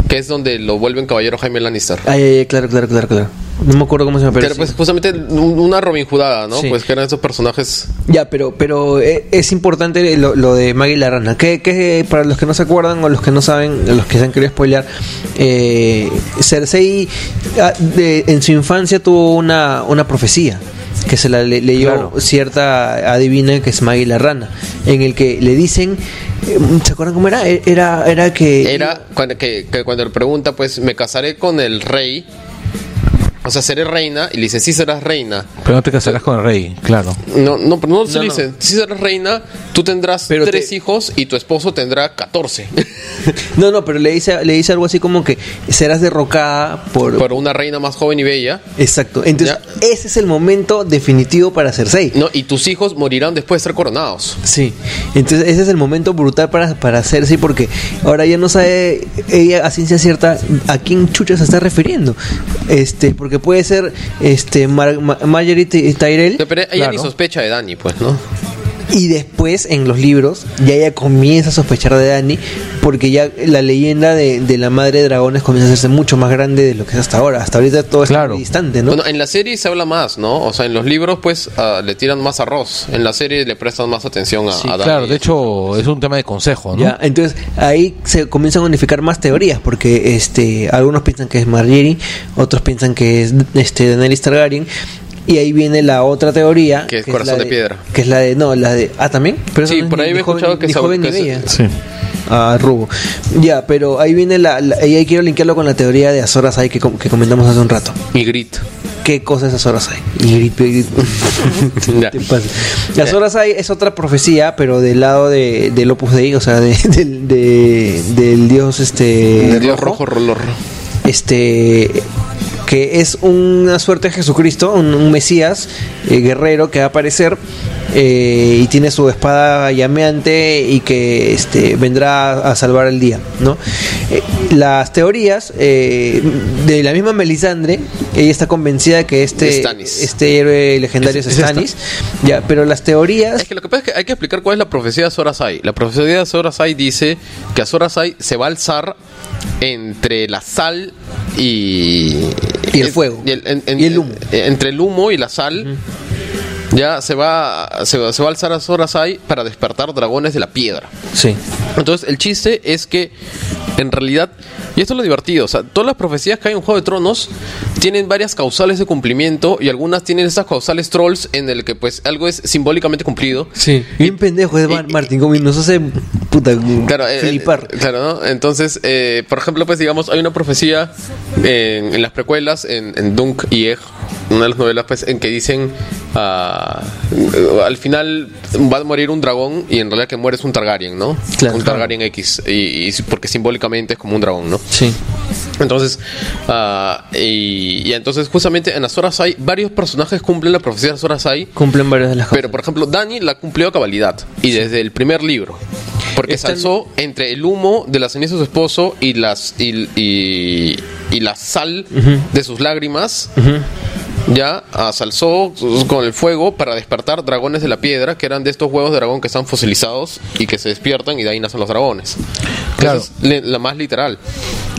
Que es donde lo vuelven Caballero Jaime Lannister. Ay, ay, ay, claro, claro, claro, claro. No me acuerdo cómo se llama, que pero. era, sí. pues, justamente un- una Robin Hoodada, ¿no? Sí. Pues que eran esos personajes. Ya, pero, pero eh, es importante lo, lo de Maggie la rana. Que, que para los que no se acuerdan o los que no saben, los que se han querido spoilear, eh, Cersei ah, de- en su infancia tuvo una, una profecía que se la le- leyó cierta adivina que es Maggie la rana, en el que le dicen, eh, ¿se acuerdan cómo era? Era, era que Era cuando, que, que cuando le pregunta, pues, me casaré con el rey. O sea, seré reina. Y le dice, sí serás reina. Pero no te casarás con el rey, claro. No, no, pero no se No, no. dice. Si serás reina, tú tendrás Pero tres te- hijos y tu esposo tendrá 14. No, no, pero le dice, le dice algo así como que serás derrocada por... Pero una reina más joven y bella. Exacto. Entonces, ese es el momento definitivo para Cersei. No, y tus hijos morirán después de ser coronados. Sí, entonces ese es el momento brutal para, para Cersei porque ahora ya no sabe ella a ciencia cierta a quién chucha se está refiriendo. Este, porque puede ser este Mar Ma- Marjorie Ty- Tyrell No, Pero ella Claro. ni sospecha de Dani, pues, ¿no? y después en los libros ya ella comienza a sospechar de Dani porque ya la leyenda de, de la madre de dragones comienza a hacerse mucho más grande de lo que es hasta ahora. Hasta ahorita todo está Claro. muy distante, ¿no? Bueno, en la serie se habla más, ¿no? O sea, en los libros, pues, ah, le tiran más arroz. En la serie le prestan más atención a, a Dani. Claro, de hecho, es un tema de consejo, ¿no? Ya, entonces ahí se comienzan a unificar más teorías, porque este, algunos piensan que es Marjorie, otros piensan que es este Daenerys Targaryen, y ahí viene la otra teoría Que es la Corazón de Piedra. que es la de no, la de ah también, pero Sí, por ahí había me escuchado que ni se- joven ni que se- bella. Sí. Ah, Rubo. Ya, pero ahí viene la, la- y ahí quiero linkearlo con la teoría de Azor Ahai que, com- que comentamos hace un rato. Y Grit. ¿Qué cosa es Azor Ahai? Y gripe- (laughs) gripe- Ya. te pasa. Las horas hay es otra profecía, pero del lado de, del Opus Dei, o sea, de- del, de- del dios este Del dios rojo, rolor. este que es una suerte de Jesucristo, un, un Mesías eh, guerrero que va a aparecer eh, y tiene su espada llameante y que este, vendrá a salvar el día. ¿no? Eh, las teorías eh, de la misma Melisandre, ella está convencida de que este, Stannis. este héroe legendario es, ¿Es- es Stannis, ya, pero las teorías... Es que lo que pasa es que hay que explicar cuál es la profecía de Sorazai. La profecía de Sorazai dice que a Sorazai se va a alzar entre la sal y. Y el fuego. en- en- Y el humo. en- entre el humo y la sal. Ya se va, se, va- se va a alzar a Sorazai para despertar dragones de la piedra. Sí. Entonces, el chiste es que, en realidad, y esto es lo divertido, o sea, todas las profecías que hay en Juego de Tronos tienen varias causales de cumplimiento y algunas tienen esas causales trolls en el que, pues, algo es simbólicamente cumplido. Sí. Bien pendejo es Mar- Martin Cummings, nos hace puta eh, Claro, eh, flipar. eh, claro, ¿no? Entonces, eh, por ejemplo, pues digamos, hay una profecía en, en las precuelas, en, en Dunk y Egg, una de las novelas, pues, en que dicen ah, al final va a morir un dragón y en realidad que muere es un Targaryen, ¿no? Claro. un Targaryen X, y, y porque simbólicamente es como un dragón, ¿no? sí. Entonces, ah, y, y entonces justamente en Azor Ahai varios personajes cumplen la profecía de Azor Ahai Cumplen varias de las cosas. pero, por ejemplo, Dani la cumplió a cabalidad. Y desde el primer libro. Porque se alzó entre el humo de la ceniza de su esposo y, las, y, y- y la sal de sus lágrimas. Ya ah, se alzó con el fuego para despertar dragones de la piedra, que eran de estos huevos de dragón que están fosilizados y que se despiertan y de ahí nacen los dragones. Claro. la más literal.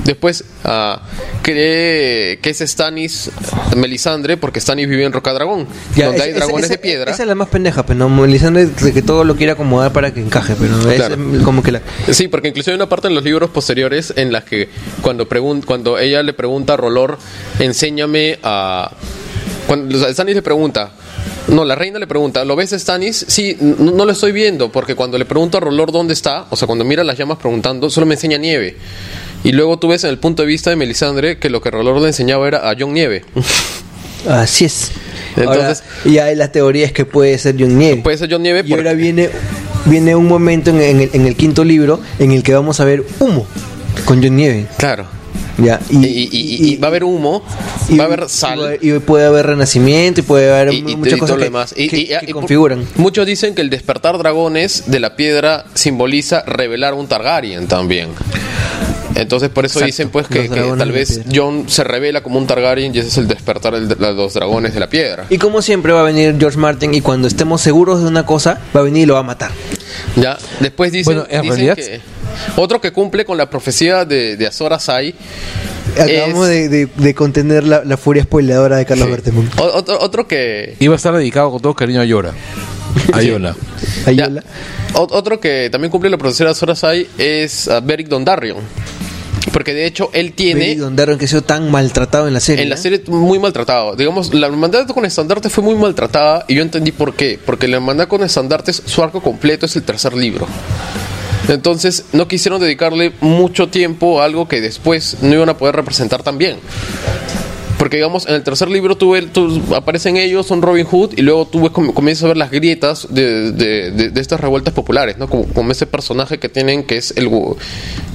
Después ah, cree que es Stannis Melisandre, porque Stannis vive en Rocadragón, Ya, donde esa- hay esa- dragones esa- de piedra. Esa es la más pendeja, pero no, Melisandre de que todo lo quiere acomodar para que encaje, pero esa Claro. es como que la... Sí, porque incluso hay una parte en los libros posteriores en las que cuando pregun- cuando ella le pregunta a Rolor, enséñame a cuando o sea, Stannis le pregunta, no, la reina le pregunta, ¿lo ves Stannis? Sí, n- no, lo estoy viendo porque cuando le pregunto a Rolor dónde está, o sea, cuando mira las llamas preguntando, solo me enseña nieve. Y luego tú ves en el punto de vista de Melisandre que lo que Rolor le enseñaba era a John Nieve. Así es. Entonces- Entonces, y ahí la teoría es que puede ser John Nieve. Puede ser John Nieve y ahora porque- viene, viene un momento en, en el, en el quinto libro en el que vamos a ver humo con John Nieve. Claro. Ya, Y, y- y- y va a haber humo, y- va a haber sal. Y, puede haber renacimiento y puede haber y, y- muchas y cosas todo que, lo demás. Y- que- y- ah, que y por- configuran. Muchos dicen que el despertar dragones de la piedra simboliza revelar un Targaryen también. Entonces por eso Exacto, dicen pues que, los que dragones tal de la vez piedra. John se revela como un Targaryen y ese es el despertar de los dragones de la piedra. Y como siempre va a venir George Martin y cuando estemos seguros de una cosa, va a venir y lo va a matar. Ya, después dicen, Bueno, en dicen realidad- que otro que cumple con la profecía de, de Azor Ahai Acabamos Es- de, de- de contener la, la furia spoileadora de Carlos Sí. Bertemón. O- Otro, otro que Iba a estar dedicado con todo cariño a Yora. A Yola. Ahí ya, habla. o- otro que también cumple la profecía de Azor Ahai es a Beric Dondarrion. Porque de hecho él tiene Benny Dondarrion, que ha sido tan maltratado en la serie. En la ¿eh? serie muy maltratado. Digamos, la hermandad con estandarte fue muy maltratada y yo entendí por qué. Porque la hermandad con estandartes, su arco completo es el tercer libro. Entonces no quisieron dedicarle mucho tiempo a algo que después no iban a poder representar tan bien. Porque digamos, en el tercer libro tú, ves- tú- aparecen ellos, son Robin Hood, y luego tú ves- com- comienzas a ver las grietas de, de- de- de estas revueltas populares, ¿no? Como, como ese personaje que tienen que es el, gu-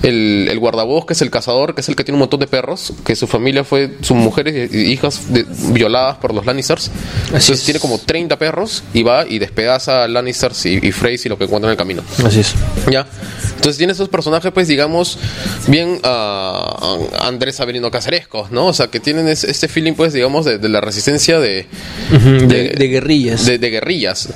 el, el guardabosques, que es el cazador, que es el que tiene un montón de perros, que su familia fue, sus mujeres y y hijas de- violadas por los Lannisters. Entonces es. tiene como 30 perros y va y despedaza a Lannisters y, y Freys y lo que encuentra en el camino. Así es. Ya. Entonces tiene esos personajes, pues, digamos, bien ah, Andrés Avelino Cacerescos, ¿no? O sea, que tienen es- este feeling, pues, digamos, de, de la resistencia de, De, de guerrillas. de- de guerrillas.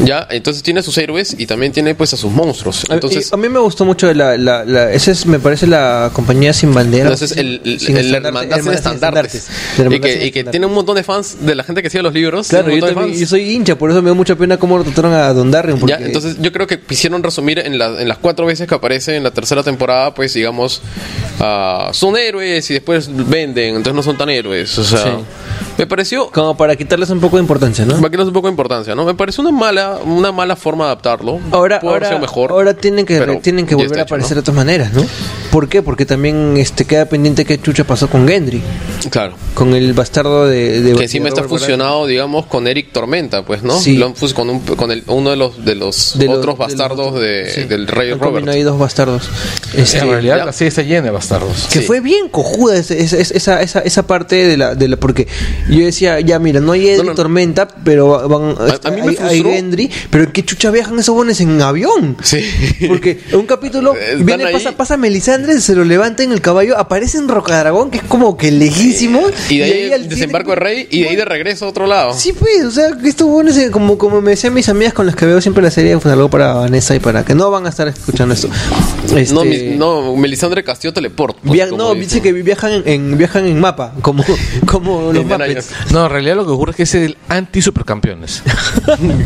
Ya, entonces tiene a sus héroes y también tiene, pues, a sus monstruos. A- Entonces, y a mí me gustó mucho la, la, la- esa es, me parece la compañía sin bandera. entonces el, el, Sin el- la estandarte- hermandad sin estandartes. La hermandad Y que, sin y que estandartes. tiene un montón de fans de la gente que sigue los libros. Claro, tiene un yo, montón de también- fans. yo soy hincha, por eso me dio mucha pena cómo lo trataron a Dondarrion. Porque Ya, entonces yo creo que quisieron resumir en, la- en las cuatro veces que aparece en la tercera temporada, pues digamos, ah, son héroes y después venden, entonces no son tan héroes. O sea, me pareció... Como para quitarles un poco de importancia, ¿no? Va a quitarles un poco de importancia, ¿no? Me pareció una mala, una mala forma de adaptarlo. Ahora, Pudo haber ahora, sido mejor, ahora tienen que, pero tienen que ya volver está a hecho, aparecer ¿no? de otras maneras, ¿no? ¿Por qué? Porque también este, queda pendiente qué chucha pasó con Gendry, Claro. con el bastardo de... de Que encima está Robert fusionado, digamos, con Eric Tormenta, pues, ¿no? Sí. Lo han fus- con, un- con el- uno de los, de los De los- otros de los bastardos otros- de- sí. del rey Han combinado Robert. ahí dos bastardos. Este, en realidad ya. la serie está llena de bastardos. Que Sí. fue bien cojuda ese- ese- esa, esa, esa, parte de la, de la. Porque yo decía, ya mira, no hay Edric No, no. Tormenta, pero van. este, A- a mí me hay- hay frustró. Gendry, pero qué chucha viajan esos buenos en avión. Sí. Porque en un (laughs) capítulo Están viene, ahí. pasa, pasa Melisandre, se lo levanta en el caballo, aparece en Rocadragón, que es como que lejísimo. Eh, Y de ahí, al- el desembarco de rey y de ahí de regreso a otro lado. Sí, pues, o sea, que estos buenos, eh, como, como me decían mis amigas con las que veo siempre la serie, fue algo para Vanessa y para que no van a estar escuchando esto. No, Este- mi- no, Melisandre Castillo Teleport. pues, Via- como no, dice que viajan en, en- viajan en mapa, (laughs) como, (laughs) como los Indiana mapas. No, en realidad lo que ocurre es que es el anti-supercampeones.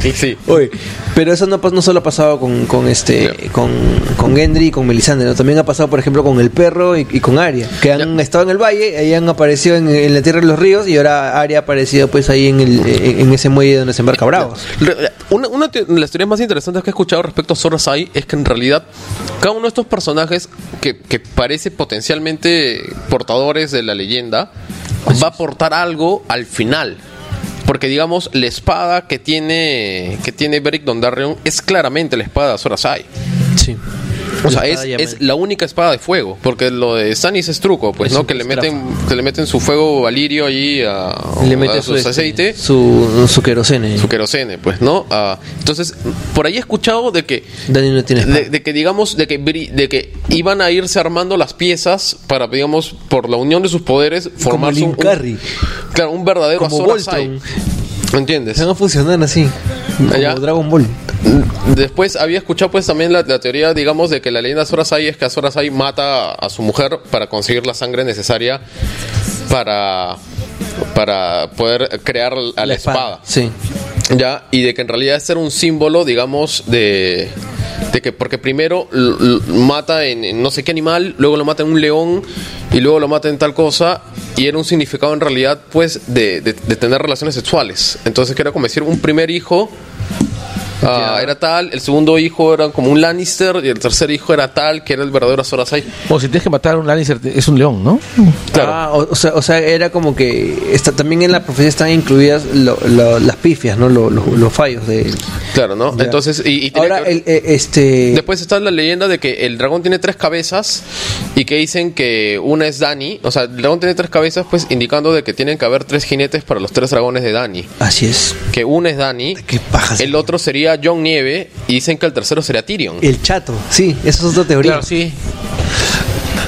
Sí, sí. Oye, pero eso no, pas- no solo ha pasado con, con este con, con Gendry y con Melisandre, ¿no? también ha pasado por ejemplo con el perro y, y con Arya, que han estado en el valle, ahí han aparecido en, en la tierra de los ríos y ahora Arya ha aparecido pues ahí en el en, en ese muelle donde se embarca Bravos. Re- Una, una te- de las teorías más interesantes que he escuchado respecto a Sora Sai es que en realidad cada uno de estos personajes que, que parece potencialmente portadores de la leyenda va a aportar algo al final. Porque digamos, la espada que tiene que tiene Beric Dondarrion es claramente la espada de Sora Sai. Sí. O sea, es, es la única espada de fuego, porque lo de Stannis es truco, pues, ¿no? Que le meten que le meten su fuego al lirio allí a, Le mete a su, sus este, aceite su su querosene. su querosene, pues, ¿no? Ah, entonces, por ahí he escuchado de que, Dani no tiene espada. de, de que digamos, de que, bri- de que iban a irse armando las piezas para, digamos, por la unión de sus poderes, formar Lin un, Carrey. claro, un verdadero Como Azor Ahai. Voltron. ¿Entiendes? Se van a funcionar así, Allá. como Dragon Ball. Después había escuchado pues también la, la teoría, digamos, de que la leyenda de Azor Ahai es que Azor Ahai mata a su mujer para conseguir la sangre necesaria para, para poder crear a la, espada. Sí. Ya, y de que en realidad este era un símbolo, digamos, de, de que porque primero l- l- mata en, en no sé qué animal, luego lo mata en un león y luego lo mata en tal cosa, y era un significado en realidad, pues, de, de- de tener relaciones sexuales. Entonces, que era como decir, un primer hijo ah, era tal, el segundo hijo era como un Lannister, y el tercer hijo era tal, que era el verdadero Azor Ahai. (laughs) o si tienes que matar a un Lannister, es un león, ¿no? Claro. Ah, o, o sea, o sea, era como que está, también en la profecía están incluidas lo- lo- las pifias, ¿no? Lo- lo- los fallos de... Claro, ¿no? Ya. Entonces, y, y tiene Ahora, que ver- el, eh, este... Después está la leyenda de que el dragón tiene tres cabezas y que dicen que una es Dani. O sea, el dragón tiene tres cabezas, pues indicando de que tienen que haber tres jinetes para los tres dragones de Dani. Así es. Que una es Dani, Qué paja. el otro sería John Nieve y dicen que el tercero sería Tyrion. El chato. Sí, eso es otra teoría. Claro, sí.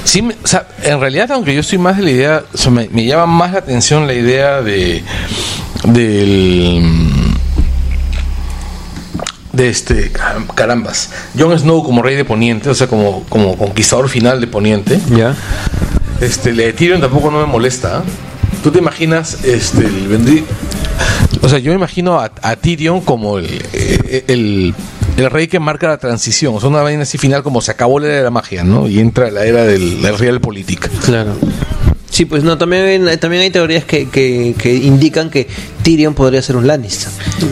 Sí, me- o sea, en realidad, aunque yo soy más de la idea, o sea, me, me llama más la atención la idea de. del. de este. caram- carambas. Jon Snow como rey de Poniente, o sea, como, como conquistador final de Poniente. Ya. Este, la de Tyrion tampoco no me molesta. ¿eh? ¿Tú te imaginas este el vendrí- O sea, yo me imagino a, a Tyrion como el, eh, el, el rey que marca la transición. O sea, una vaina así final como se acabó la era de la magia, ¿no? Y entra la era del, la real política. Claro. Sí, pues no, también, hay- también hay teorías que, que, que indican que Tyrion podría ser un Lannister.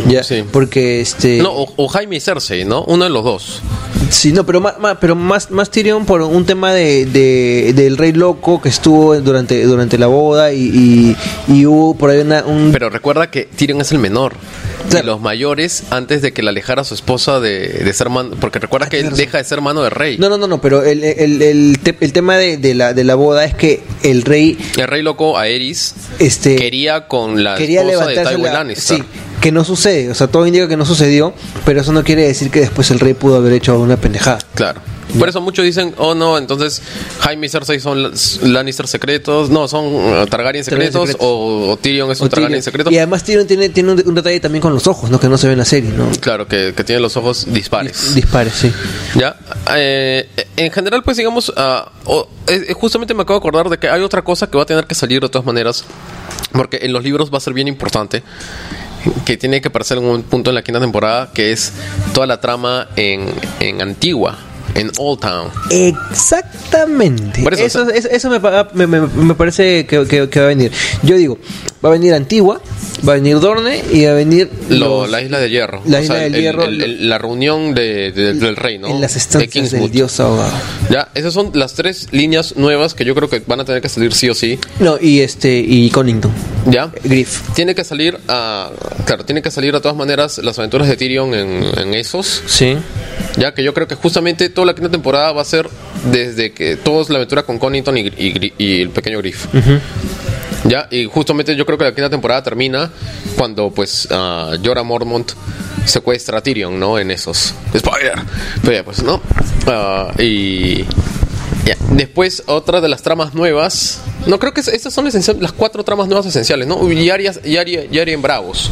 Ya, Sí. Porque este... No, o, o Jaime y Cersei, ¿no? Uno de los dos. Sí, no, pero más, más- pero más, más Tyrion por un tema de, de- del rey loco que estuvo durante, durante la boda y, y, y hubo por ahí una, un... Pero recuerda que Tyrion es el menor. Mm. Claro. Y los mayores antes de que la alejara su esposa de, de ser mano. Porque recuerda que él deja de ser mano de rey. Ah, No, no, no, no, pero el, el, el, te- el tema de, de, la, de la boda es que el rey El rey loco Aerys este, quería con la quería esposa de levantarse Tywin la- Lannister. Sí, que no sucede, o sea, todo indica que no sucedió, pero eso no quiere decir que después el rey pudo haber hecho una pendejada. Claro. Por eso muchos dicen, oh no, entonces Jaime y Cersei son la- Lannister secretos, no, son uh, Targaryen secretos, secretos. O, o Tyrion es un O Tyrion. Targaryen secreto. Y además Tyrion tiene, tiene un, un detalle también con los ojos, ¿no? Que no se ve en la serie, ¿no? Claro, que, que tiene los ojos dispares. Dispares, sí. ¿Ya? Eh, en general, pues digamos, ah, o- eh, eh, justamente me acabo de acordar de que hay otra cosa que va a tener que salir de todas maneras, porque en los libros va a ser bien importante, que tiene que aparecer en un punto en la quinta temporada, que es toda la trama en, en Antigua, en Old Town. Exactamente. Por eso, eso, o sea- eso- eso me, pa- me- me- me parece que, que- que va a venir. Yo digo, va a venir Antigua, va a venir Dorne y va a venir Lo- los- la isla de hierro. la isla del el- hierro, el- el- la reunión de- de- del rey, ¿no? en las de estancias del Kingswood. dios ahogado. Ya, esas son las tres líneas nuevas que yo creo que van a tener que salir sí o sí. No, y este, y Connington, Ya. Griff. Tiene que salir a. Claro, tiene que salir de todas maneras las aventuras de Tyrion en, en esos. Sí. Ya que yo creo que justamente toda la quinta temporada va a ser desde que todos la aventura con Connington y, y Gri- y el pequeño Griff. Ya, y justamente yo creo que la quinta temporada termina cuando pues ah, Jorah Mormont secuestra a Tyrion, ¿no? En esos. Spoiler. Pero ya, pues, ¿no? Ah, y. ya. Después, otra de las tramas nuevas. No, creo que es- esas son esencial- las cuatro tramas nuevas esenciales, ¿no? Y Arya- y Arya- y Arya en Bravos.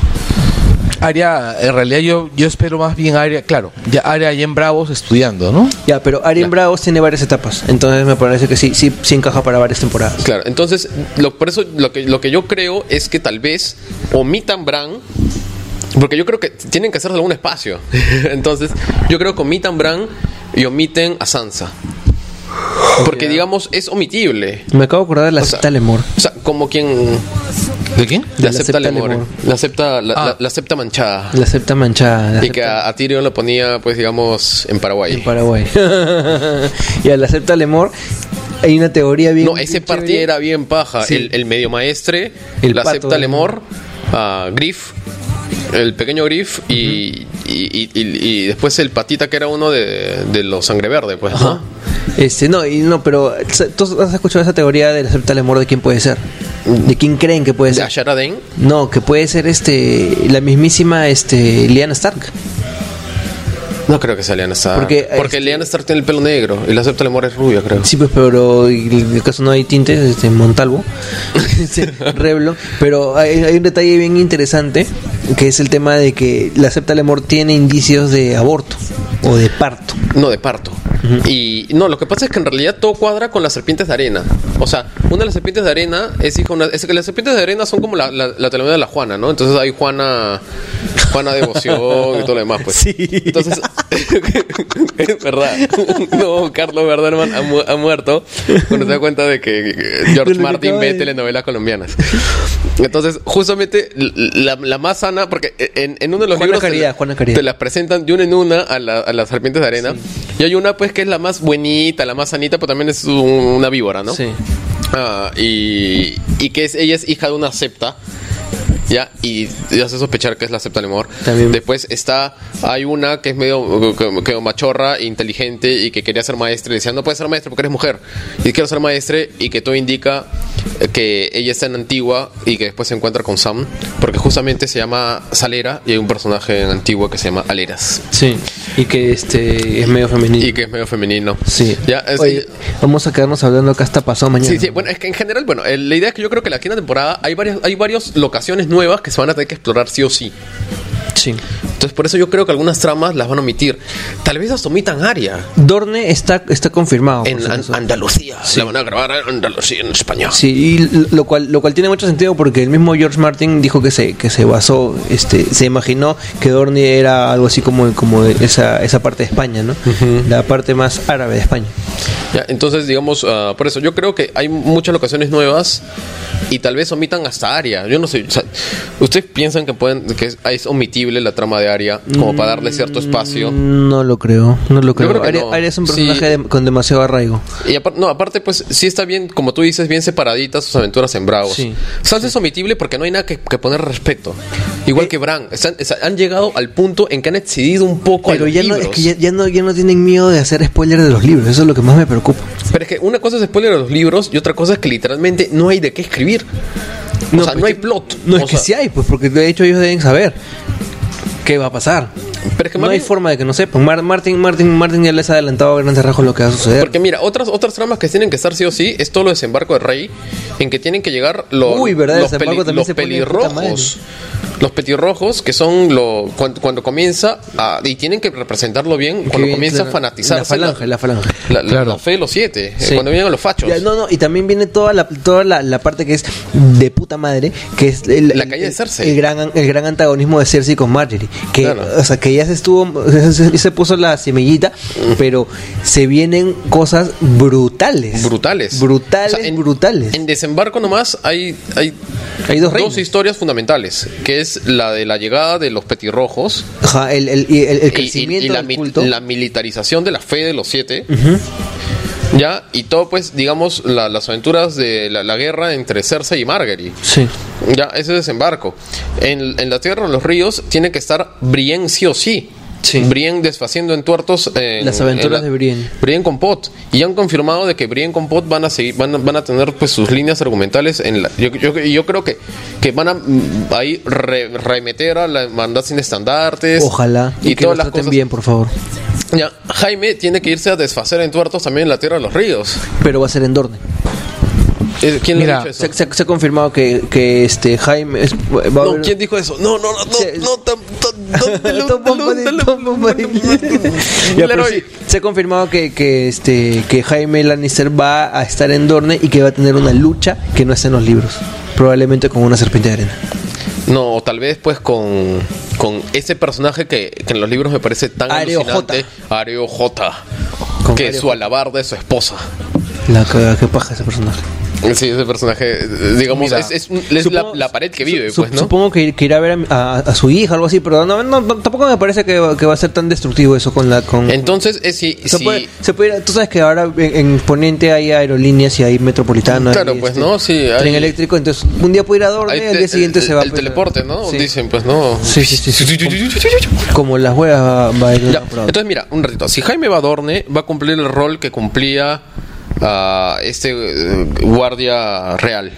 Área, en realidad yo, yo espero más bien área, claro, ya área ahí en Bravos estudiando, ¿no? Ya, pero Arien Bravos tiene varias etapas, entonces me parece que sí, sí, sí encaja para varias temporadas. Claro, entonces, lo, por eso lo que, lo que yo creo es que tal vez omitan Bran, porque yo creo que tienen que hacerle algún espacio. (laughs) entonces, yo creo que omitan Bran y omiten a Sansa. Porque, digamos, es omitible. Me acabo de acordar de la O sea, cita Lemor. O sea, como quien ¿De quién? le la acepta septa Lemor, Lemor. la acepta, la, Ah. la- la acepta manchada. La septa manchada. la y que septa- a, a Tyrion la ponía, pues, digamos, en Paraguay. en Paraguay. (laughs) y al acepta Lemor, hay una teoría bien. No, ese bien chévere. partido era bien paja. Sí. El, el medio maestre, El la pato, septa ¿no? Lemor, a Griff, el pequeño Griff y, y- y- y- y después el patita que era uno de, de los sangre verde, pues, ¿no? Este, no, y no, pero tú has escuchado esa teoría del acepta Lemor de quién puede ser. De quién creen que puede De ser. Ashara Dane. No, que puede ser este la mismísima este Lyanna Stark. No creo que sea Lyanna Stark. Porque, Porque, este- Lyanna Stark tiene el pelo negro y la septa Lemor es rubia, creo. Sí, pues, pero en el caso no hay tintes, este, Montalvo, (laughs) este, Reblo, pero hay, hay un detalle bien interesante, que es el tema de que la septa Lemor tiene indicios de aborto o de parto. No, de parto. Y no, lo que pasa es que en realidad todo cuadra con las serpientes de arena. O sea, una de las serpientes de arena es hija de una- es que las serpientes de arena son como la, la, la telenovela de la Juana, ¿no? Entonces hay Juana Juana Devoción y todo lo demás, pues. Sí. Entonces, (laughs) es verdad. No, Carlos Verderman ha, mu- ha muerto cuando se da cuenta de que eh, De lo George que Martin acaba ve de- telenovelas colombianas. Entonces, justamente la, la más sana, porque e, en, en uno de los Juana libros te la- Caridad, Juana Caridad. te la las presentan de una en una a, la- a las serpientes de arena. Y hay una, pues, que es la más buenita, la más sanita, pero también es un- una víbora, ¿no? Ah, y, y que es, ella es hija de una septa. Ya, y te hace sospechar que es la septa del amor. También. Después está, hay una que es medio que, que machorra, inteligente y que quería ser maestra. Y decía, no puedes ser maestra porque eres mujer. Y quiero ser maestre y que todo indica eh, que ella está en Antigua y que después se encuentra con Sam. Porque justamente se llama Salera y hay un personaje en Antigua que se llama Aleras. Sí, y que este es medio femenino. Y que es medio femenino. Sí. Ya, es- eh, Oye, vamos a quedarnos hablando acá hasta pasado mañana. Sí, sí, bueno, es que en general, bueno, eh, la idea es que yo creo que la quinta temporada hay varias, hay varias locaciones nuevas que se van a tener que explorar sí o sí. Sí. Entonces, por eso yo creo que algunas tramas las van a omitir. Tal vez las omitan área. Dorne está, está confirmado. por En si An- acaso. Andalucía. La van a grabar en Andalucía, en España. Sí, y lo cual, lo cual tiene mucho sentido porque el mismo George Martin dijo que se, que se basó, este, se imaginó que Dorne era algo así como, como esa, esa parte de España, ¿no? La parte más árabe de España. Ya, entonces, digamos, ah, por eso yo creo que hay muchas locaciones nuevas y tal vez omitan hasta área. Yo no sé. o sea, ¿Ustedes piensan que pueden que es, es omitible la trama de área como para darle cierto Mm, espacio? No lo creo, no lo creo. creo que Arya- no. Arya es un Sí. personaje de- con demasiado arraigo. Y aparte, no, aparte, pues sí está bien, como tú dices, bien separaditas sus aventuras en Bravos. Sí. Eh. Sansa es omitible porque no hay nada que, que poner al respecto. Igual que Bran. Están- es- han llegado al punto en que han excedido un poco a Pero los ya no, es libros. que ya, ya no, ya no tienen miedo de hacer spoiler de los libros, eso es lo que más me preocupa. Pero es que una cosa es spoiler de los libros y otra cosa es que literalmente no hay de qué escribir. O sea, no hay plot. No es O que sea, sí hay, pues porque de hecho ellos deben saber qué va a pasar. Pero es que no más hay bien- forma de que no sepan. Mar- Martin, Martin, Martin ya les ha adelantado a grandes rasgos lo que va a suceder. Porque mira, otras, otras tramas que tienen que estar sí o sí es todo lo desembarco de Rey, en que tienen que llegar los, Uy, ¿verdad? los, Desembarco también los se pone de puta pelirrojos. Los petirrojos, que son lo, cuando, cuando comienza a- y tienen que representarlo bien, cuando bien, comienza claro. a fanatizarse. La falange, la falange. La, la- Claro. la fe de los siete, eh, Sí. cuando vienen los fachos. Ya, no, no, y también viene toda la toda la, la parte que es de puta madre, que es el, La el- caída de el- Cersei. El, gran el gran antagonismo de Cersei con Marjorie, que Claro. o sea, que ya se estuvo se, se- se puso la semillita, Mm. pero se vienen cosas brutales. Brutales. Brutales, O sea, en- brutales. En desembarco nomás hay, hay Hay dos reinos. dos historias fundamentales, que es la de la llegada de los petirrojos Ajá, el, el, y el- el y- y- crecimiento y, la, del mi- culto. la militarización de la fe de los siete. Ya, y todo pues, digamos, la- las aventuras de la, la guerra entre Cersei y Marguerite. Sí. Ya, ese desembarco. En, en la tierra, en los ríos, tiene que estar Brienne sí o sí. Sí. Brienne desfaciendo en tuertos. eh, en- Las aventuras en la- de Brienne. Brienne con Pot. Y han confirmado de que Brienne con Pot van a seguir, van, a- van a tener pues sus líneas argumentales en la. Yo, yo, yo creo que, que van a mm, ahí re- remeter a la hermandad sin estandartes. Ojalá. Y, que todas los las traten cosas. bien, por favor. Ya, Jaime tiene que irse a desfacer en tuertos también en la tierra de los ríos. Pero va a ser en Dorne. Pues Eh, ¿Quién le Mira, ha dicho eso? Se, se- se ha confirmado que, que este Jaime es- va a No, haber- (laughs) ¿quién dijo eso? No, no, no, no, Se- no, tam- (laughs) tam- tam- telo- Tom Bombadil, telo- Tom Bombadil. (laughs) Ya, telo- pero Leroy. sí, Se ha confirmado que, que, este, que Jaime Lannister va a estar en Dorne y que va a tener una lucha que no está en los libros. Probablemente con una serpiente de arena. No, o tal vez pues con, con ese personaje que, que en los libros me parece tan Areo alucinante, Areo J, Con que Areo su alabarda es su esposa. La que, que paja ese personaje. Sí, ese personaje, eh, digamos, Mira, es, es un- es supongo- la, la pared que vive, Su- pues, ¿no? Supongo que, ir- que irá a ver a, a- a su hija, algo así, pero no, no, no, tampoco me parece que, va- que va a ser tan destructivo eso con la... Con, Entonces, es si, se si- puede- se puede ir- tú sabes que ahora en, en Poniente hay aerolíneas y hay metropolitana. Claro, y, pues, ¿no? Sí, hay- tren eléctrico, entonces un día puede ir a Dorne hay y al te- día siguiente el- se va. El pues, a- teleporte, ¿no? Sí. Dicen, pues, no. Sí, sí, sí, Como las huevas va, va a ir de Ya, una por otra. entonces mira, un ratito. Si Jaime Badorne va a cumplir el rol que cumplía ah, este eh, guardia real.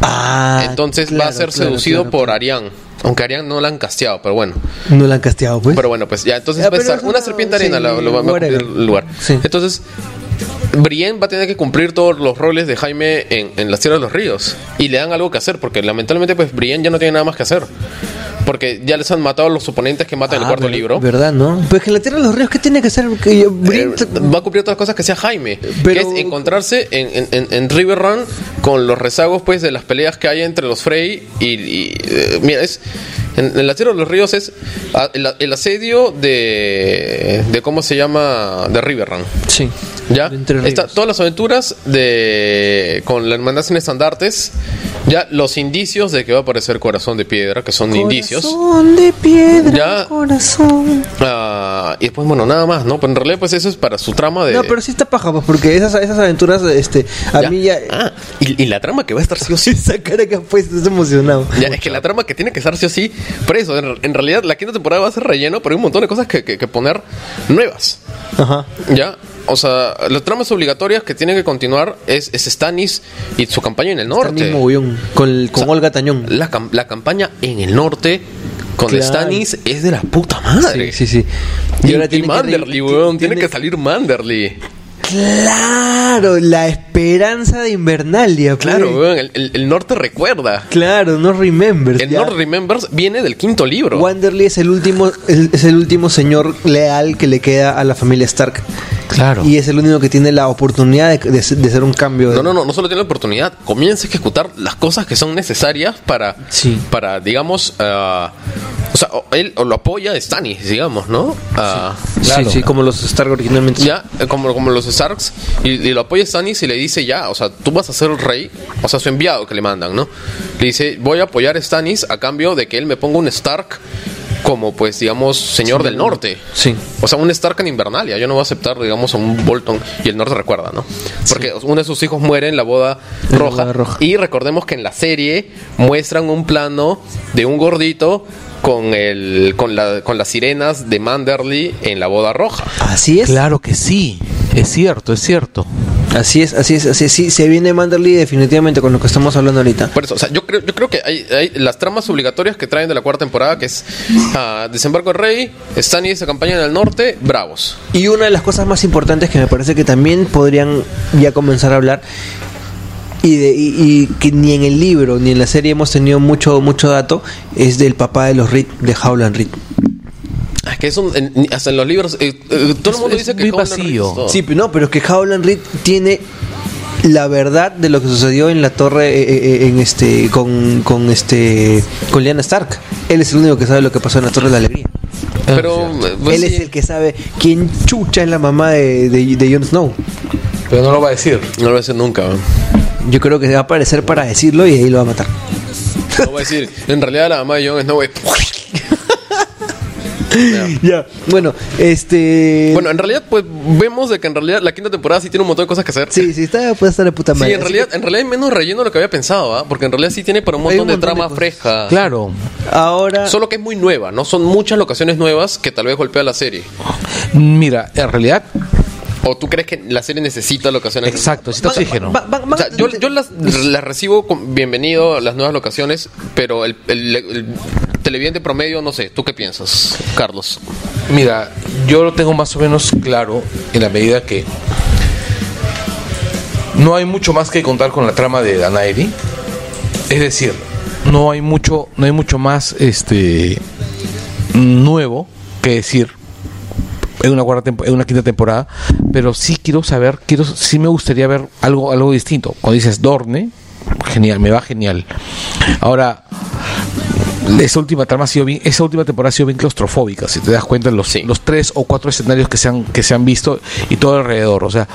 Ah, Entonces va a claro, ser claro, seducido claro, por claro. Arián. Aunque Arián no la han casteado, pero bueno. No la han casteado, pues. Pero bueno, pues ya, entonces Ya, va a pero estar eso una no- serpiente arena sí, la- lo va a cumplir whatever. el lugar. Sí. Entonces, Brienne va a tener que cumplir todos los roles de Jaime en, en las tierras de los ríos. Y le dan algo que hacer, porque lamentablemente pues Brienne ya no tiene nada más que hacer. Porque ya les han matado a los oponentes que matan en el Ah, cuarto ver- libro. ¿Verdad, no? Pues que en la Tierra de los Ríos, ¿qué tiene que hacer? Que yo- Eh, Brin- va a cumplir todas las cosas que sea Jaime. Pero- que es encontrarse en, en, en- en River Run con los rezagos pues de las peleas que hay entre los Frey y. y, eh, mira, es. En, en la Tierra de los Ríos es ah, el, el asedio de. de cómo se llama. de River Run. sí. ¿Ya? De Entre Está, Ríos. todas las aventuras de con la hermandad sin estandartes. Ya los indicios de que va a aparecer Corazón de Piedra, que son indicios. Corazón de piedra, Ya. corazón. Ah, y después, bueno, nada más, ¿no? Pero en realidad, pues eso es para su trama de. No, pero sí está paja, pues, porque esas, esas aventuras, este, a Ya. mí ya... Ah, y, y la trama que va a estar sí (laughs) o sí. Esa cara que has puesto, es emocionado. Ya, es que la trama que tiene que estar sí o sí. Por eso, en, en realidad, la quinta temporada va a ser relleno, pero hay un montón de cosas que, que- que poner nuevas. Ajá. Ya. O sea, las tramas obligatorias que tienen que continuar es, es Stannis y su campaña en el norte. Stanley Mogollón, con, el- con O sea, Olga Tañón. La, cam- la campaña en el norte con Claro. Stannis es de la puta madre. Sí, sí, sí. Y, ahora tiene re- Manderly, weón. Tiene, tiene- que salir Manderly. Claro, la esperanza de Invernalia. pues. Claro, weón. El, el- el norte recuerda. Claro, no remembers. El ya. North Remembers viene del quinto libro. Wanderly es el último el- es el último señor leal que le queda a la familia Stark. Claro. Y es el único que tiene la oportunidad de, de ser- de hacer un cambio. de- No, no, no, no solo tiene la oportunidad, comienza a ejecutar las cosas que son necesarias para, Sí. para digamos, ah, o sea, o- él o lo apoya Stannis, digamos, ¿no? Ah, Sí, sí, como los Stark originalmente. Ya, eh, como, como los Starks, y, y lo apoya Stannis y le dice ya, o sea, tú vas a ser el rey, o sea, su enviado que le mandan, ¿no? Le dice, voy a apoyar a Stannis a cambio de que él me ponga un Stark como, pues, digamos, señor del norte. Sí. O sea, un Stark en Invernalia. Yo no voy a aceptar, digamos, a un Bolton. Y el norte recuerda, ¿no? Porque uno de sus hijos muere en la boda la roja. boda roja. Y recordemos que en la serie muestran un plano de un gordito con, el, con, la- con las sirenas de Manderly en la boda roja. Así es. Claro que sí. Es cierto, es cierto. Así es, así es, así es. Sí, se viene Manderly definitivamente con lo que estamos hablando ahorita. Por eso, o sea, yo creo, yo creo que hay, hay las tramas obligatorias que traen de la cuarta temporada, que es ah, Desembarco del Rey, Stannis se acompañan al norte, bravos. Y una de las cosas más importantes que me parece que también podrían ya comenzar a hablar y, de- y- y que ni en el libro ni en la serie hemos tenido mucho mucho dato es del papá de los Reed, de Howland Reed. Ah, Que es un- en- hasta en los libros, eh, eh, todo el mundo es dice que muy Howland vacío. Reed es todo. Sí, pero no, pero es que Howland Reed tiene la verdad de lo que sucedió en la torre eh, eh, en este con, con este con Lyanna Stark. Él es el único que sabe lo que pasó en la Torre de la Alegría. Pero, eh, pues, Él sí. es el que sabe quién chucha es la mamá de, de, de Jon Snow. Pero no lo va a decir. No lo voy a hacer nunca. weón. (laughs) Yo creo que se va a aparecer para decirlo y ahí lo va a matar. No voy a decir, en realidad la mamá de Jon Snow es. Ya. Bueno, este. Bueno, en realidad, pues vemos de que en realidad la quinta temporada sí tiene un montón de cosas que hacer. Sí, sí, está, puede estar de puta Sí, madre. en realidad, en realidad hay menos relleno de lo que había pensado, ¿ah? Porque en realidad sí tiene para un Hay montón, un de montón de trama cosas. fresca. Claro. Ahora. Solo que es muy nueva, ¿no? Son muchas locaciones nuevas que tal vez golpea la serie. Mira, en realidad, ¿O tú crees que la serie necesita locaciones? exacto, necesita van- oxígeno. van- van- O sea, van- yo, yo las, las recibo con bienvenido las nuevas locaciones, pero el, el- el televidente promedio, no sé, ¿tú qué piensas, Carlos? Mira, yo lo tengo más o menos claro en la medida que no hay mucho más que contar con la trama de Danairi. Es decir, no hay mucho, no hay mucho más este nuevo que decir en una cuarta tempo- en una quinta temporada, pero sí quiero saber, quiero sí me gustaría ver algo algo distinto. Cuando dices Dorne, genial, me va genial. Ahora esa última trama ha sido bien, esa última temporada ha sido bien claustrofóbica, si te das cuenta los, Sí. los tres o cuatro escenarios que se han, que se han visto y todo alrededor. O sea,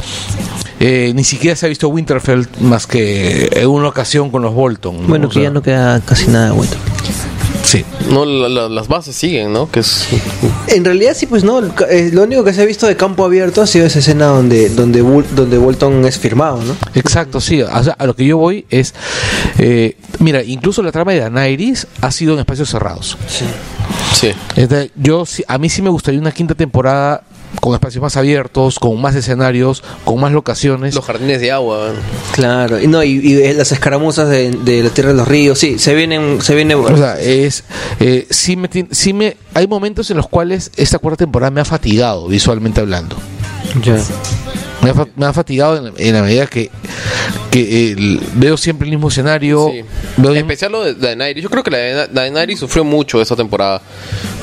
eh, ni siquiera se ha visto Winterfell más que en una ocasión con los Bolton. ¿no? Bueno, O que ya sea, no queda casi nada bueno. Sí. No, la- la- las bases siguen, ¿no? Que es En realidad sí, pues no. ca- eh, Lo único que se ha visto de campo abierto ha sido esa escena donde donde Bul- donde Bolton es firmado, ¿no? Exacto, sí. O sea, a lo que yo voy es. eh, mira, incluso la trama de Daenerys ha sido en espacios cerrados. sí. Entonces, yo sí- a mí sí me gustaría una quinta temporada con espacios más abiertos, con más escenarios, con más locaciones. Los jardines de agua. ¿no? Claro. Y no y, y las escaramuzas de, de la tierra de los ríos, sí, se vienen se viene O sea, es. eh, sí me, tien- sí me, hay momentos en los cuales esta cuarta temporada me ha fatigado, visualmente hablando. Me ha, fa- me ha fatigado en, en la medida que, que el- veo siempre el mismo escenario. Sí. Oh, veo- En especial lo de Daenerys. Yo creo que la de- Daenerys sufrió mucho esta temporada.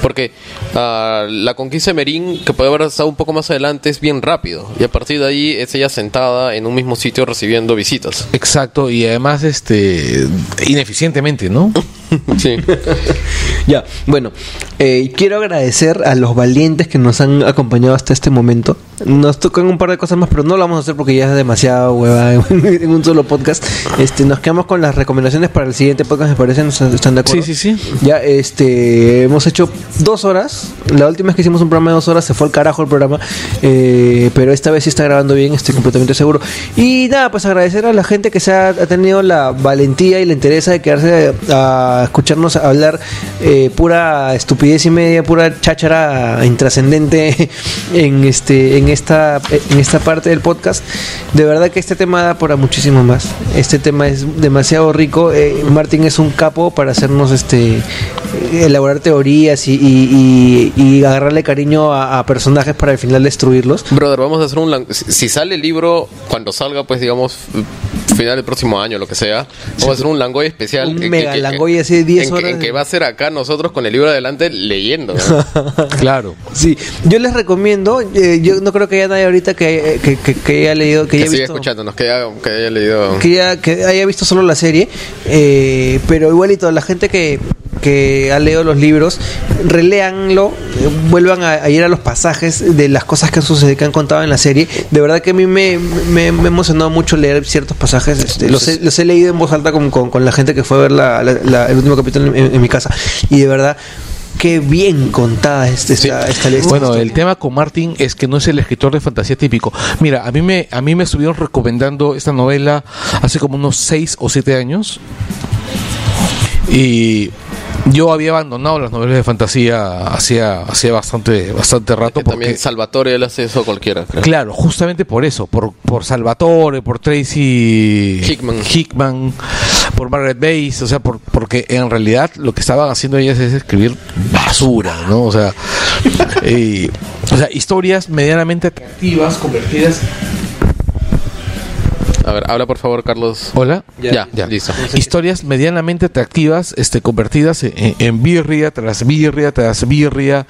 Porque ah, la conquista de Merín, que puede haber estado un poco más adelante, es bien rápido. Y a partir de ahí es ella sentada en un mismo sitio recibiendo visitas. (laughs) Exacto, y además este ineficientemente, ¿no? Sí. Ya, bueno, eh, quiero agradecer a los valientes que nos han acompañado hasta este momento. Nos tocan un par de cosas más, pero no lo vamos a hacer porque ya es demasiado hueva (laughs) en, en un solo podcast. Este, nos quedamos con las recomendaciones para el siguiente podcast, me parece, ¿Nos- ¿están de acuerdo? Sí, sí, sí. Ya, este, hemos hecho dos horas. La última vez que hicimos un programa de dos horas se fue al carajo el programa. Eh, pero esta vez sí está grabando bien, estoy completamente seguro. Y nada, pues agradecer a la gente que se ha, ha tenido la valentía y la interés de quedarse a, escucharnos hablar eh, pura estupidez y media, pura cháchara intrascendente (laughs) en este, en esta, en esta parte del podcast. De verdad que este tema da para muchísimo más. Este tema es demasiado rico. Eh, Martín es un capo para hacernos este elaborar teorías y, y- y- y agarrarle cariño a, a personajes para al final destruirlos. Brother, vamos a hacer un... lan- Si si sale el libro, cuando salga, pues digamos, final del próximo año, lo que sea, vamos a hacer un langoy especial. Un en- en mega que- langoy así de 10 en que- horas. En que va a ser acá nosotros con el libro adelante leyendo. (laughs) ¿no? Claro. Sí, yo les recomiendo, eh, yo no creo que haya nadie ahorita que, eh, que, que- que haya leído, que que, haya siga visto... escuchándonos, que haya, que haya leído... que ya que haya visto solo la serie, eh, pero igualito, la gente que, que ha leído los libros, releanlo, eh, vuelvan a, a ir a los pasajes de las cosas que han sucedido, que han contado en la serie. De verdad que a mí me, me, me ha emocionado mucho leer ciertos pasajes, este, los, he, los he leído en voz alta con, con, con la gente que fue a ver la- la- la- el último capítulo en, en mi casa, y de verdad... Qué bien contada es- esta, esta, esta Bueno, historia. el tema con Martin es que no es el escritor de fantasía típico. Mira, a mí me a mí me estuvieron recomendando esta novela hace como unos seis o siete años y yo había abandonado las novelas de fantasía hacía hacía bastante bastante rato Que también porque Salvatore él hace eso a cualquiera. creo. Claro, justamente por eso, por, por Salvatore, por Tracy Hickman. Hickman, por Margaret Bates, o sea, por, porque en realidad lo que estaban haciendo ellas es escribir basura, ¿no? (laughs) O sea, eh, o sea historias medianamente atractivas, convertidas... A ver, habla por favor, Carlos. Hola. Ya, ya, listo. Historias medianamente atractivas, este, convertidas en, en birria tras birria tras birria.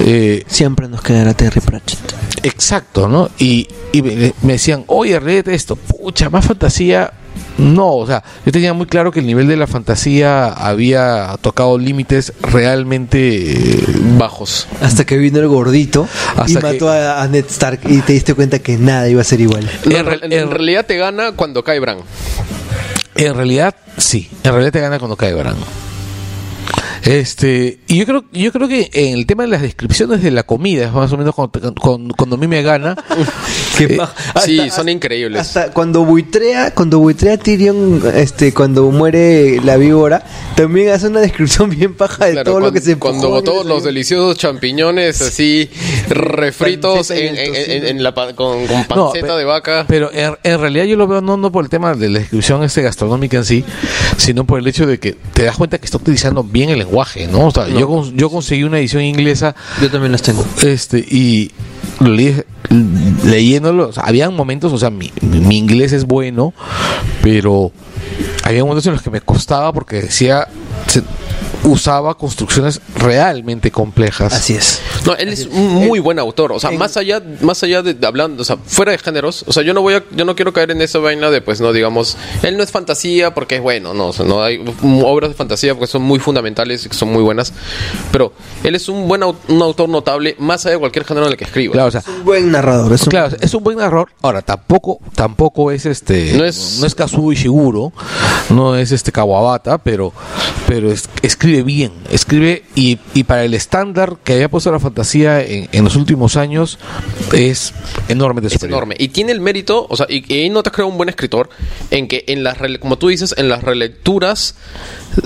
Eh, Siempre nos quedará Terry Pratchett. Exacto, ¿no? Y, y me me decían, oye, léete esto. Pucha, más fantasía. No, o sea, yo tenía muy claro que el nivel de la fantasía había tocado límites realmente eh, bajos. Hasta que vino el gordito y Hasta que- mató a, a Ned Stark y te diste cuenta que nada iba a ser igual. No, En en, real- en realidad te gana cuando cae Bran. En realidad, sí. En realidad te gana cuando cae verano. Este, y yo creo, yo creo que en el tema de las descripciones de la comida, es más o menos cuando, cuando- cuando a mí me gana, Qué eh, paja. sí, Hasta- son increíbles. Ah, Hasta cuando buitrea, cuando buitrea Tyrion, este, cuando muere la víbora, también hace una descripción (laughs) bien paja de Claro, todo lo cuando, que se cuando empujó, botó que los se- deliciosos champiñones así refritos Panceta y en, el en- tocino. en la pa- con, con No, panceta pe- de vaca. Pero en, en realidad yo lo veo no, no por el tema de la descripción este gastronómica en sí, sino por el hecho de que te das cuenta que está utilizando bien el lenguaje, ¿no? O sea, Yo, cons- yo conseguí una edición inglesa Yo también las tengo. este y lo leí- leyéndolo, o sea, habían momentos, o sea, mi, mi inglés es bueno, pero había momentos en los que me costaba porque decía, se- usaba construcciones realmente complejas. Así es. No, él es un muy buen autor. O sea, en- más allá, más allá de, de hablando, o sea, fuera de géneros. O sea, yo no voy a, yo no quiero caer en esa vaina de, pues, no digamos, él no es fantasía porque es bueno, no, o sea, no hay mm, obras de fantasía porque son muy fundamentales y que son muy buenas. Pero él es un buen au- un autor notable más allá de cualquier género en el que escriba. Claro, o sea, Un buen narrador, es un- Claro, es un buen error. Ahora, tampoco, tampoco es este. No No es- es, no es Kazuo Ishiguro, no es este Kawabata, pero, pero es- escribe bien. Escribe y, y para el estándar que había puesto la fantasía en, en los últimos años, es enormemente Es superior. enorme. Y tiene el mérito, o sea, y, y ahí no te creo un buen escritor, en que en las, rele- como tú dices, en las relecturas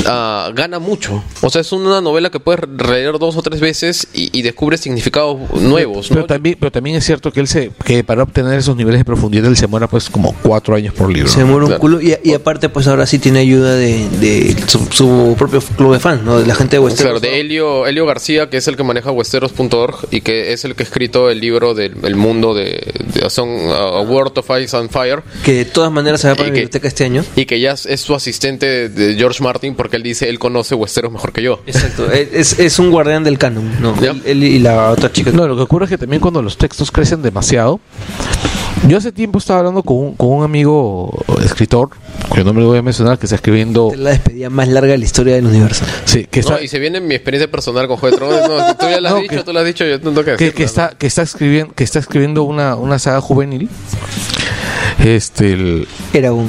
ah, gana mucho. O sea, es una novela que puedes releer dos o tres veces y, y descubres significados nuevos. Pero ¿no? también, pero también es cierto que él se, que para obtener esos niveles de profundidad él se muera pues como cuatro años por libro. Se muere un Claro. culo. Y, y aparte, pues ahora sí tiene ayuda de, de su, su propio club de fans, ¿no? De la gente de Claro, Westeros. de Helio, Helio García, que es el que maneja Westeros.org y que es el que ha escrito el libro del el mundo de, de- son, uh, A World of Ice and Fire. Que de todas maneras se va para Y la que- biblioteca este año. Y que ya es, es su asistente de, de George Martin porque él dice, él conoce Westeros mejor que yo. Exacto. e, es, es un guardián del canon, ¿no? Ya. Él, él y la otra chica. No, lo que ocurre es que también cuando los textos crecen demasiado. Yo hace tiempo estaba hablando con un, con un amigo escritor, cuyo nombre lo voy a mencionar, que está escribiendo. Es la despedida más larga de la historia del universo. Sí, que está, No, y se viene mi experiencia personal con Juego de Tronos. No, tú ya lo has No, dicho, que- tú lo has dicho, yo no tengo que que, decir que nada. está, que está escribiendo, que está escribiendo una, una saga juvenil. Este, el- Era un.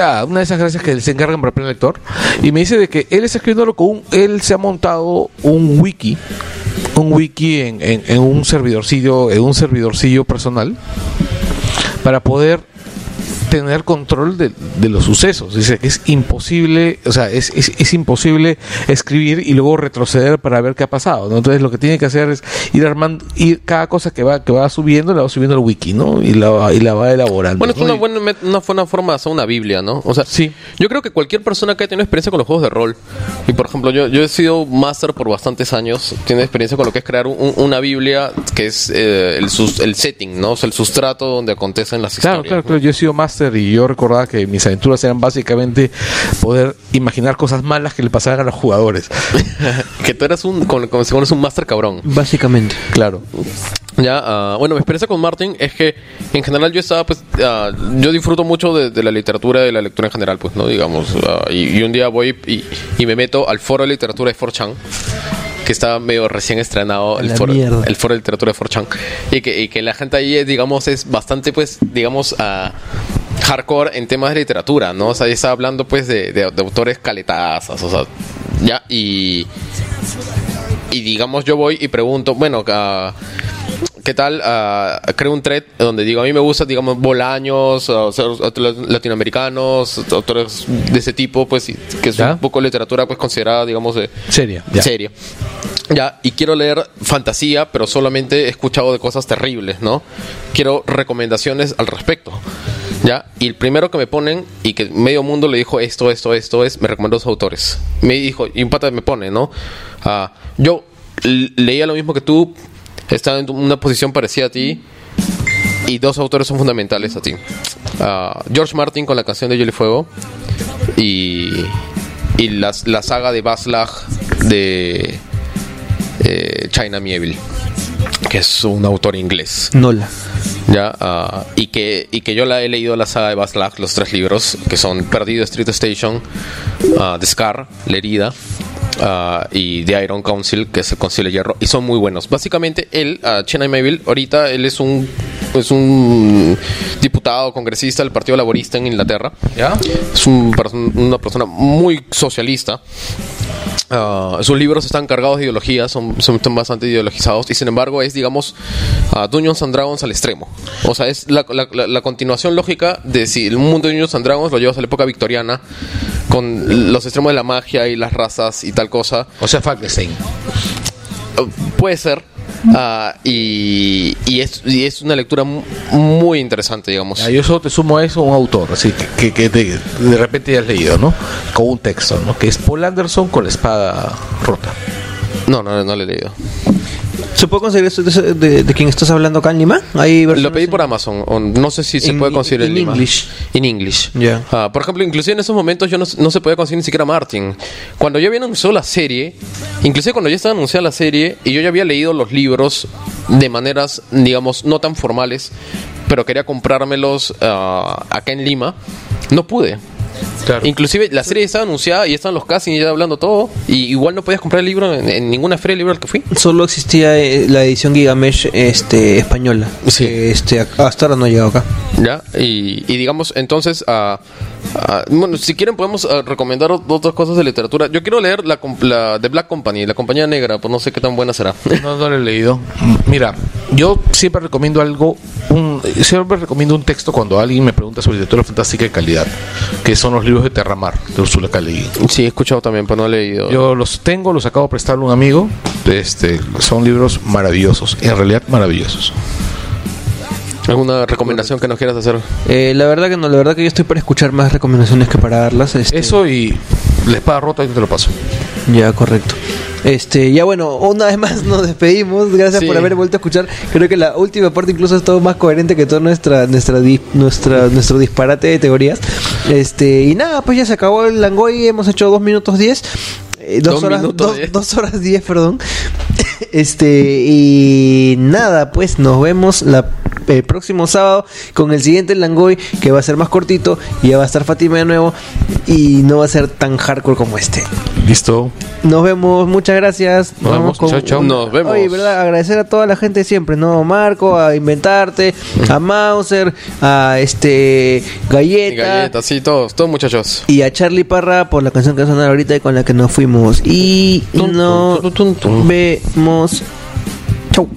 ah, una de esas gracias que se encargan para el plan lector. Y me dice de que él está escribiéndolo con un. Él se ha montado un wiki. Un wiki en, en- en un servidorcillo, en un servidorcillo personal. Para poder tener control de, de los sucesos. Dice que es imposible, o sea, es, es- es imposible escribir y luego retroceder para ver qué ha pasado. ¿no? Entonces lo que tiene que hacer es ir armando, ir cada cosa que va, que va subiendo, la va subiendo al wiki, ¿no? Y la, va- y la va elaborando. Bueno, es ¿no? una Y- buena, met- una buena forma de hacer una Biblia, ¿no? O sea, Sí. yo creo que cualquier persona que haya tenido experiencia con los juegos de rol, y por ejemplo, yo, yo he sido máster por bastantes años, tiene experiencia con lo que es crear un- una Biblia que es eh, el, sus- el setting, ¿no? O sea, el sustrato donde acontecen las Claro, historias. claro, claro. Yo he sido máster y yo recordaba que mis aventuras eran básicamente poder imaginar cosas malas que le pasaran a los jugadores. (laughs) que tú eras un, como, como se conoce, un máster cabrón. Básicamente. Claro. Ya, ah, bueno, mi experiencia con Martin es que en general yo estaba, pues, ah, yo disfruto mucho de, de la literatura, de la lectura en general, pues, ¿no? Digamos, ah, y, y un día voy y, y me meto al foro de literatura de 4chan, que estaba medio recién estrenado el la foro, mierda. el foro de literatura de 4chan, y que, y que la gente ahí, eh, digamos, es bastante, pues, digamos, ah, hardcore en temas de literatura, ¿no? O sea, ya estaba hablando, pues, de, de- de autores caletazas, o sea, ya, y... Y digamos, yo voy y pregunto, bueno, ah, ¿Qué tal? Ah, creo un thread donde digo, a mí me gusta, digamos, Bolaños, ah, o sea, otros latinoamericanos, autores de ese tipo, pues, y- que es ¿Ya? un poco literatura, pues, considerada, digamos, de, Seria. en serio. Ya, y quiero leer fantasía, pero solamente he escuchado de cosas terribles, ¿no? Quiero recomendaciones al respecto. Ya, y el primero que me ponen y que medio mundo le dijo esto, esto, esto es, me recomendó dos autores. Me dijo, y un pata me pone, ¿no? Ah, yo l- leía lo mismo que tú, estaba en una posición parecida a ti, y dos autores son fundamentales a ti. Ah, George Martin con la canción de Yo y Fuego y, y las- la, saga de Baslag de eh, China Mieville, que es un autor inglés. Nola. ¿ya? Ah, y, que, y que yo la he leído la saga de Baslag, los tres libros, que son Perdido Street Station, ah, The Scar, La Herida. ah, y The Iron Council, que es el Concilio de Hierro, y son muy buenos. Básicamente, él, ah, China Mayville, ahorita él es pues, un, es un diputado, congresista del Partido Laborista en Inglaterra. ¿Ya? Es un perso- una persona muy socialista. Ah, sus libros están cargados de ideología, son, son están bastante ideologizados y sin embargo es, digamos, a Dungeons and Dragons al extremo. O sea, es la, la- la- la continuación lógica de si el mundo de Dungeons and Dragons lo llevas a la época victoriana con los extremos de la magia y las razas y tal cosa. O sea, Falkenstein. Uh, puede ser. Ah, y, y es, y es una lectura mu- muy interesante, digamos. Ya, yo solo te sumo a eso un autor, así que, que- que te- de repente ya has leído, ¿no? Con un texto, ¿no? Que es Paul Anderson con la espada rota. No, no, no lo he leído. ¿Se puede conseguir eso de, de- de quien estás hablando acá en Lima? Ahí Lo pedí por Amazon. o no sé si se In- puede conseguir en in Lima. English. In English. Ya. Ah, por ejemplo, inclusive en esos momentos yo no, no se podía conseguir ni siquiera Martin. Cuando ya había anunciado la serie, inclusive cuando ya estaba anunciada la serie y yo ya había leído los libros de maneras, digamos, no tan formales, pero quería comprármelos ah, acá en Lima, no pude. Inclusive la serie ya estaba anunciada y ya estaban los castings ya hablando todo y igual no podías comprar el libro en, en ninguna feria de libro al que fui. Solo existía eh, la edición Gigamesh este, española. Sí. Que, Este, ac- hasta ahora no ha llegado acá. ¿Ya? Y, y digamos, entonces, ah, ah, bueno, si quieren podemos ah, recomendar ot- otras cosas de literatura. Yo quiero leer la, com- la de Black Company, la compañía negra, pues no sé qué tan buena será. No, no lo he leído. Mira, yo siempre recomiendo algo, un, siempre recomiendo un texto cuando alguien me pregunta sobre literatura fantástica de calidad, que son los libros de Terramar, de Ursula K. Le Guin. sí, he escuchado también, pero no he leído. Yo los tengo, los acabo de prestarle a un amigo. Este, son libros maravillosos, en realidad maravillosos. ¿Alguna recomendación que nos quieras hacer? Eh, la verdad que no, la verdad que yo estoy para escuchar más recomendaciones que para darlas. este, Eso y la espada rota, yo te lo paso. Ya, correcto. Este, ya bueno, una vez más nos despedimos. Gracias Sí. por haber vuelto a escuchar. Creo que la última parte incluso ha estado más coherente que toda nuestra, nuestra, dis- nuestra, nuestro disparate de teorías. Este, y nada, pues ya se acabó el Langoy, hemos hecho dos minutos 10. eh, dos, Dos horas, minutos dos- diez. dos horas 10, perdón. (laughs) Este, y nada, pues nos vemos la, el próximo sábado con el siguiente Langoy, que va a ser más cortito, y ya va a estar Fátima de nuevo, y no va a ser tan hardcore como este. Listo. Nos vemos, muchas gracias. Nos vemos, chao, chao. Nos vemos. Oye, verdad, agradecer a toda la gente de siempre, ¿no? Marco, a Inventarte, a Mauser, a este Galleta, Galletas, sí, todos, todos muchachos. y a Charlie Parra por la canción que va a sonar ahorita y con la que nos fuimos. Y Tum, nos tum, tum, tum, tum. vemos. Chau.